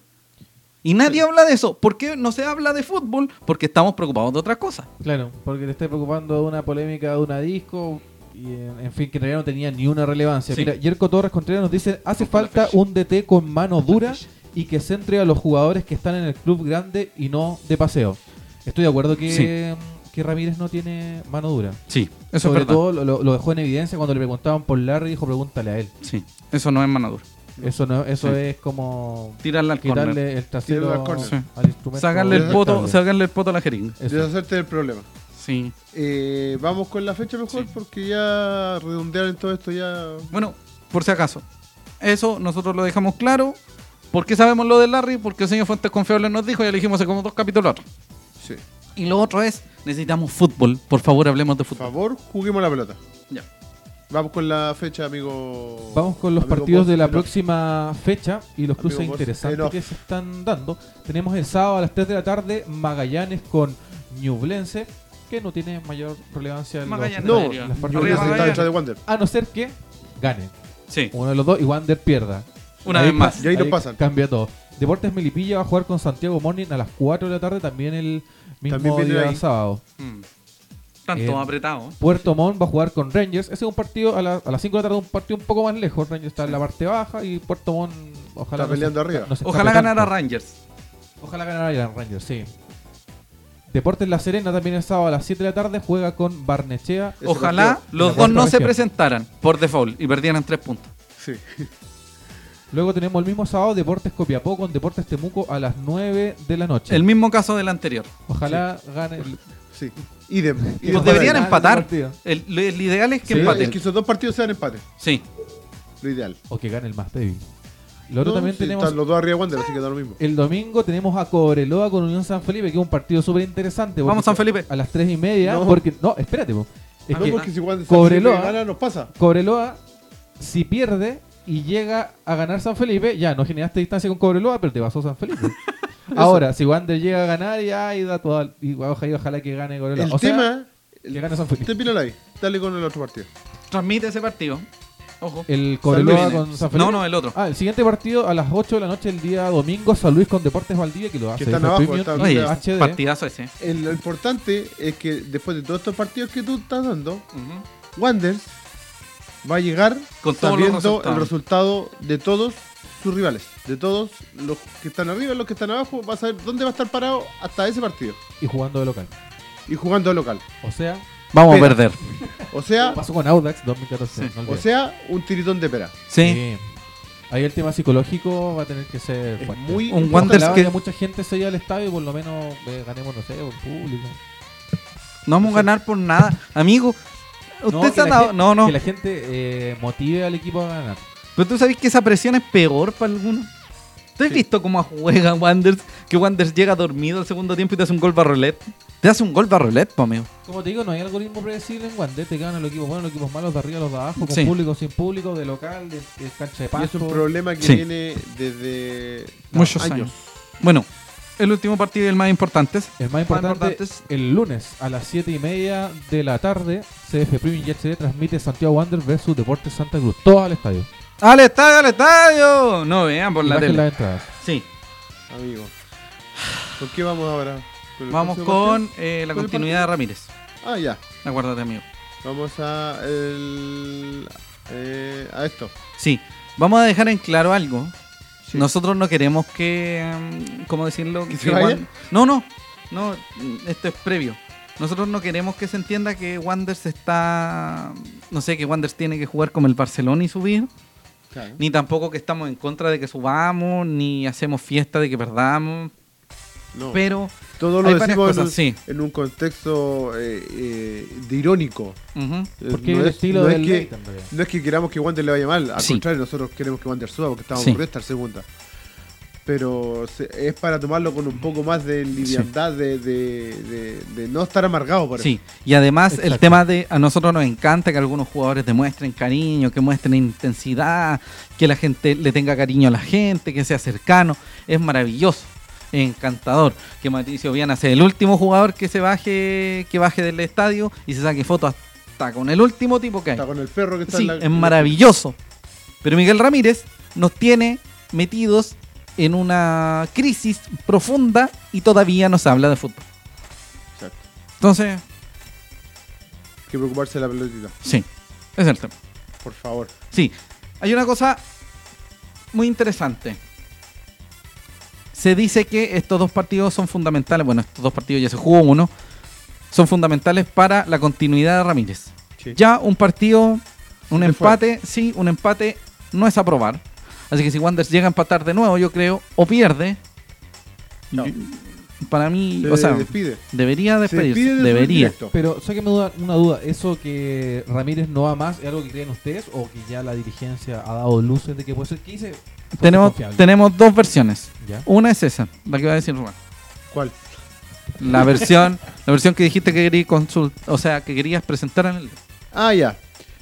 Speaker 2: Y nadie habla de eso. ¿Por qué no se habla de fútbol? Porque estamos preocupados de otra cosa.
Speaker 3: Claro, porque le está preocupando de una polémica de una disco. Y en, en fin, que en realidad no tenía ni una relevancia.
Speaker 2: Sí.
Speaker 3: Mira, Yerko Torres Contreras nos dice: hace
Speaker 2: Con la
Speaker 3: falta
Speaker 2: fecha.
Speaker 3: un DT con mano dura y que centre a los jugadores que están en el club grande y no de paseo. Estoy de acuerdo que, que Ramírez no tiene mano dura.
Speaker 2: Sí,
Speaker 3: Sobre todo lo- lo, lo dejó en evidencia cuando le preguntaban por Larry dijo: pregúntale a él.
Speaker 2: Sí, eso no es manadura.
Speaker 3: Eso no, eso
Speaker 2: Sí.
Speaker 3: es como
Speaker 2: Tirarla al córner.
Speaker 3: quitarle el trasero
Speaker 1: Tirarlo al córner.
Speaker 2: Sí.
Speaker 3: al instrumento.
Speaker 2: Sacarle el, poto,
Speaker 3: detectable.
Speaker 2: sacarle el poto a la jeringa.
Speaker 3: Eso.
Speaker 1: Deshacerte del problema.
Speaker 2: Sí.
Speaker 1: Eh, vamos con la fecha mejor,
Speaker 2: Sí.
Speaker 1: porque ya redondear en todo esto ya.
Speaker 2: Bueno, por si acaso. Eso nosotros lo dejamos claro. ¿Por qué sabemos lo de Larry? Porque el señor Fuentes Confiable nos dijo, ya lo dijimos hace como dos capítulos atrás.
Speaker 1: Sí.
Speaker 2: Y lo otro es, necesitamos fútbol. Por favor, hablemos de
Speaker 1: Por
Speaker 2: fútbol.
Speaker 1: favor, juguemos la pelota.
Speaker 2: Ya.
Speaker 1: Vamos con la fecha, amigo.
Speaker 3: Vamos con los
Speaker 1: amigo
Speaker 3: partidos
Speaker 1: Boss,
Speaker 3: de la
Speaker 1: pero-
Speaker 3: próxima fecha y los
Speaker 1: Amigo
Speaker 3: cruces
Speaker 1: Boss,
Speaker 3: interesantes
Speaker 1: enough.
Speaker 3: que se están dando. Tenemos el sábado a las 3 de la tarde Magallanes con Ñublense, que no tiene mayor relevancia en los-
Speaker 2: Magallanes.
Speaker 1: No,
Speaker 2: Arriba,
Speaker 1: las partidas
Speaker 2: arriba,
Speaker 1: están
Speaker 2: arriba.
Speaker 1: detrás de Wander.
Speaker 3: a no ser que gane
Speaker 2: Sí,
Speaker 3: uno de los dos y Wander pierda.
Speaker 2: una
Speaker 3: Ahí
Speaker 2: vez más.
Speaker 1: Y ahí nos pasan.
Speaker 3: Cambia todo. Deportes Melipilla va a jugar con Santiago Morning a las 4 de la tarde también el mismo
Speaker 1: También viene
Speaker 3: día
Speaker 1: ahí.
Speaker 3: sábado.
Speaker 2: Mm.
Speaker 3: Eh,
Speaker 2: Tanto apretado. ¿eh?
Speaker 3: Puerto Montt va a jugar con Rangers. Ese es un partido a, la- a las 5 de la tarde, un partido un poco más lejos. Rangers está en la parte baja y Puerto Montt ojalá
Speaker 1: Está peleando arriba.
Speaker 3: no se
Speaker 2: Ojalá
Speaker 3: escape
Speaker 2: ganara
Speaker 3: tanto.
Speaker 2: Rangers.
Speaker 3: Ojalá ganara el Rangers, sí. Deportes La Serena también el sábado a las 7 de la tarde juega con Barnechea.
Speaker 1: Ese
Speaker 2: Ojalá
Speaker 1: partido.
Speaker 2: los
Speaker 3: En la
Speaker 2: dos no
Speaker 3: cuarta
Speaker 2: se
Speaker 3: región.
Speaker 2: presentaran por default y perdieran tres puntos.
Speaker 1: Sí.
Speaker 3: Luego tenemos el mismo sábado Deportes Copiapó con Deportes Temuco a las 9 de la noche.
Speaker 2: El mismo caso del anterior.
Speaker 3: Ojalá gane. el-
Speaker 1: Sí. Idem. Idem
Speaker 2: Pues
Speaker 1: para
Speaker 2: deberían
Speaker 1: adelante.
Speaker 3: ganar
Speaker 2: empatar.
Speaker 3: ese partido.
Speaker 2: El, lo- el ideal es que
Speaker 1: Sí,
Speaker 2: empaten.
Speaker 1: Es que esos dos partidos sean empates.
Speaker 2: Sí.
Speaker 1: Lo ideal.
Speaker 3: O que gane el más débil. Luego
Speaker 1: No,
Speaker 3: también
Speaker 1: sí,
Speaker 3: tenemos Ah,
Speaker 1: Están los dos arriba de Wander, así que da lo mismo.
Speaker 3: El domingo tenemos a Cobreloa con Unión San Felipe, que es un partido súper interesante. porque
Speaker 2: Vamos, San Felipe.
Speaker 3: A las 3 y media.
Speaker 1: No.
Speaker 3: Porque, no, espérate. po. Es
Speaker 2: Ah,
Speaker 3: que
Speaker 1: No,
Speaker 2: bien.
Speaker 1: porque si Wander
Speaker 3: Cobreloa.
Speaker 1: San Felipe gana, nos pasa.
Speaker 3: Cobreloa, si pierde y llega a ganar San Felipe, ya no generaste distancia con Cobreloa, pero te pasó San Felipe. Ahora, si Wander llega a ganar, ya y da todo. Y ojalá, ojalá que gane Colo-Colo.
Speaker 1: El
Speaker 3: O sea,
Speaker 1: tema.
Speaker 3: que gane San Felipe.
Speaker 1: Te pilo ahí. Dale con el otro partido.
Speaker 2: Transmite ese partido. Ojo.
Speaker 3: El Cobreloa
Speaker 1: Luis.
Speaker 3: con San Felipe.
Speaker 2: No, no, el otro.
Speaker 3: Ah, el siguiente partido a las 8 de la noche el día domingo, San Luis con Deportes Valdivia, que lo hace
Speaker 1: están
Speaker 3: F
Speaker 1: abajo,
Speaker 3: Premium
Speaker 1: están-
Speaker 3: y
Speaker 2: Oye,
Speaker 3: HD.
Speaker 2: partidazo ese.
Speaker 1: El- lo importante es que después de todos estos partidos que tú estás dando, Wanders va a llegar
Speaker 2: Con todos los
Speaker 1: sabiendo el
Speaker 2: resultados.
Speaker 1: resultado de todos sus rivales, de todos los que están arriba y los que están abajo, va a saber dónde va a estar parado hasta ese partido
Speaker 3: y jugando de local.
Speaker 1: y jugando de local.
Speaker 3: O sea,
Speaker 2: Vamos
Speaker 1: a Espera.
Speaker 2: perder.
Speaker 1: O sea,
Speaker 3: pasó con Audax 2014.
Speaker 2: Sí.
Speaker 3: no
Speaker 1: o
Speaker 3: olvides.
Speaker 1: sea, un tiritón de pera.
Speaker 2: Sí.
Speaker 3: Ahí el tema psicológico va a tener que ser
Speaker 1: Es
Speaker 3: fuerte.
Speaker 1: muy
Speaker 2: Un
Speaker 1: importante.
Speaker 2: Wander-
Speaker 3: Ojalá
Speaker 2: Wanderers que-
Speaker 3: vaya mucha gente se vaya al estadio y por lo menos eh, ganemos, no sé, por público.
Speaker 2: No vamos a ganar por nada. Amigo, usted
Speaker 3: que
Speaker 2: se ha
Speaker 3: la
Speaker 2: dado.
Speaker 3: gen-
Speaker 2: No, no.
Speaker 3: Que la gente eh, motive al equipo a ganar.
Speaker 2: Pero tú sabes que esa presión es peor para algunos. ¿Tú has
Speaker 1: Sí.
Speaker 2: visto cómo juega Wanders? Que Wanders llega dormido al segundo tiempo y te hace un gol barrolet. Te hace un gol barrolet, po, amigo.
Speaker 3: Como te digo, no hay algoritmo predecible en Wander. Te ganan los equipos buenos, los equipos malos, de arriba, los de abajo, con
Speaker 2: Sí.
Speaker 3: público, sin público, de local, de, de cancha de
Speaker 1: Y
Speaker 3: pasto.
Speaker 1: es un problema que
Speaker 2: Sí.
Speaker 1: viene desde
Speaker 2: Muchos años. Bueno, el último partido y el más importante. es-
Speaker 3: El más importante,
Speaker 2: importante es-
Speaker 3: el lunes a las 7 y media de la tarde, CF Premium y HD transmite Santiago Wander versus Deportes Santa Cruz. Todo al estadio.
Speaker 2: ¡Al estadio, al estadio! No vean por
Speaker 3: Y
Speaker 2: la
Speaker 3: bajen
Speaker 2: tele.
Speaker 3: las entradas.
Speaker 2: Sí.
Speaker 1: Amigo. ¿Por qué vamos ahora? ¿Con el
Speaker 2: Vamos
Speaker 1: próximo
Speaker 2: con
Speaker 1: partido?
Speaker 2: eh, la
Speaker 1: ¿Con el
Speaker 2: continuidad de Ramírez.
Speaker 1: Ah, ya.
Speaker 2: Acuérdate, amigo.
Speaker 1: Vamos a el- eh, a esto.
Speaker 2: Sí. Vamos a dejar en claro algo.
Speaker 1: Sí.
Speaker 2: Nosotros no queremos que. em, ¿Cómo decirlo?
Speaker 1: ¿Que se
Speaker 2: Que
Speaker 1: vaya?
Speaker 2: Wan- No, no. No, mm, esto es previo. Nosotros no queremos que se entienda que Wanders está. No sé, que Wanders tiene que jugar como el Barcelona y subir.
Speaker 1: Claro.
Speaker 2: Ni tampoco que estamos en contra de que subamos, ni hacemos fiesta de que perdamos.
Speaker 1: No.
Speaker 2: Pero.
Speaker 1: Todo lo
Speaker 2: Hay varias
Speaker 1: decimos
Speaker 2: cosas,
Speaker 1: en, un,
Speaker 2: sí.
Speaker 1: en un contexto eh, eh, de irónico.
Speaker 2: ujú.
Speaker 1: Eh,
Speaker 3: Porque
Speaker 1: no
Speaker 3: el
Speaker 1: es-
Speaker 3: estilo
Speaker 1: no es
Speaker 3: del
Speaker 1: que-
Speaker 3: Leighton, en realidad.
Speaker 1: no es que queramos que Wander le vaya mal, al
Speaker 2: Sí.
Speaker 1: contrario, nosotros queremos que Wander suba porque estamos
Speaker 2: Sí.
Speaker 1: por estar segunda. Pero se- es para tomarlo con un poco más de liviandad, de, de- de- de no estar amargado por
Speaker 2: Sí, y además el
Speaker 3: Exacto.
Speaker 2: tema de a nosotros nos encanta que algunos jugadores demuestren cariño, que muestren intensidad, que la gente le tenga cariño a la gente, que sea cercano, es maravilloso, encantador. Que Mauricio Viana sea el último jugador que se baje, que baje del estadio y se saque fotos hasta con el último tipo que hay.
Speaker 1: Está con el perro que está
Speaker 2: Sí,
Speaker 1: en la.
Speaker 2: es maravilloso. Pero Miguel Ramírez nos tiene metidos en una crisis profunda y todavía nos habla de fútbol.
Speaker 1: Exacto.
Speaker 2: Entonces,
Speaker 1: Hay que preocuparse de la pelotita,
Speaker 2: sí, es el tema.
Speaker 1: por favor.
Speaker 2: Sí, hay una cosa muy interesante. Se dice que estos dos partidos son fundamentales. Bueno, estos dos partidos ya se jugó uno. Son fundamentales para la continuidad de Ramírez. Ya un partido, un
Speaker 1: le fue.
Speaker 2: empate, sí, un empate no es aprobar. Así que si Wanders llega a empatar de nuevo, yo creo, o pierde,
Speaker 1: Chao.
Speaker 2: yo- para mí,
Speaker 1: Se
Speaker 2: o sea,
Speaker 1: despide.
Speaker 2: debería
Speaker 1: Se despide
Speaker 2: despedirse.
Speaker 1: del
Speaker 2: debería.
Speaker 1: directo.
Speaker 3: Pero sáqueme duda- una duda, ¿eso que Ramírez no va más es algo que creen ustedes o que ya la dirigencia ha dado luces de que puede ser? ¿Qué dice?
Speaker 2: Tenemos,
Speaker 3: Confiable.
Speaker 2: tenemos dos versiones.
Speaker 3: ¿Ya?
Speaker 2: Una es esa, la que va a decir Rubén.
Speaker 1: ¿Cuál?
Speaker 2: La versión, la versión que dijiste que querías consult- o sea, que querías presentar en el
Speaker 1: Ah, ya.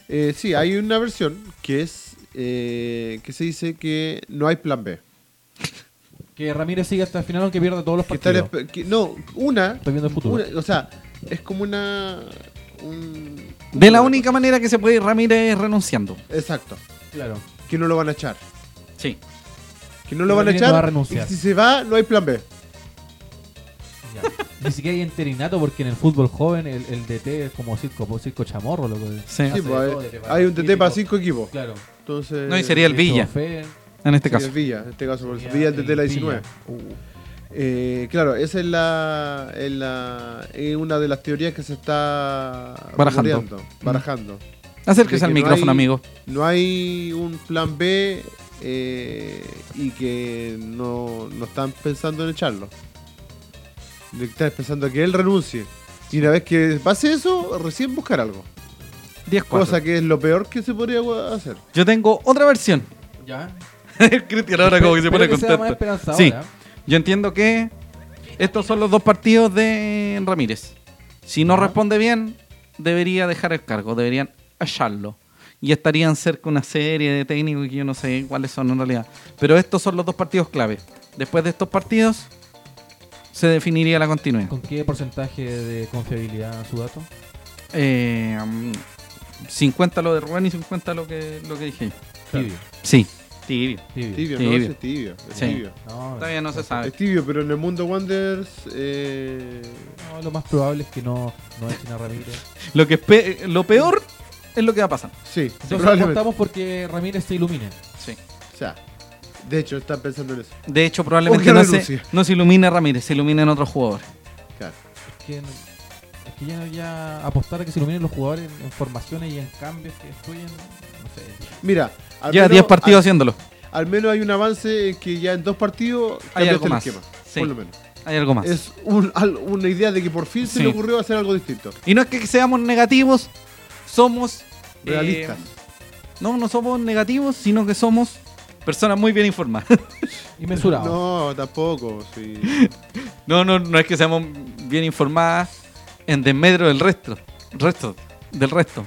Speaker 1: Eh, sí, hay una versión que es eh, que se dice que no hay plan B.
Speaker 3: Que Ramírez siga hasta el final aunque pierda todos los
Speaker 1: Que estar
Speaker 3: partidos.
Speaker 1: espe- que- no, una,
Speaker 3: Estoy viendo el futuro.
Speaker 1: una- o sea, es como una un-
Speaker 2: De la
Speaker 1: una-
Speaker 2: única manera que se puede ir Ramírez es renunciando.
Speaker 1: Exacto,
Speaker 3: Claro.
Speaker 1: que no lo van a echar,
Speaker 2: Sí.
Speaker 1: que no lo van a
Speaker 3: Ramírez no
Speaker 1: echar.
Speaker 3: va a renunciar.
Speaker 1: y si se va, no hay plan B.
Speaker 3: Ya. Ni siquiera hay interinato porque en el fútbol joven el, el DT es como circo, como circo chamorro, loco.
Speaker 2: Sí.
Speaker 1: Sí, pues,
Speaker 3: Hace de todo, de
Speaker 1: hay,
Speaker 3: preparar
Speaker 1: hay un TT para
Speaker 3: físico.
Speaker 1: cinco equipos.
Speaker 3: Claro.
Speaker 1: Entonces
Speaker 2: No, y sería el Villa,
Speaker 3: Fe,
Speaker 2: en
Speaker 1: sería
Speaker 2: este
Speaker 1: el
Speaker 2: caso.
Speaker 1: Villa, en este caso, por
Speaker 3: sería
Speaker 1: Villa el TT de la
Speaker 3: Villa.
Speaker 1: 19.
Speaker 3: Uh,
Speaker 1: Eh, claro, esa es la, es la- es una de las teorías que se está
Speaker 2: Barajando.
Speaker 1: rumoreando, barajando.
Speaker 2: Acérquese
Speaker 1: de
Speaker 2: al
Speaker 1: que no
Speaker 2: micrófono,
Speaker 1: hay-
Speaker 2: amigo.
Speaker 1: no hay un plan B eh, y que no, no están pensando en echarlo. De que Están pensando que él renuncie. Y una vez que pase eso, recién buscar algo.
Speaker 2: 10
Speaker 1: Cosa que es lo peor que se podría hacer.
Speaker 2: Yo tengo otra versión.
Speaker 3: Ya.
Speaker 2: El Cristian ahora como que se
Speaker 3: Espero
Speaker 2: pone
Speaker 3: que sea más ¿ah?
Speaker 2: contento.
Speaker 3: esperanzadora.
Speaker 2: Sí. Yo entiendo que estos son los dos partidos de Ramírez. Si no
Speaker 3: Ajá.
Speaker 2: responde bien, debería dejar el cargo, deberían hallarlo. Y estarían cerca una serie de técnicos que yo no sé cuáles son en realidad. Pero estos son los dos partidos clave. Después de estos partidos, se definiría la continuidad.
Speaker 3: ¿Con qué porcentaje de confiabilidad su dato?
Speaker 2: Eh, mm, 50 lo de Rubén y 50 lo que, lo que dije yo.
Speaker 1: Claro.
Speaker 3: Tibio,
Speaker 2: Sí, tibio.
Speaker 3: tibio.
Speaker 1: Tibio, no,
Speaker 2: Tibio.
Speaker 1: ese es tibio. Es
Speaker 2: Sí.
Speaker 1: tibio.
Speaker 3: No,
Speaker 2: Todavía no se sabe.
Speaker 1: Es tibio, pero en el mundo Wanderers eh,
Speaker 3: no, lo más probable es que no, no echen a Ramírez.
Speaker 2: Lo, que es pe- lo peor es lo que va a pasar.
Speaker 1: sí,
Speaker 3: Entonces
Speaker 1: probablemente.
Speaker 3: apostamos porque Ramírez se ilumine.
Speaker 2: Sí.
Speaker 1: O sea, de hecho, están pensando en eso.
Speaker 2: De hecho, probablemente
Speaker 1: Ojalá
Speaker 2: no se,
Speaker 1: renuncie.
Speaker 2: no se ilumine Ramírez, se iluminen otros jugadores.
Speaker 1: Claro.
Speaker 3: Es que, no- es que ya, ya apostar a que se iluminen los jugadores en, en formaciones y en cambios que destruyen. No sé.
Speaker 1: Mira, al
Speaker 2: Lleva
Speaker 1: menos-
Speaker 2: 10 partidos
Speaker 1: Al,
Speaker 2: haciéndolo.
Speaker 1: al menos hay un avance en que ya en dos partidos
Speaker 2: Hay
Speaker 1: cambiaste
Speaker 2: algo
Speaker 1: el
Speaker 2: más.
Speaker 1: esquema,
Speaker 2: Sí,
Speaker 1: Por lo menos.
Speaker 2: hay algo más.
Speaker 1: Es un- al- una idea de que por fin se
Speaker 2: Sí. Eh,
Speaker 1: le ocurrió hacer algo distinto.
Speaker 2: Y no es que seamos negativos, somos... eh,
Speaker 1: Realistas.
Speaker 2: no, no somos negativos, sino que somos personas muy bien informadas.
Speaker 3: Y mesurado.
Speaker 1: no, tampoco. Sí.
Speaker 2: No, no, no es que seamos bien informadas en desmedro del resto, resto, del resto,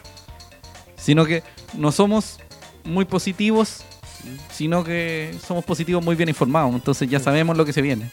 Speaker 2: sino que no somos muy positivos, sino que somos positivos muy bien informados, entonces ya sabemos lo que se viene.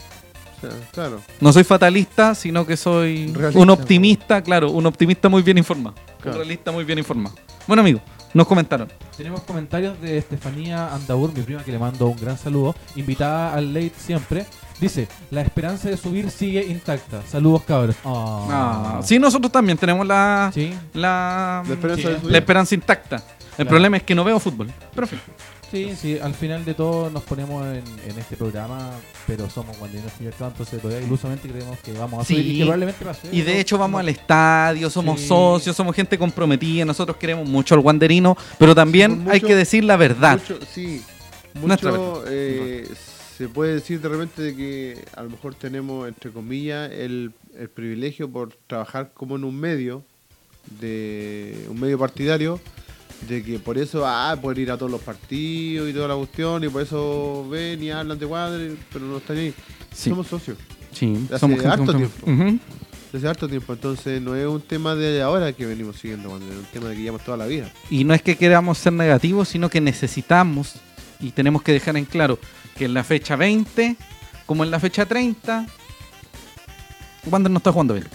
Speaker 1: O sea, claro.
Speaker 2: No soy fatalista, sino que soy
Speaker 1: Realista,
Speaker 2: un optimista, claro, un optimista muy bien informado,
Speaker 1: Claro.
Speaker 2: un realista muy bien informado. Bueno, amigo, nos comentaron.
Speaker 3: Tenemos comentarios de Estefanía Andaur, mi prima que le mando un gran saludo, invitada al late siempre. Dice, la esperanza de subir sigue intacta. Saludos cabros. Ah.
Speaker 2: Ah, sí, nosotros también tenemos la
Speaker 3: Sí,
Speaker 2: la,
Speaker 1: La esperanza
Speaker 3: Sí.
Speaker 1: de su
Speaker 2: la esperanza intacta. El
Speaker 3: Claro.
Speaker 2: problema es que no veo fútbol. Pero en fin.
Speaker 3: sí, sí. Al final de todo nos ponemos en, en este programa, pero somos guandinos y acá, entonces todavía ilusamente creemos que vamos a
Speaker 2: Sí.
Speaker 3: subir y que probablemente va a ser,
Speaker 2: Y de
Speaker 3: ¿no?
Speaker 2: hecho vamos
Speaker 3: No.
Speaker 2: al estadio, somos
Speaker 3: Sí.
Speaker 2: socios, somos gente comprometida, nosotros queremos mucho al Wanderino, pero también
Speaker 1: Sí, por
Speaker 2: hay
Speaker 1: mucho-
Speaker 2: que decir la verdad.
Speaker 1: Mucho, sí.
Speaker 2: Nuestra
Speaker 1: Mucho eh, se puede decir de repente de que a lo mejor tenemos, entre comillas, el, el privilegio por trabajar como en un medio, de un medio partidario, de que por eso ah, pueden ir a todos los partidos y toda la cuestión, y por eso ven y hablan de cuadre, pero no están ahí.
Speaker 2: Sí.
Speaker 1: Somos socios
Speaker 2: Sí,
Speaker 1: hace
Speaker 2: somos gente
Speaker 1: harto
Speaker 2: comprometida. Ujú.
Speaker 1: desde harto tiempo, entonces no es un tema de ahora que venimos siguiendo, cuando es un tema de que llevamos toda la vida.
Speaker 2: Y no es que queramos ser negativos, sino que necesitamos y tenemos que dejar en claro que en la fecha 20, como en la fecha 30, Wander no está jugando bien.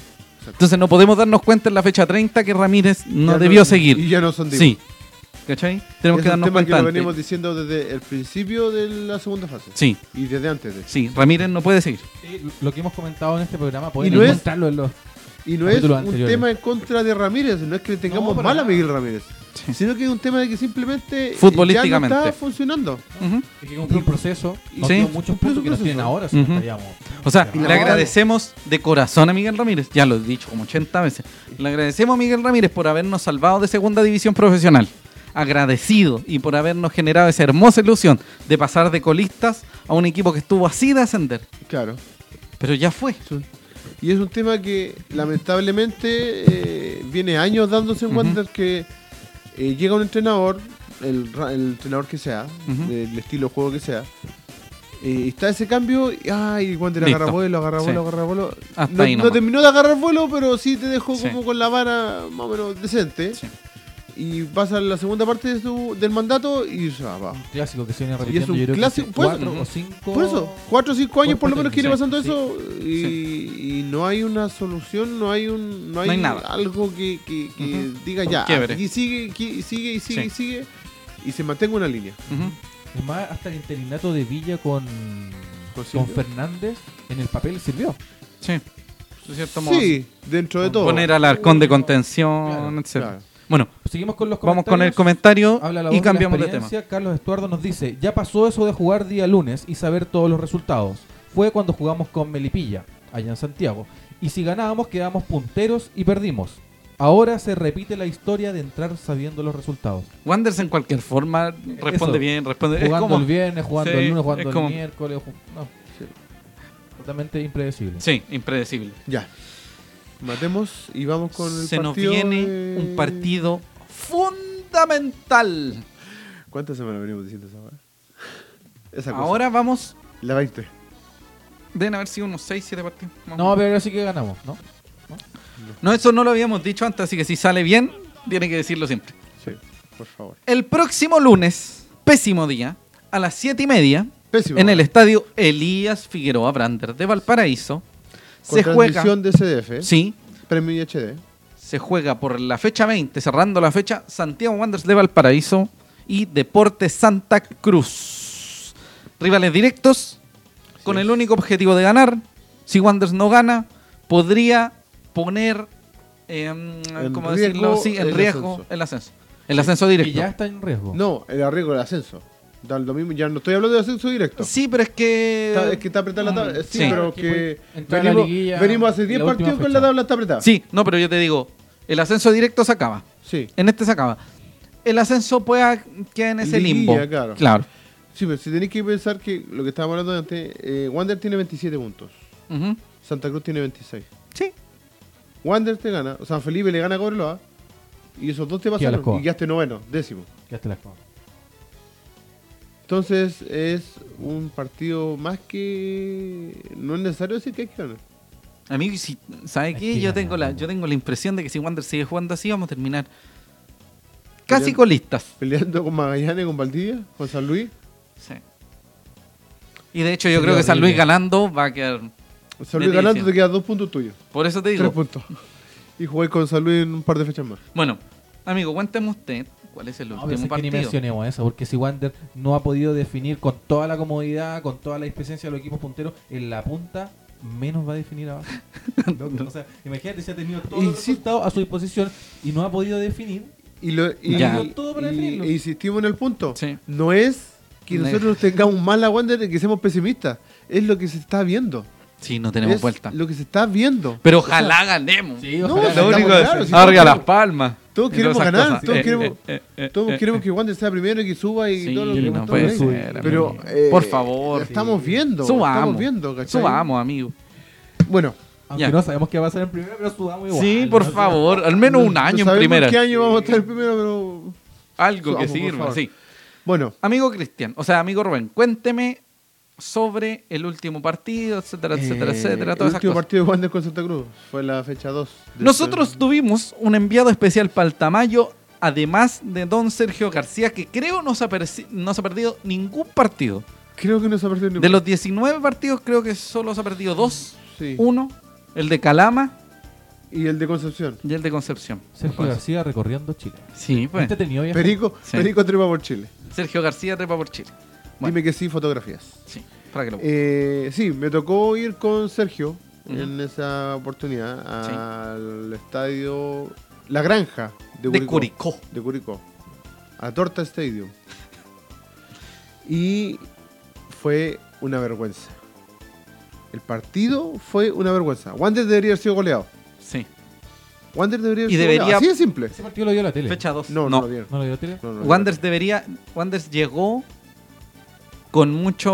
Speaker 2: Entonces no podemos darnos cuenta en la fecha 30 que Ramírez no
Speaker 1: Ya
Speaker 2: debió seguir.
Speaker 1: Y ya no son de
Speaker 2: Sí. ¿Cachai? Tenemos
Speaker 1: es
Speaker 2: que
Speaker 1: un
Speaker 2: darnos
Speaker 1: tema
Speaker 2: cuenta.
Speaker 1: que lo
Speaker 2: antes.
Speaker 1: venimos diciendo desde el principio de la segunda fase.
Speaker 2: Sí,
Speaker 1: Y desde antes de hecho.
Speaker 2: sí. Ramírez no puede seguir.
Speaker 3: Sí, eh, lo que hemos comentado en este programa pueden
Speaker 1: no es-
Speaker 3: encontrarlo en los...
Speaker 1: Y no es un
Speaker 3: Capítulos anteriores.
Speaker 1: tema en contra de Ramírez, no es que le tengamos
Speaker 3: para
Speaker 1: mal a
Speaker 3: nada.
Speaker 1: Miguel Ramírez, sino que es un tema de que simplemente eh,
Speaker 2: Futbolísticamente.
Speaker 1: ya no está funcionando.
Speaker 2: Ujú.
Speaker 3: Es que cumplió un proceso,
Speaker 1: y-
Speaker 3: nos
Speaker 2: Sí.
Speaker 3: dio muchos puntos que nos tienen ahora, si no
Speaker 2: Ujú.
Speaker 3: estaríamos.
Speaker 2: O sea,
Speaker 3: Y la
Speaker 2: le
Speaker 1: mano.
Speaker 2: agradecemos de corazón a Miguel Ramírez, ya lo he dicho como 80 veces, le agradecemos a Miguel Ramírez por habernos salvado de segunda división profesional, agradecido y por habernos generado esa hermosa ilusión de pasar de colistas a un equipo que estuvo así de ascender,
Speaker 1: Claro.
Speaker 2: pero ya fue.
Speaker 1: Y es un tema que lamentablemente eh, viene años dándose en
Speaker 2: Ujú.
Speaker 1: Wander que eh, llega un entrenador, el, ra- el entrenador que sea,
Speaker 2: Ujú.
Speaker 1: del estilo de juego que sea, eh, y está ese cambio y ay, Wander
Speaker 2: Listo.
Speaker 1: agarra vuelo, agarra
Speaker 2: Sí.
Speaker 1: vuelo, agarra vuelo.
Speaker 2: Hasta
Speaker 1: no,
Speaker 2: ahí
Speaker 1: no
Speaker 2: nomás.
Speaker 1: terminó de agarrar vuelo, pero sí te dejó
Speaker 2: Sí.
Speaker 1: como con la vara más o menos decente.
Speaker 2: Sí.
Speaker 1: Y pasa a la segunda parte de su- del mandato y se va abajo.
Speaker 3: Un clásico que se viene
Speaker 1: es
Speaker 3: repitiendo,
Speaker 1: un
Speaker 3: yo creo que
Speaker 1: clásico,
Speaker 3: hace
Speaker 1: por eso-
Speaker 3: cuatro
Speaker 2: Ujú.
Speaker 3: o cinco...
Speaker 1: Por eso, cuatro o cinco años por lo menos
Speaker 3: Cuatro,
Speaker 1: que viene
Speaker 3: sí,
Speaker 1: pasando
Speaker 3: sí.
Speaker 1: eso y, y no hay una solución, no hay un no hay,
Speaker 2: No hay nada.
Speaker 1: algo que, que- que
Speaker 2: Ujú.
Speaker 1: diga
Speaker 2: Un
Speaker 1: ya,
Speaker 2: quiebre.
Speaker 1: y sigue, aquí sigue y sigue
Speaker 2: Sí.
Speaker 1: y sigue y se mantenga una línea.
Speaker 2: Ujú.
Speaker 3: Es más, hasta el interinato de Villa con,
Speaker 1: ¿Con
Speaker 3: con
Speaker 1: Silvio?
Speaker 3: Fernández en el papel sirvió.
Speaker 2: Sí, de cierto modo.
Speaker 1: Sí, dentro de todo.
Speaker 2: Poner al arcón de contención,
Speaker 3: Claro,
Speaker 2: etc.
Speaker 1: Claro.
Speaker 2: Bueno,
Speaker 3: Seguimos con los
Speaker 2: vamos
Speaker 3: comentarios.
Speaker 2: con el comentario
Speaker 3: Habla la voz
Speaker 2: y
Speaker 3: la
Speaker 2: cambiamos de tema.
Speaker 3: experiencia. Carlos Estuardo nos dice, ya pasó eso de jugar día lunes y saber todos los resultados. Fue cuando jugamos con Melipilla, allá en Santiago. Y si ganábamos quedábamos punteros y perdimos. Ahora se repite la historia de entrar sabiendo los resultados.
Speaker 2: Wanders en cualquier forma responde
Speaker 3: Eso.
Speaker 2: bien, responde es
Speaker 3: Jugando
Speaker 2: como-
Speaker 3: el viernes, jugando
Speaker 2: Sí,
Speaker 3: el lunes,
Speaker 2: es
Speaker 3: jugando
Speaker 2: como-
Speaker 3: el miércoles. ju- no. Totalmente impredecible.
Speaker 2: Sí, impredecible.
Speaker 1: Ya. Matemos y vamos con el
Speaker 2: Se nos
Speaker 1: partido
Speaker 2: viene
Speaker 1: de-
Speaker 2: un partido fundamental.
Speaker 1: ¿Cuántas semanas venimos diciendo esa hora? Esa cosa.
Speaker 2: Ahora vamos,
Speaker 1: La 20.
Speaker 2: deben haber sido unos 6, 7 partidos. más o
Speaker 3: No,
Speaker 2: menos.
Speaker 3: pero ahora sí que ganamos, ¿no?
Speaker 2: no, eso no lo habíamos dicho antes, así que si sale bien, tiene que decirlo siempre.
Speaker 1: Sí, por favor.
Speaker 2: El próximo lunes, pésimo día, a las 7 y media,
Speaker 1: Pésimo.
Speaker 2: en el estadio Elías Figueroa Brander de Valparaíso, se juega.
Speaker 1: transmisión de CDF.
Speaker 2: Sí,
Speaker 1: Premio HD.
Speaker 2: se juega por la fecha 20, cerrando la fecha, Santiago Wanderers de Valparaíso y Deportes Santa Cruz. Rivales directos, con
Speaker 1: Así
Speaker 2: el
Speaker 1: es.
Speaker 2: único objetivo de ganar. Si Wanderers no gana, podría poner, em,
Speaker 1: En riesgo
Speaker 2: ¿cómo decirlo? Sí, en
Speaker 1: el
Speaker 2: riesgo
Speaker 1: ascenso.
Speaker 2: el ascenso. El ascenso directo.
Speaker 3: Y ya está en riesgo.
Speaker 1: No, el arreglo del ascenso. Da lo mismo, ya no estoy hablando de ascenso directo.
Speaker 2: Sí, pero es que...
Speaker 1: Está- es que está apretada la
Speaker 3: ah,
Speaker 1: tabla. Sí,
Speaker 2: Sí.
Speaker 1: pero
Speaker 3: Aquí
Speaker 1: que
Speaker 3: puede entrar a la
Speaker 1: venimos,
Speaker 3: liguilla
Speaker 1: venimos hace
Speaker 3: en
Speaker 1: 10
Speaker 3: la última
Speaker 1: partidos con
Speaker 3: fecha.
Speaker 1: la tabla está apretada.
Speaker 2: Sí, no, pero yo te digo, el ascenso directo se acaba.
Speaker 1: Sí.
Speaker 2: En este se acaba. El ascenso pueda quedar en ese
Speaker 1: Liguilla,
Speaker 2: limbo.
Speaker 1: claro.
Speaker 2: claro.
Speaker 1: Sí, pero si tenéis que pensar que lo que estábamos hablando antes, eh, Wander tiene 27 puntos,
Speaker 2: Ujú.
Speaker 1: Santa Cruz tiene 26.
Speaker 2: Sí.
Speaker 1: Wander te gana, San Felipe le gana a Cobreloa, y esos dos te
Speaker 3: a la
Speaker 1: pasaron,
Speaker 3: escoba.
Speaker 1: y quedaste noveno, décimo.
Speaker 3: Ya está la escoba.
Speaker 1: Entonces es un partido más que... No es necesario decir que hay que ganar.
Speaker 2: A mí, si, ¿sabe
Speaker 3: Es
Speaker 2: qué?
Speaker 3: que
Speaker 2: Yo
Speaker 3: ya
Speaker 2: tengo, la,
Speaker 3: no.
Speaker 2: yo tengo la impresión de que si Wander sigue jugando así, vamos a terminar casi
Speaker 1: Peleando.
Speaker 2: colistas.
Speaker 1: Peleando con Magallanes, con Valdivia, con San Luis.
Speaker 2: Sí. Y de hecho, yo
Speaker 3: Sería
Speaker 2: creo que San Luis
Speaker 3: horrible.
Speaker 2: ganando va a quedar.
Speaker 1: San Luis
Speaker 2: Delicia.
Speaker 1: ganando te quedas dos puntos tuyos.
Speaker 2: Por eso te
Speaker 1: Tres
Speaker 2: digo.
Speaker 1: puntos. Y jugué con San Luis en un par de fechas más.
Speaker 2: Bueno, amigo, cuénteme usted cuál es el
Speaker 3: No, pero
Speaker 2: último
Speaker 3: sé que ni
Speaker 2: partido.
Speaker 3: mencionemos eso, porque si Wander no ha podido definir con toda la comodidad, con toda la eficiencia de los equipos punteros, en la punta menos va a definir abajo. Loco, O sea, imagínate si ha tenido todo el
Speaker 1: Insisto.
Speaker 3: resultado a su disposición y no ha podido definir.
Speaker 1: Y, lo, y,
Speaker 2: Ya.
Speaker 1: y-
Speaker 3: Todo para
Speaker 1: y-
Speaker 3: definirlo.
Speaker 1: e insistimos en el punto.
Speaker 2: Sí.
Speaker 1: No es que
Speaker 2: No.
Speaker 1: nosotros tengamos mal a Wander y que seamos pesimistas. Es lo que se está viendo.
Speaker 2: Sí, no tenemos
Speaker 1: Es
Speaker 2: vuelta.
Speaker 1: Lo que se está viendo.
Speaker 2: Pero ojalá ganemos.
Speaker 1: No,
Speaker 3: ojalá
Speaker 1: lo
Speaker 3: ganemos.
Speaker 1: único es- claro, si
Speaker 2: Arriba
Speaker 1: todos
Speaker 2: las
Speaker 1: queremos-
Speaker 2: palmas.
Speaker 1: todos
Speaker 2: Y
Speaker 1: queremos
Speaker 2: todas esas
Speaker 1: ganar,
Speaker 2: cosas.
Speaker 1: todos
Speaker 2: Eh,
Speaker 1: queremos-
Speaker 2: eh, eh,
Speaker 1: Todos
Speaker 2: eh,
Speaker 1: queremos
Speaker 2: eh.
Speaker 1: que Wander sea primero y que suba y
Speaker 2: Sí,
Speaker 1: todo lo que
Speaker 2: no
Speaker 1: hemos
Speaker 2: puede
Speaker 1: estado viendo.
Speaker 2: ser,
Speaker 1: Pero,
Speaker 2: amigo.
Speaker 1: eh,
Speaker 2: Por favor.
Speaker 1: la Estamos viendo. Estamos
Speaker 2: Subamos.
Speaker 1: viendo, ¿cachai?
Speaker 2: subamos, amigo.
Speaker 1: Bueno,
Speaker 3: Aunque
Speaker 2: Ya.
Speaker 3: no sabemos qué va a ser en primera, pero sudamos igual.
Speaker 2: Sí, por
Speaker 3: ¿no?
Speaker 2: favor. Al menos
Speaker 1: no-
Speaker 2: un
Speaker 1: no
Speaker 2: año en
Speaker 1: sabemos
Speaker 2: primera.
Speaker 1: qué año vamos a estar primero, pero.
Speaker 2: Algo
Speaker 1: Subamos,
Speaker 2: que
Speaker 1: por
Speaker 2: sirva,
Speaker 1: favor.
Speaker 2: sí.
Speaker 1: Bueno,
Speaker 2: Amigo Cristian, o sea, amigo Rubén, cuénteme sobre el último partido, etcétera, etcétera,
Speaker 1: Eh,
Speaker 2: etcétera,
Speaker 1: el
Speaker 2: todas esas
Speaker 1: último
Speaker 2: cosas.
Speaker 1: partido de Wander con Santa Cruz fue la fecha 2. de
Speaker 2: Nosotros
Speaker 1: este-
Speaker 2: tuvimos un enviado especial para el Tamayo, además de don Sergio García, que creo no se ha, perci- no se ha perdido ningún partido.
Speaker 1: Creo que no se ha perdido
Speaker 2: De los 19 partidos, creo que solo se ha perdido dos.
Speaker 1: Sí.
Speaker 2: Uno, el de Calama
Speaker 1: Y el de Concepción.
Speaker 2: y el de Concepción.
Speaker 3: Sergio García recorriendo Chile.
Speaker 2: Sí, pues.
Speaker 3: Entretenido viaje.
Speaker 1: Perico,
Speaker 2: Sí.
Speaker 1: Perico tripa por Chile.
Speaker 2: Sergio García trepa por Chile. Bueno.
Speaker 1: Dime que sí, fotografías.
Speaker 2: Sí, para que lo busque.
Speaker 1: Eh, sí, me tocó ir con Sergio
Speaker 2: Ujú.
Speaker 1: en esa oportunidad al estadio La Granja de
Speaker 2: De
Speaker 1: Curicó.
Speaker 2: Curicó.
Speaker 1: de Curicó, a Torta Stadium. Y fue una vergüenza. El partido fue una vergüenza. Wander debería haber sido goleado.
Speaker 2: Sí.
Speaker 1: Wander debería haber
Speaker 2: Y
Speaker 1: sido
Speaker 2: debería-
Speaker 1: goleado. Así de simple.
Speaker 3: Ese partido lo dio la tele.
Speaker 2: Fecha 2.
Speaker 1: No, no, lo vieron.
Speaker 3: ¿No lo dio la tele?
Speaker 1: No, no lo
Speaker 2: Wanders
Speaker 1: vieron.
Speaker 2: debería. Wanders llegó con mucho.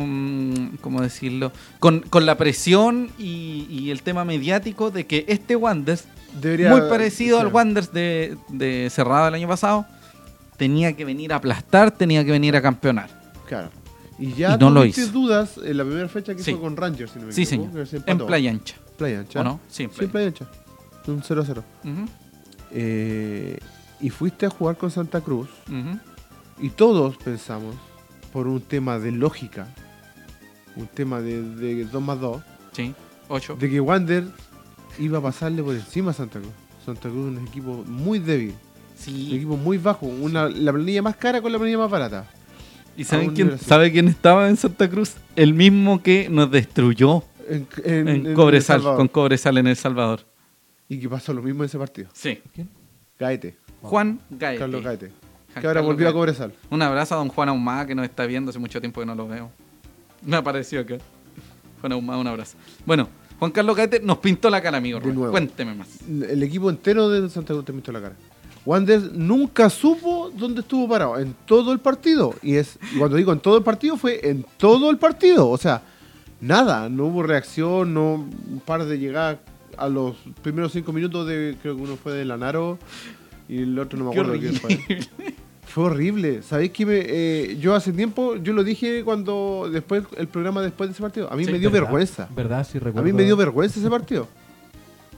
Speaker 2: mm, ¿Cómo decirlo? Con, con la presión y, y el tema mediático de que este Wanders,
Speaker 1: Debería-
Speaker 2: muy parecido al
Speaker 1: sí.
Speaker 2: Wanders de, de Cerrado el año pasado, tenía que venir a aplastar, tenía que venir a campeonar.
Speaker 1: Claro. Y ya
Speaker 2: Y no lo
Speaker 1: tuviste
Speaker 2: hizo.
Speaker 1: dudas en la primera fecha que
Speaker 2: Sí.
Speaker 1: fue con Rangers, si no me
Speaker 2: Sí,
Speaker 1: equivoco,
Speaker 2: señor.
Speaker 1: que se
Speaker 2: En
Speaker 1: empató.
Speaker 2: playa ancha.
Speaker 1: Playa Ancha.
Speaker 2: ¿O no? Sí, en
Speaker 1: Sí, en
Speaker 2: playa.
Speaker 1: Playa Ancha. Un 0-0.
Speaker 2: Ujú,
Speaker 1: Eh, y fuiste a jugar con Santa Cruz.
Speaker 2: ujú.
Speaker 1: Y todos pensamos, por un tema de lógica, un tema de, de 2 más 2,
Speaker 2: Sí, ocho.
Speaker 1: de que Wander iba a pasarle por encima a Santa Cruz. Santa Cruz es un equipo muy débil, un
Speaker 2: Sí.
Speaker 1: equipo muy bajo, una, la planilla más cara con la planilla más barata.
Speaker 2: ¿Y
Speaker 1: a
Speaker 2: saben
Speaker 1: un
Speaker 2: quién,
Speaker 1: nivel así.
Speaker 2: sabe quién estaba en Santa Cruz? El mismo que nos destruyó
Speaker 1: En,
Speaker 2: en,
Speaker 1: en- en El
Speaker 2: Cobresal,
Speaker 1: Salvador.
Speaker 2: con Cobresal en El Salvador.
Speaker 1: Y que pasó lo mismo en ese partido.
Speaker 2: Sí.
Speaker 3: ¿Quién?
Speaker 1: Gaete,
Speaker 2: Juan Gaete.
Speaker 1: Carlos Gaete,
Speaker 2: Juan
Speaker 1: que ahora
Speaker 2: Carlos
Speaker 1: volvió a
Speaker 2: Gaete.
Speaker 1: Cobresal.
Speaker 2: Un abrazo a don Juan Ahumada que nos está viendo hace mucho tiempo que no lo veo. Me apareció acá. Juan Ahumada, un abrazo. Bueno, Juan Carlos Gaete nos pintó la cara, amigo.
Speaker 1: De
Speaker 2: Rubén.
Speaker 1: nuevo.
Speaker 2: Cuénteme más.
Speaker 1: El equipo entero de Santa Cruz te mintió la cara. Wander nunca supo dónde estuvo parado en todo el partido. Y es y cuando digo en todo el partido, fue en todo el partido. O sea, nada, no hubo reacción, no un par de llegadas a los primeros cinco minutos de, creo que uno fue de Lanaro y el otro no me
Speaker 2: Qué
Speaker 1: acuerdo quién fue. Fue horrible. ¿Sabéis que me- eh, yo hace tiempo, yo lo dije cuando, después, el programa después de ese partido, a mí
Speaker 2: Sí,
Speaker 1: me dio
Speaker 3: ¿Verdad?
Speaker 1: vergüenza.
Speaker 3: ¿Verdad? Sí, recuerdo.
Speaker 1: A mí me dio vergüenza ese partido.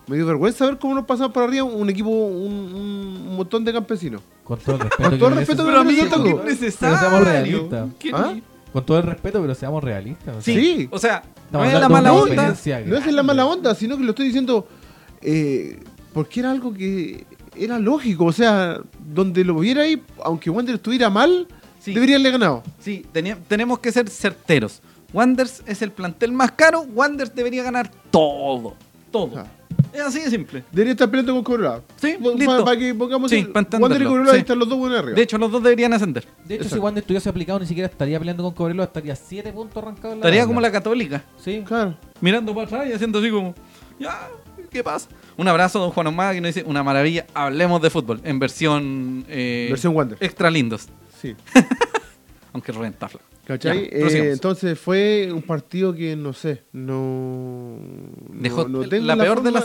Speaker 1: Me dio vergüenza ver cómo nos pasaba por arriba un equipo, un, un montón de campesinos.
Speaker 3: Con todo el respeto.
Speaker 1: Con
Speaker 3: que
Speaker 1: todo el
Speaker 3: merece
Speaker 1: respeto
Speaker 2: Pero
Speaker 3: ese
Speaker 1: que
Speaker 3: partido.
Speaker 1: merece
Speaker 2: amigo,
Speaker 1: Santa
Speaker 2: qué
Speaker 1: Cruz.
Speaker 3: Pero seamos
Speaker 2: necesario.
Speaker 3: realistas.
Speaker 2: ¿Qué
Speaker 1: ¿Ah?
Speaker 2: ni-
Speaker 3: Con todo el respeto, pero seamos realistas. o sea,
Speaker 2: Sí,
Speaker 1: Sí.
Speaker 2: O sea, No es la
Speaker 3: hablando de
Speaker 2: mala
Speaker 3: una
Speaker 2: onda.
Speaker 3: experiencia
Speaker 1: No es en la
Speaker 3: grande.
Speaker 1: mala onda, sino que lo estoy diciendo eh, porque era algo que era lógico. O sea, donde lo viera ahí, aunque Wander estuviera mal,
Speaker 2: Sí.
Speaker 1: debería haberle ganado.
Speaker 2: Sí, tenia- tenemos que ser certeros. Wanders es el plantel más caro. Wanders debería ganar todo. Todo.
Speaker 1: Ah.
Speaker 2: Es así de simple.
Speaker 1: Debería estar peleando con Cobra.
Speaker 2: Sí,
Speaker 1: Para
Speaker 2: listo.
Speaker 1: que pongamos
Speaker 2: Sí,
Speaker 1: el-
Speaker 2: pa' entenderlo,
Speaker 1: Wander y Cobreloa, ahí
Speaker 2: sí.
Speaker 1: están los dos buenos arriba.
Speaker 2: De hecho, los dos deberían ascender.
Speaker 3: De hecho, si
Speaker 1: Exacto.
Speaker 3: Wander estuviese aplicado, ni siquiera estaría peleando con Cobreloa, estaría 7 puntos arrancados. en la
Speaker 2: Estaría
Speaker 3: tabla.
Speaker 2: como la católica,
Speaker 3: Sí.
Speaker 1: Claro.
Speaker 2: mirando para atrás y haciendo así como, ya, ¿qué pasa? Un abrazo, don Juan Omar, que nos dice, una maravilla, hablemos de fútbol, en versión, eh,
Speaker 1: Versión Wander.
Speaker 2: extra lindos,
Speaker 1: Sí.
Speaker 2: aunque reventa flaco.
Speaker 1: ¿Cachai?
Speaker 2: Ya,
Speaker 1: Eh,
Speaker 2: prosigamos.
Speaker 1: entonces fue un partido que no sé, no. no-
Speaker 2: Dejó
Speaker 1: no
Speaker 2: la peor
Speaker 1: forma-
Speaker 2: de las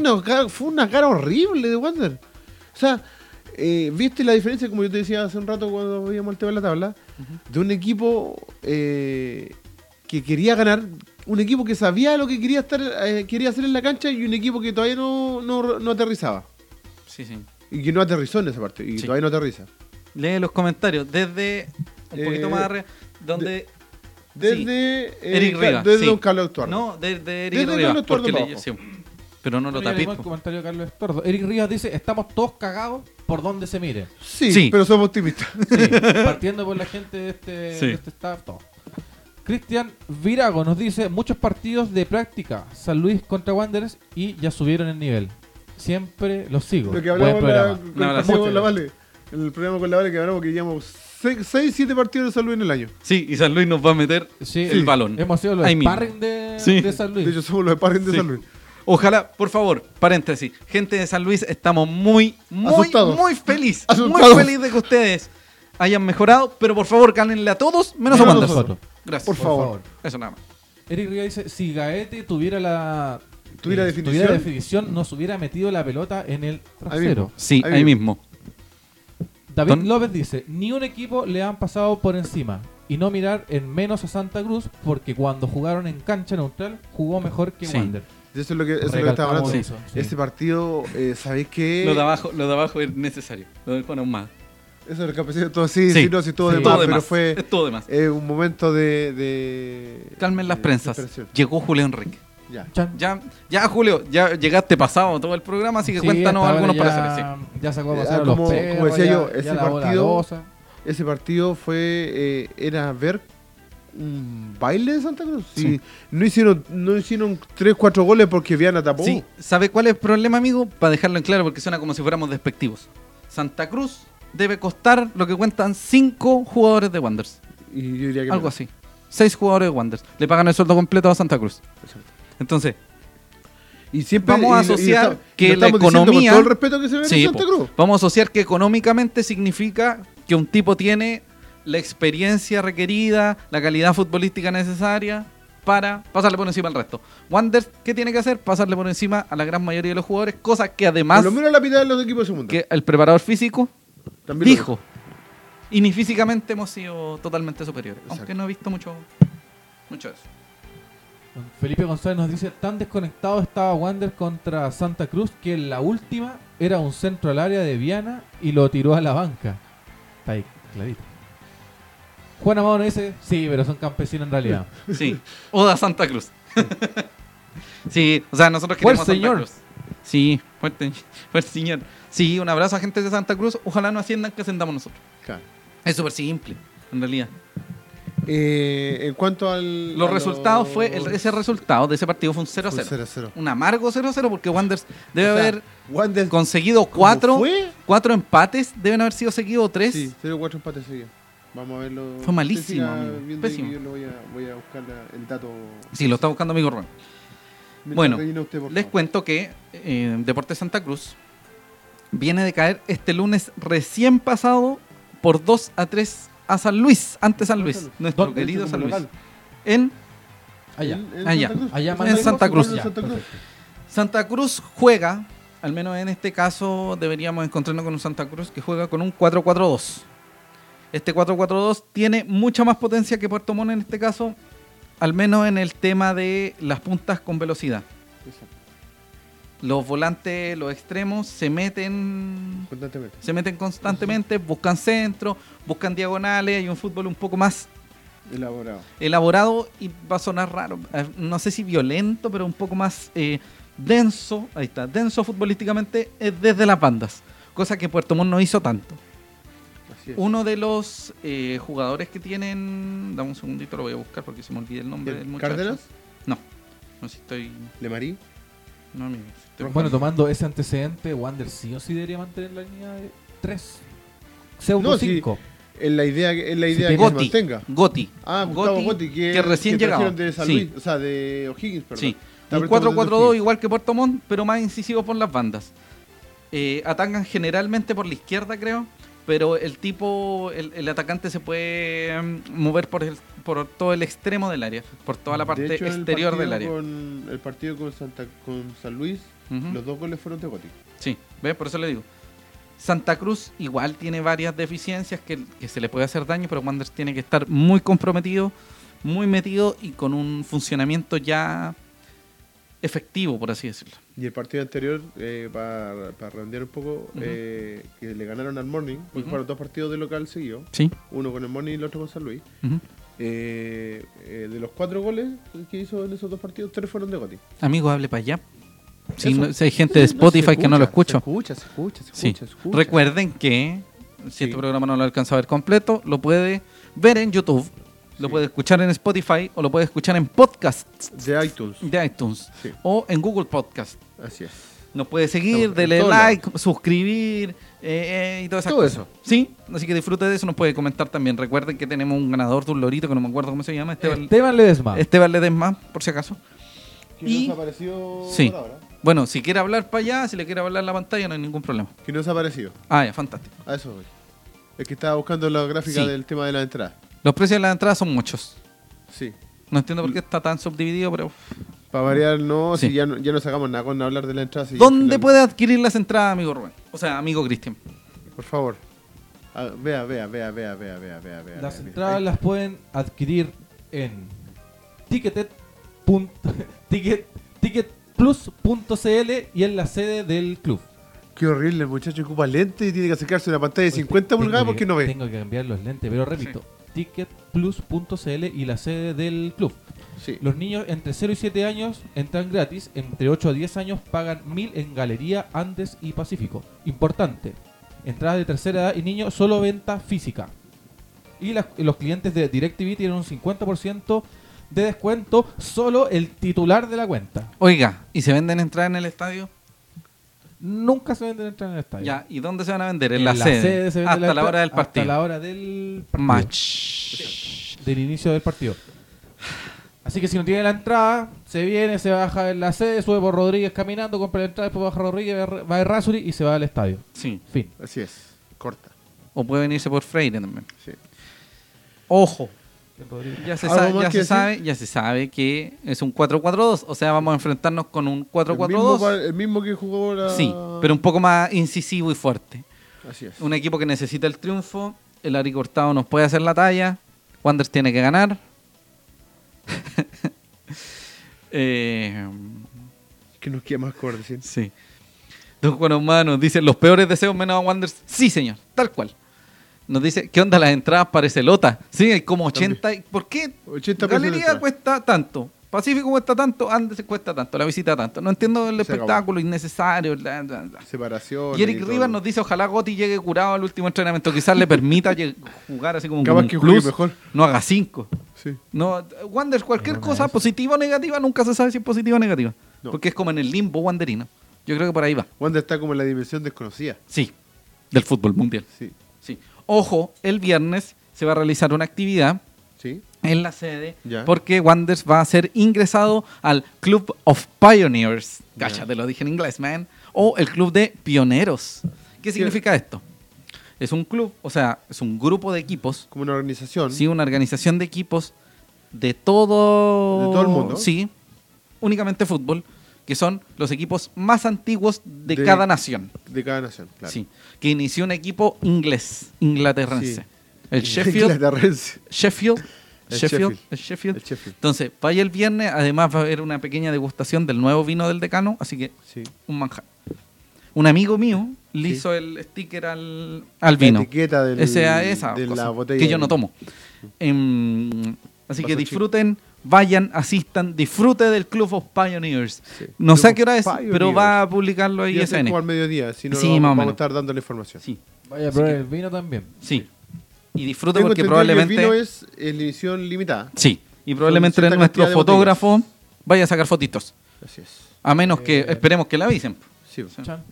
Speaker 1: es una cara- fue una cara horrible de Wander. O sea, eh, viste la diferencia, como yo te decía hace un rato cuando veíamos el tema de la tabla, de un equipo eh, que quería ganar, un equipo que sabía lo que quería estar eh, quería hacer en la cancha y un equipo que todavía no, no, no aterrizaba.
Speaker 2: Sí, sí.
Speaker 1: Y que no aterrizó en esa partido, y
Speaker 2: Sí.
Speaker 1: todavía no aterriza.
Speaker 2: Lee los comentarios, desde un
Speaker 1: Eh,
Speaker 2: poquito más arriba, donde...
Speaker 1: Desde, eh,
Speaker 2: Eric Rivas,
Speaker 1: desde
Speaker 2: sí.
Speaker 1: Don Carlos Tuardo.
Speaker 2: No, desde Eric
Speaker 1: Desde
Speaker 2: Rivas,
Speaker 1: Carlos Tuardo
Speaker 2: porque
Speaker 1: para
Speaker 2: leí-
Speaker 1: abajo.
Speaker 2: sí, pero no lo
Speaker 3: Mira,
Speaker 2: tapé.
Speaker 3: leemos el comentario de Carlos Estordo. Eric Rivas dice, estamos todos cagados por donde se mire.
Speaker 1: Sí,
Speaker 2: Sí.
Speaker 1: pero somos optimistas.
Speaker 3: Sí, partiendo por la gente de este,
Speaker 2: Sí.
Speaker 3: de este staff, todo. Cristian Virago nos dice, muchos partidos de práctica, San Luis contra Wanderers y ya subieron el nivel. Siempre los sigo.
Speaker 1: Lo que
Speaker 3: Buen
Speaker 1: hablamos la,
Speaker 3: programa.
Speaker 1: con,
Speaker 2: Un abrazo.
Speaker 1: con la Vale. En el programa con la Vale que hablamos que llevamos 6, 7 partidos de salud en el año.
Speaker 2: Sí, y San Luis nos va a meter
Speaker 3: Sí,
Speaker 2: el balón.
Speaker 3: Hemos sido los
Speaker 2: Ahí mismo.
Speaker 3: sparring de,
Speaker 2: Sí.
Speaker 3: de San Luis.
Speaker 1: De hecho, somos los pares de
Speaker 2: Sí.
Speaker 1: salud.
Speaker 2: Ojalá, por favor, paréntesis. Gente de San Luis, estamos muy, muy,
Speaker 1: Asustados.
Speaker 2: muy feliz.
Speaker 1: Asustados.
Speaker 2: Muy feliz de que ustedes hayan mejorado, pero por favor, gánenle a todos, menos,
Speaker 1: Menos
Speaker 2: a Wanders.
Speaker 1: nosotros. Por
Speaker 2: Gracias.
Speaker 1: favor.
Speaker 2: Eso nada más.
Speaker 3: Eric Rivas dice, si Gaete tuviera la... eh,
Speaker 1: Tuviera definición.
Speaker 3: definición, nos hubiera metido la pelota en el
Speaker 1: mismo.
Speaker 3: trasero.
Speaker 2: Sí,
Speaker 1: Ahí
Speaker 2: ahí, mismo.
Speaker 3: David
Speaker 2: Don-
Speaker 3: López dice, ni un equipo le han pasado por encima. Y no mirar en menos a Santa Cruz, porque cuando jugaron en cancha neutral, jugó mejor que
Speaker 2: Sí.
Speaker 3: Wander.
Speaker 1: Eso es lo que, eso es lo que estaba hablando.
Speaker 3: Recalcamos eso, sí.
Speaker 1: Este partido, eh, ¿sabéis qué?
Speaker 2: Lo de abajo, lo de abajo es necesario. Lo de Juan Ahumada.
Speaker 1: Eso es lo que pensé, todo sí, sí, no, sí, todo
Speaker 3: Sí.
Speaker 1: de
Speaker 2: Todo
Speaker 1: más,
Speaker 2: de
Speaker 1: Ah, pero
Speaker 2: más.
Speaker 1: fue
Speaker 2: Es todo de más.
Speaker 1: eh, un momento de. de
Speaker 2: Calmen las
Speaker 1: de
Speaker 2: prensas.
Speaker 1: desesperación.
Speaker 2: Llegó Julio Enrique.
Speaker 1: Ya.
Speaker 3: Chan.
Speaker 2: Ya, ya Julio, ya llegaste pasado todo el programa, así que
Speaker 3: Sí,
Speaker 2: cuéntanos
Speaker 3: hasta
Speaker 2: algunos
Speaker 3: ahora
Speaker 2: parecer.
Speaker 3: ya, ya sacó a
Speaker 1: Eh,
Speaker 3: pasar
Speaker 1: ah,
Speaker 3: a los
Speaker 1: como-
Speaker 3: perros,
Speaker 1: como decía
Speaker 3: ya-
Speaker 1: yo,
Speaker 3: ya
Speaker 1: ese
Speaker 3: lavó la
Speaker 1: partido-
Speaker 3: loza.
Speaker 1: Ese partido fue. eh, era ver un baile de Santa Cruz. Sí.
Speaker 2: Sí.
Speaker 1: No hicieron no hicieron 3-4 goles porque Viana tapó.
Speaker 2: Sí, ¿sabe cuál es el problema, amigo? Para dejarlo en claro, porque suena como si fuéramos despectivos. Santa Cruz debe costar lo que cuentan cinco jugadores de Wanderers.
Speaker 1: Y yo diría que
Speaker 2: Algo
Speaker 1: menos.
Speaker 2: así. Seis jugadores de Wanderers. Le pagan el sueldo completo a Santa Cruz.
Speaker 1: Exacto.
Speaker 2: Entonces,
Speaker 1: Y siempre
Speaker 2: Vamos
Speaker 1: y lo-
Speaker 2: a
Speaker 1: y lo
Speaker 2: asociar
Speaker 1: estamos-
Speaker 2: que
Speaker 1: lo
Speaker 2: la
Speaker 1: estamos diciendo
Speaker 2: economía-
Speaker 1: Con todo el respeto que se ve
Speaker 2: sí,
Speaker 1: en Santa
Speaker 2: po,
Speaker 1: Cruz.
Speaker 2: vamos a asociar que económicamente significa que un tipo tiene la experiencia requerida, la calidad futbolística necesaria para pasarle por encima al resto. Wanderers, ¿qué tiene que hacer? Pasarle por encima a la gran mayoría de los jugadores, cosa que además
Speaker 1: Por lo menos la mitad de los equipos de segunda.
Speaker 2: que el preparador físico
Speaker 1: También lo-
Speaker 2: dijo. Y ni físicamente hemos sido totalmente superiores.
Speaker 1: Exacto.
Speaker 2: Aunque no he visto mucho, mucho de eso.
Speaker 3: Felipe González nos dice, tan desconectado estaba Wander contra Santa Cruz que en la última era un centro al área de Viana y lo tiró a la banca. Está ahí, clarito. Juan Amado nos dice, sí, pero son campesinos en realidad.
Speaker 2: Sí. Oda Santa Cruz. sí, o sea, nosotros queremos
Speaker 3: Fuerza,
Speaker 2: a Santa
Speaker 3: señor.
Speaker 2: Cruz. Sí, fuerte, fuerte, señor. Sí, un abrazo a gente de Santa Cruz. Ojalá no asciendan que ascendamos nosotros.
Speaker 1: Claro.
Speaker 2: Es súper simple, en realidad.
Speaker 1: Eh, en cuanto al.
Speaker 2: Los
Speaker 1: a
Speaker 2: resultados
Speaker 1: los-
Speaker 2: fue, el- ese resultado de ese partido fue un
Speaker 1: fue
Speaker 2: 0-0.
Speaker 1: 0-0.
Speaker 2: Un amargo 0-0 porque Wanderers
Speaker 1: O
Speaker 2: debe
Speaker 1: sea,
Speaker 2: haber
Speaker 1: Wander-
Speaker 2: conseguido
Speaker 1: ¿cómo
Speaker 2: cuatro,
Speaker 1: fue?
Speaker 2: cuatro empates, deben haber sido seguidos tres.
Speaker 1: Sí, 0-4 empates seguidos. Vamos a verlo.
Speaker 2: Fue malísimo,
Speaker 1: Usted siga
Speaker 2: amigo.
Speaker 1: viendo ahí que
Speaker 2: Pésimo.
Speaker 1: Yo lo voy a, voy a buscar la- el dato.
Speaker 2: Sí, lo está buscando amigo Rubén.
Speaker 1: Mientras
Speaker 2: Bueno,
Speaker 1: rellena usted, por
Speaker 2: Les
Speaker 1: favor.
Speaker 2: cuento que eh, Deportes Santa Cruz viene de caer este lunes recién pasado por 2 a 3 a San Luis, ante San Luis, nuestro
Speaker 3: ¿Dónde?
Speaker 2: querido
Speaker 1: Como
Speaker 2: San Luis.
Speaker 1: local.
Speaker 2: En
Speaker 3: Allá.
Speaker 1: En- en
Speaker 2: Allá.
Speaker 1: Santa Cruz.
Speaker 3: Allá
Speaker 2: En Santa Cruz.
Speaker 1: En Santa Cruz.
Speaker 2: Santa Cruz juega, al menos en este caso deberíamos encontrarnos con un Santa Cruz que juega con un 4-4-2. Este 4-4-2 tiene mucha más potencia que Puerto Montt en este caso, al menos en el tema de las puntas con velocidad.
Speaker 1: Exacto,
Speaker 2: Los volantes, los extremos se meten
Speaker 1: Constantemente.
Speaker 2: se meten constantemente, buscan centro, buscan diagonales, hay un fútbol un poco más
Speaker 1: Elaborado.
Speaker 2: elaborado y va a sonar raro, eh, no sé si violento, pero un poco más eh, denso, ahí está, denso futbolísticamente eh, desde las bandas, cosa que Puerto Montt no hizo tanto.
Speaker 1: Así es.
Speaker 2: Uno de los eh, jugadores que tienen, dame un segundito, lo voy a buscar porque se me olvidé el nombre del
Speaker 1: ¿El
Speaker 2: muchacho.
Speaker 1: ¿Cárdenas?
Speaker 2: No, no si estoy,
Speaker 1: ¿Le Marí?
Speaker 2: no amigo, si estoy-
Speaker 3: Bueno, tomando ese antecedente, Wander sí o sí debería mantener la línea de 3. Pseudo
Speaker 1: No, sí.
Speaker 3: 5.
Speaker 1: Es la idea, es la idea que se
Speaker 2: Gotti,
Speaker 1: mantenga.
Speaker 2: Gotti,
Speaker 1: Ah, Gustavo Gotti, que,
Speaker 2: que recién
Speaker 1: que
Speaker 2: llegaba.
Speaker 1: trajeron de San
Speaker 2: Sí.
Speaker 1: Luis, o sea, de O'Higgins, perdón.
Speaker 2: Sí.
Speaker 1: Está apretado
Speaker 2: Un
Speaker 1: desde
Speaker 2: 4-4-2
Speaker 1: O'Higgins.
Speaker 2: igual que Puerto Montt, pero más incisivo por las bandas. Eh, atacan generalmente por la izquierda, creo, pero el tipo, el, el atacante se puede mm, mover por, el- por todo el extremo del área, por toda la
Speaker 1: De
Speaker 2: parte
Speaker 1: hecho, en el
Speaker 2: exterior del
Speaker 1: partido
Speaker 2: área.
Speaker 1: Con, el partido con, Santa, con San Luis,
Speaker 2: Ujú.
Speaker 1: los dos goles fueron de Gotti.
Speaker 2: Sí, ¿ves? Por eso le digo. Santa Cruz igual tiene varias deficiencias que, que se le puede hacer daño, pero Wander tiene que estar muy comprometido, muy metido y con un funcionamiento ya efectivo, por así decirlo.
Speaker 1: Y el partido anterior, eh, para, para redondear un poco, eh, que le ganaron al Morning, porque
Speaker 2: Ujú.
Speaker 1: fueron dos partidos de local seguidos,
Speaker 2: Sí.
Speaker 1: uno con el Morning y el otro con San Luis. Eh, eh, de los cuatro goles que hizo en esos dos partidos, tres fueron de Gotti.
Speaker 2: Amigo, hable para allá. Si,
Speaker 1: Eso.
Speaker 2: no- si hay gente de Spotify que no lo escucho.
Speaker 1: escucha, se escucha, se
Speaker 2: Sí. Recuerden que si
Speaker 1: Sí.
Speaker 2: este programa no lo alcanza a ver completo, lo puede ver en YouTube, lo
Speaker 1: Sí.
Speaker 2: puede escuchar en Spotify o lo puede escuchar en podcasts
Speaker 1: De iTunes.
Speaker 2: de iTunes
Speaker 1: Sí.
Speaker 2: o en Google Podcast.
Speaker 1: Así es.
Speaker 2: Nos puede seguir,
Speaker 1: Estamos en
Speaker 2: dele
Speaker 1: todos
Speaker 2: like, suscribir eh, eh, y todas esas
Speaker 1: Todo
Speaker 2: cosas.
Speaker 1: eso.
Speaker 2: Sí, así que disfrute de eso, nos puede comentar también. Recuerden que tenemos un ganador de un lorito que no me acuerdo cómo se llama, Esteban,
Speaker 3: Esteban Ledesma.
Speaker 2: Esteban Ledesma, por si acaso.
Speaker 1: Que
Speaker 2: Y-
Speaker 1: nos apareció
Speaker 2: Sí.
Speaker 1: por ahora.
Speaker 2: Bueno, si quiere hablar para allá, si le quiere hablar a la pantalla, no hay ningún problema.
Speaker 1: Que nos apareció.
Speaker 2: Ah, ya, fantástico.
Speaker 1: A eso voy. Es que estaba buscando la gráfica
Speaker 2: Sí.
Speaker 1: del tema de la entrada.
Speaker 2: Los precios de la entrada son muchos.
Speaker 1: Sí.
Speaker 2: No entiendo por qué está tan subdividido, pero...
Speaker 1: Para variar, no,
Speaker 2: Sí.
Speaker 1: si ya no, ya no sacamos nada con hablar de la entrada. si al
Speaker 2: ¿Dónde
Speaker 1: final-
Speaker 2: puede adquirir las entradas, amigo Rubén? O sea, amigo Cristian.
Speaker 1: Por favor. Ah, Vea, vea, vea, vea, vea, vea, vea, vea.
Speaker 3: Las
Speaker 1: vea, mira.
Speaker 3: entradas
Speaker 1: Ahí.
Speaker 3: las pueden adquirir en ticketed. punt- ticket- ticketplus.cl y en la sede del club.
Speaker 1: Qué horrible, el muchacho ocupa lente y tiene que acercarse a una pantalla de
Speaker 3: Oye,
Speaker 1: 50
Speaker 3: tengo
Speaker 1: pulgadas
Speaker 3: que-
Speaker 1: porque no ve.
Speaker 3: Tengo que cambiar los lentes, pero repito, ticketplus.cl y la sede del club.
Speaker 1: Sí.
Speaker 3: Los niños entre 0 y 7 años entran gratis, entre 8 a 10 años pagan 1000 en Galería Andes y Pacífico. Importante, entradas de tercera edad y niños solo venta física. Y las- los clientes de DirecTV tienen un 50% de descuento solo el titular de la cuenta.
Speaker 2: Oiga, ¿y se venden entradas en el estadio?
Speaker 3: Nunca se venden entradas en el estadio.
Speaker 2: Ya, ¿y dónde se van a vender? En,
Speaker 3: En
Speaker 2: la, sede.
Speaker 3: se vende
Speaker 2: hasta la,
Speaker 3: entrada
Speaker 2: hora del partido.
Speaker 3: Hasta la hora del partido.
Speaker 2: Match.
Speaker 3: del inicio del partido. Así que si no tiene la entrada, se viene, se baja en la sede, sube por Rodríguez caminando, compra la entrada, después baja Rodríguez, va a Rasuri y se va al estadio.
Speaker 2: Sí.
Speaker 3: Fin.
Speaker 1: Así es. Corta.
Speaker 2: O puede venirse por Freire también.
Speaker 1: Sí.
Speaker 2: Ojo. Ya se,
Speaker 1: ¿Algo
Speaker 2: sabe,
Speaker 1: más
Speaker 2: ya,
Speaker 1: que
Speaker 2: se
Speaker 1: decir?
Speaker 2: sabe, ya se sabe que es un 4-4-2. O sea, vamos a enfrentarnos con un
Speaker 1: el, mismo,
Speaker 2: 4-4-2.
Speaker 1: pa- el mismo que jugó la.
Speaker 2: Sí, pero un poco más incisivo y fuerte.
Speaker 1: Así es.
Speaker 2: Un equipo que necesita el triunfo. El Ari Cortado nos puede hacer la talla. Wander tiene que ganar. eh,
Speaker 1: Que nos queda más corto, ¿sí?
Speaker 2: sí. Don Juan Humano nos dice: Los peores deseos menos a Wander. Sí, señor, tal cual. Nos dice: ¿Qué onda las entradas para ese Lota? Sí, hay como 80. y- ¿Por qué?
Speaker 1: 80 pesos la
Speaker 2: Galería
Speaker 1: entrada.
Speaker 2: cuesta tanto. Pacífico cuesta tanto, Andes cuesta tanto, la visita tanto. No entiendo el
Speaker 1: Se acabó.
Speaker 2: espectáculo innecesario. bla, bla, bla.
Speaker 1: Separación.
Speaker 2: Y Eric Rivas nos dice, ojalá Gotti llegue curado al último entrenamiento. Quizás le permita lleg- jugar así como un
Speaker 1: Capaz
Speaker 2: un
Speaker 1: que juegue mejor.
Speaker 2: No haga cinco.
Speaker 1: Sí.
Speaker 2: No, Wander, cualquier
Speaker 3: Una de
Speaker 2: cosa,
Speaker 3: esas.
Speaker 2: positiva o negativa, nunca se sabe si es positiva o negativa.
Speaker 1: No.
Speaker 2: Porque es como en el limbo wanderino. Yo creo que por ahí va.
Speaker 1: Wanda está como en la dimensión desconocida.
Speaker 2: Sí, del fútbol mundial.
Speaker 1: Sí.
Speaker 2: Sí. Ojo, el viernes se va a realizar una actividad
Speaker 1: Sí.
Speaker 2: en la sede
Speaker 1: Ya.
Speaker 2: porque Wanders va a ser ingresado al Club of Pioneers. Cacha,
Speaker 1: Ya.
Speaker 2: te lo dije en inglés, man. O el Club de Pioneros. ¿Qué significa esto? Es un club, o sea, es un grupo de equipos,
Speaker 1: Como una organización.
Speaker 2: sí, una organización de equipos de todo,
Speaker 1: De todo el mundo.
Speaker 2: Sí, únicamente fútbol, que son los equipos más antiguos de,
Speaker 1: De-
Speaker 2: cada nación.
Speaker 1: De cada nación, claro.
Speaker 2: Sí, que inició un equipo inglés, inglaterrense.
Speaker 1: Sí.
Speaker 2: El Sheffield
Speaker 1: Inglaterrense.
Speaker 2: Sheffield.
Speaker 1: El
Speaker 2: Sheffield,
Speaker 1: Sheffield.
Speaker 2: el Sheffield.
Speaker 1: El Sheffield.
Speaker 2: Entonces, vaya el viernes, además va a haber una pequeña degustación del nuevo vino del decano, así que
Speaker 1: Sí.
Speaker 2: un manjar. Un amigo mío le
Speaker 1: Sí.
Speaker 2: hizo el sticker al, al vino.
Speaker 1: La etiqueta del-
Speaker 2: Ese- a esa
Speaker 1: de la
Speaker 2: cosa,
Speaker 1: botella
Speaker 2: que yo
Speaker 1: de
Speaker 2: no
Speaker 1: vino.
Speaker 2: tomo. Em,
Speaker 1: Paso
Speaker 2: así que
Speaker 1: chico.
Speaker 2: disfruten, vayan, asistan, disfrute del Club of Pioneers.
Speaker 1: Sí.
Speaker 2: No sé a
Speaker 1: Club
Speaker 2: qué hora es,
Speaker 1: Pioneers.
Speaker 2: pero va a publicarlo ahí
Speaker 1: Ya sé
Speaker 2: SN.
Speaker 1: como al mediodía, si no,
Speaker 2: Sí,
Speaker 1: no
Speaker 2: más o
Speaker 1: vamos,
Speaker 2: menos.
Speaker 1: a estar dando la información.
Speaker 2: Sí,
Speaker 3: Vaya,
Speaker 2: Así
Speaker 3: pero
Speaker 2: que-
Speaker 3: el vino también.
Speaker 2: sí. Y disfrute
Speaker 1: Tengo
Speaker 2: porque
Speaker 1: entendido que
Speaker 2: probablemente...
Speaker 1: el vino es en edición limitada.
Speaker 2: Sí, y probablemente
Speaker 1: cierta
Speaker 2: nuestro
Speaker 1: cantidad de
Speaker 2: fotógrafo vaya a sacar fotitos.
Speaker 1: Así es.
Speaker 2: A menos que, esperemos que la avisen.
Speaker 1: Sí.
Speaker 3: Chan,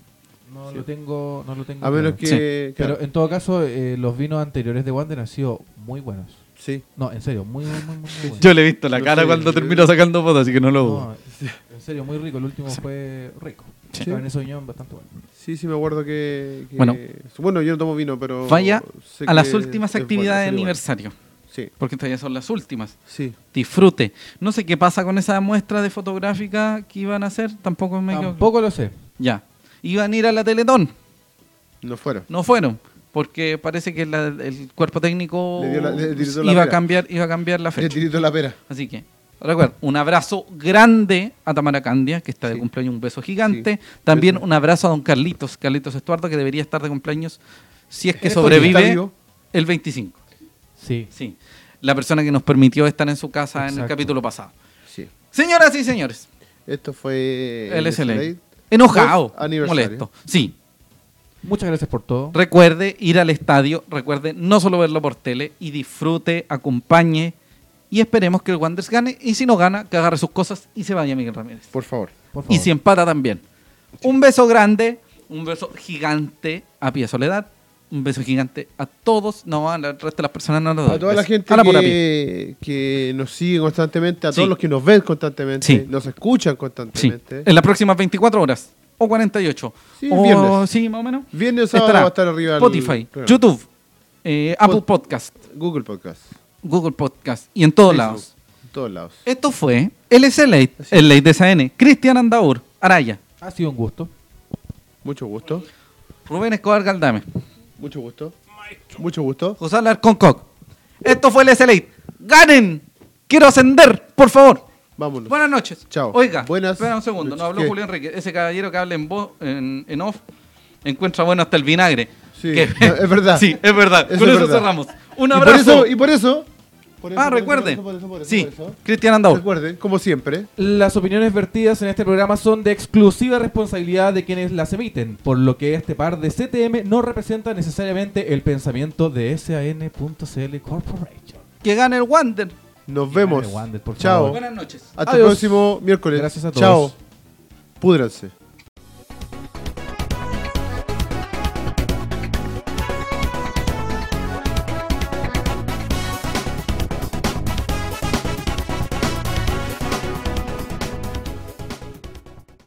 Speaker 3: no lo tengo, no lo tengo.
Speaker 1: A menos
Speaker 3: claro.
Speaker 1: que.
Speaker 2: Sí.
Speaker 1: claro,
Speaker 3: Pero en todo caso, eh, los vinos anteriores de Wander han sido muy buenos.
Speaker 1: sí.
Speaker 3: No, en serio, muy, muy, muy, muy buenos.
Speaker 2: Yo le he visto la
Speaker 1: No
Speaker 2: cara
Speaker 1: sé,
Speaker 2: cuando
Speaker 1: yo-
Speaker 2: termino sacando fotos, así que no lo dudo.
Speaker 3: No, en serio, muy rico. El último fue rico.
Speaker 2: Sí.
Speaker 3: Cabernet Sauvignon, bastante bueno.
Speaker 1: Sí, sí, me acuerdo que. que-
Speaker 2: Bueno.
Speaker 1: Bueno, yo no tomo vino, pero.
Speaker 2: Vaya
Speaker 1: sé
Speaker 2: a las
Speaker 1: que
Speaker 2: últimas
Speaker 1: es bueno,
Speaker 2: actividades de
Speaker 1: sería
Speaker 2: aniversario,
Speaker 1: bueno. Sí,
Speaker 2: porque estas ya son las últimas.
Speaker 1: sí.
Speaker 2: Disfrute. No sé qué pasa con esa muestra de fotográfica que iban a hacer, tampoco me equivoco.
Speaker 3: Tampoco lo sé.
Speaker 2: Ya. Iban a ir a la Teletón,
Speaker 1: No fueron.
Speaker 2: no fueron, porque parece que la- el cuerpo técnico
Speaker 1: Le dio la- le dio la
Speaker 2: iba, a
Speaker 1: pera.
Speaker 2: cambiar, iba a cambiar la
Speaker 1: Le
Speaker 2: fecha.
Speaker 1: tirito la pera.
Speaker 2: Así que, recuerda, un abrazo grande a Tamara Candia, que está de
Speaker 1: Sí.
Speaker 2: cumpleaños, un beso gigante.
Speaker 1: Sí.
Speaker 2: También
Speaker 1: Beso.
Speaker 2: un abrazo a don Carlitos, Carlitos Estuardo, que debería estar de cumpleaños si es que
Speaker 1: ¿Está
Speaker 2: sobrevive
Speaker 1: vivo?
Speaker 2: el 25.
Speaker 3: Sí.
Speaker 2: Sí, la persona que nos permitió estar en su casa en el
Speaker 3: Exacto.
Speaker 2: capítulo pasado.
Speaker 1: Sí.
Speaker 2: Señoras y señores,
Speaker 1: Esto fue.
Speaker 2: el SLA.
Speaker 1: SLA.
Speaker 2: Enojado,
Speaker 1: Eh, Dos aniversarios.
Speaker 2: molesto. Sí,
Speaker 3: Muchas gracias por todo.
Speaker 2: recuerde ir al estadio, recuerde no solo verlo por tele y disfrute, acompañe y esperemos que el Wanderers gane y si no gana, que agarre sus cosas y se vaya Miguel Ramírez.
Speaker 1: Por favor.
Speaker 3: Por favor.
Speaker 2: y si empata también. Un beso grande, un beso gigante a Pia Soledad, un beso gigante a todos, no, al resto de las personas no lo doy.
Speaker 1: A toda la
Speaker 2: Beso.
Speaker 1: gente
Speaker 2: A la pura Pia.
Speaker 1: que, que nos sigue constantemente, a
Speaker 2: Sí.
Speaker 1: todos los que nos ven constantemente,
Speaker 2: Sí.
Speaker 1: nos escuchan
Speaker 2: Sí,
Speaker 1: constantemente.
Speaker 2: en las próximas 24 horas o 48.
Speaker 1: Sí,
Speaker 2: o,
Speaker 1: viernes.
Speaker 2: sí, más o menos.
Speaker 1: Viernes o sábado
Speaker 2: Estará
Speaker 1: va a estar arriba el
Speaker 2: Spotify,
Speaker 1: programa.
Speaker 2: YouTube, eh, Apple
Speaker 1: Pod-
Speaker 2: Podcast,
Speaker 1: Google Podcast.
Speaker 2: Google Podcast y en todos
Speaker 1: Facebook,
Speaker 2: lados.
Speaker 1: En todos lados.
Speaker 2: Esto fue LC Late, el Late de SN, Cristian Andaur, Araya,
Speaker 3: Ha sido un gusto.
Speaker 1: Mucho gusto.
Speaker 2: Rubén Escobar Galdame.
Speaker 1: Mucho gusto. Mucho gusto.
Speaker 2: José Alarcón Coc. Esto fue el SLA. ¡Ganen! Quiero ascender, por favor.
Speaker 1: Vámonos.
Speaker 2: Buenas noches.
Speaker 1: Chao.
Speaker 2: Oiga,
Speaker 1: Buenas
Speaker 2: espera un segundo. No
Speaker 1: noches.
Speaker 2: habló
Speaker 1: ¿Qué?
Speaker 2: Julio Enrique. Ese caballero que habla en voz, en, en off, encuentra bueno hasta el vinagre.
Speaker 1: Sí,
Speaker 2: Que-
Speaker 1: no, es verdad.
Speaker 2: sí, es verdad.
Speaker 1: Eso
Speaker 2: Con
Speaker 1: es
Speaker 2: eso
Speaker 1: verdad.
Speaker 2: cerramos. Un
Speaker 1: y por
Speaker 2: abrazo.
Speaker 1: eso, y por eso. por eso,
Speaker 2: ah,
Speaker 1: por eso,
Speaker 2: recuerden.
Speaker 1: por eso, por eso,
Speaker 2: sí,
Speaker 1: por eso.
Speaker 2: Cristian Andau.
Speaker 1: Recuerden, como siempre.
Speaker 3: Las opiniones vertidas en este programa son de exclusiva responsabilidad de quienes las emiten, por lo que este par de CTM no representa necesariamente el pensamiento de SAN.cl Corporation.
Speaker 2: Que gane el Wander.
Speaker 1: Nos vemos.
Speaker 3: Wander, por
Speaker 1: Chao.
Speaker 3: favor.
Speaker 2: Buenas noches.
Speaker 1: Hasta
Speaker 3: Adiós.
Speaker 1: el próximo miércoles.
Speaker 3: Gracias a
Speaker 1: Chao.
Speaker 3: todos.
Speaker 1: Púdranse.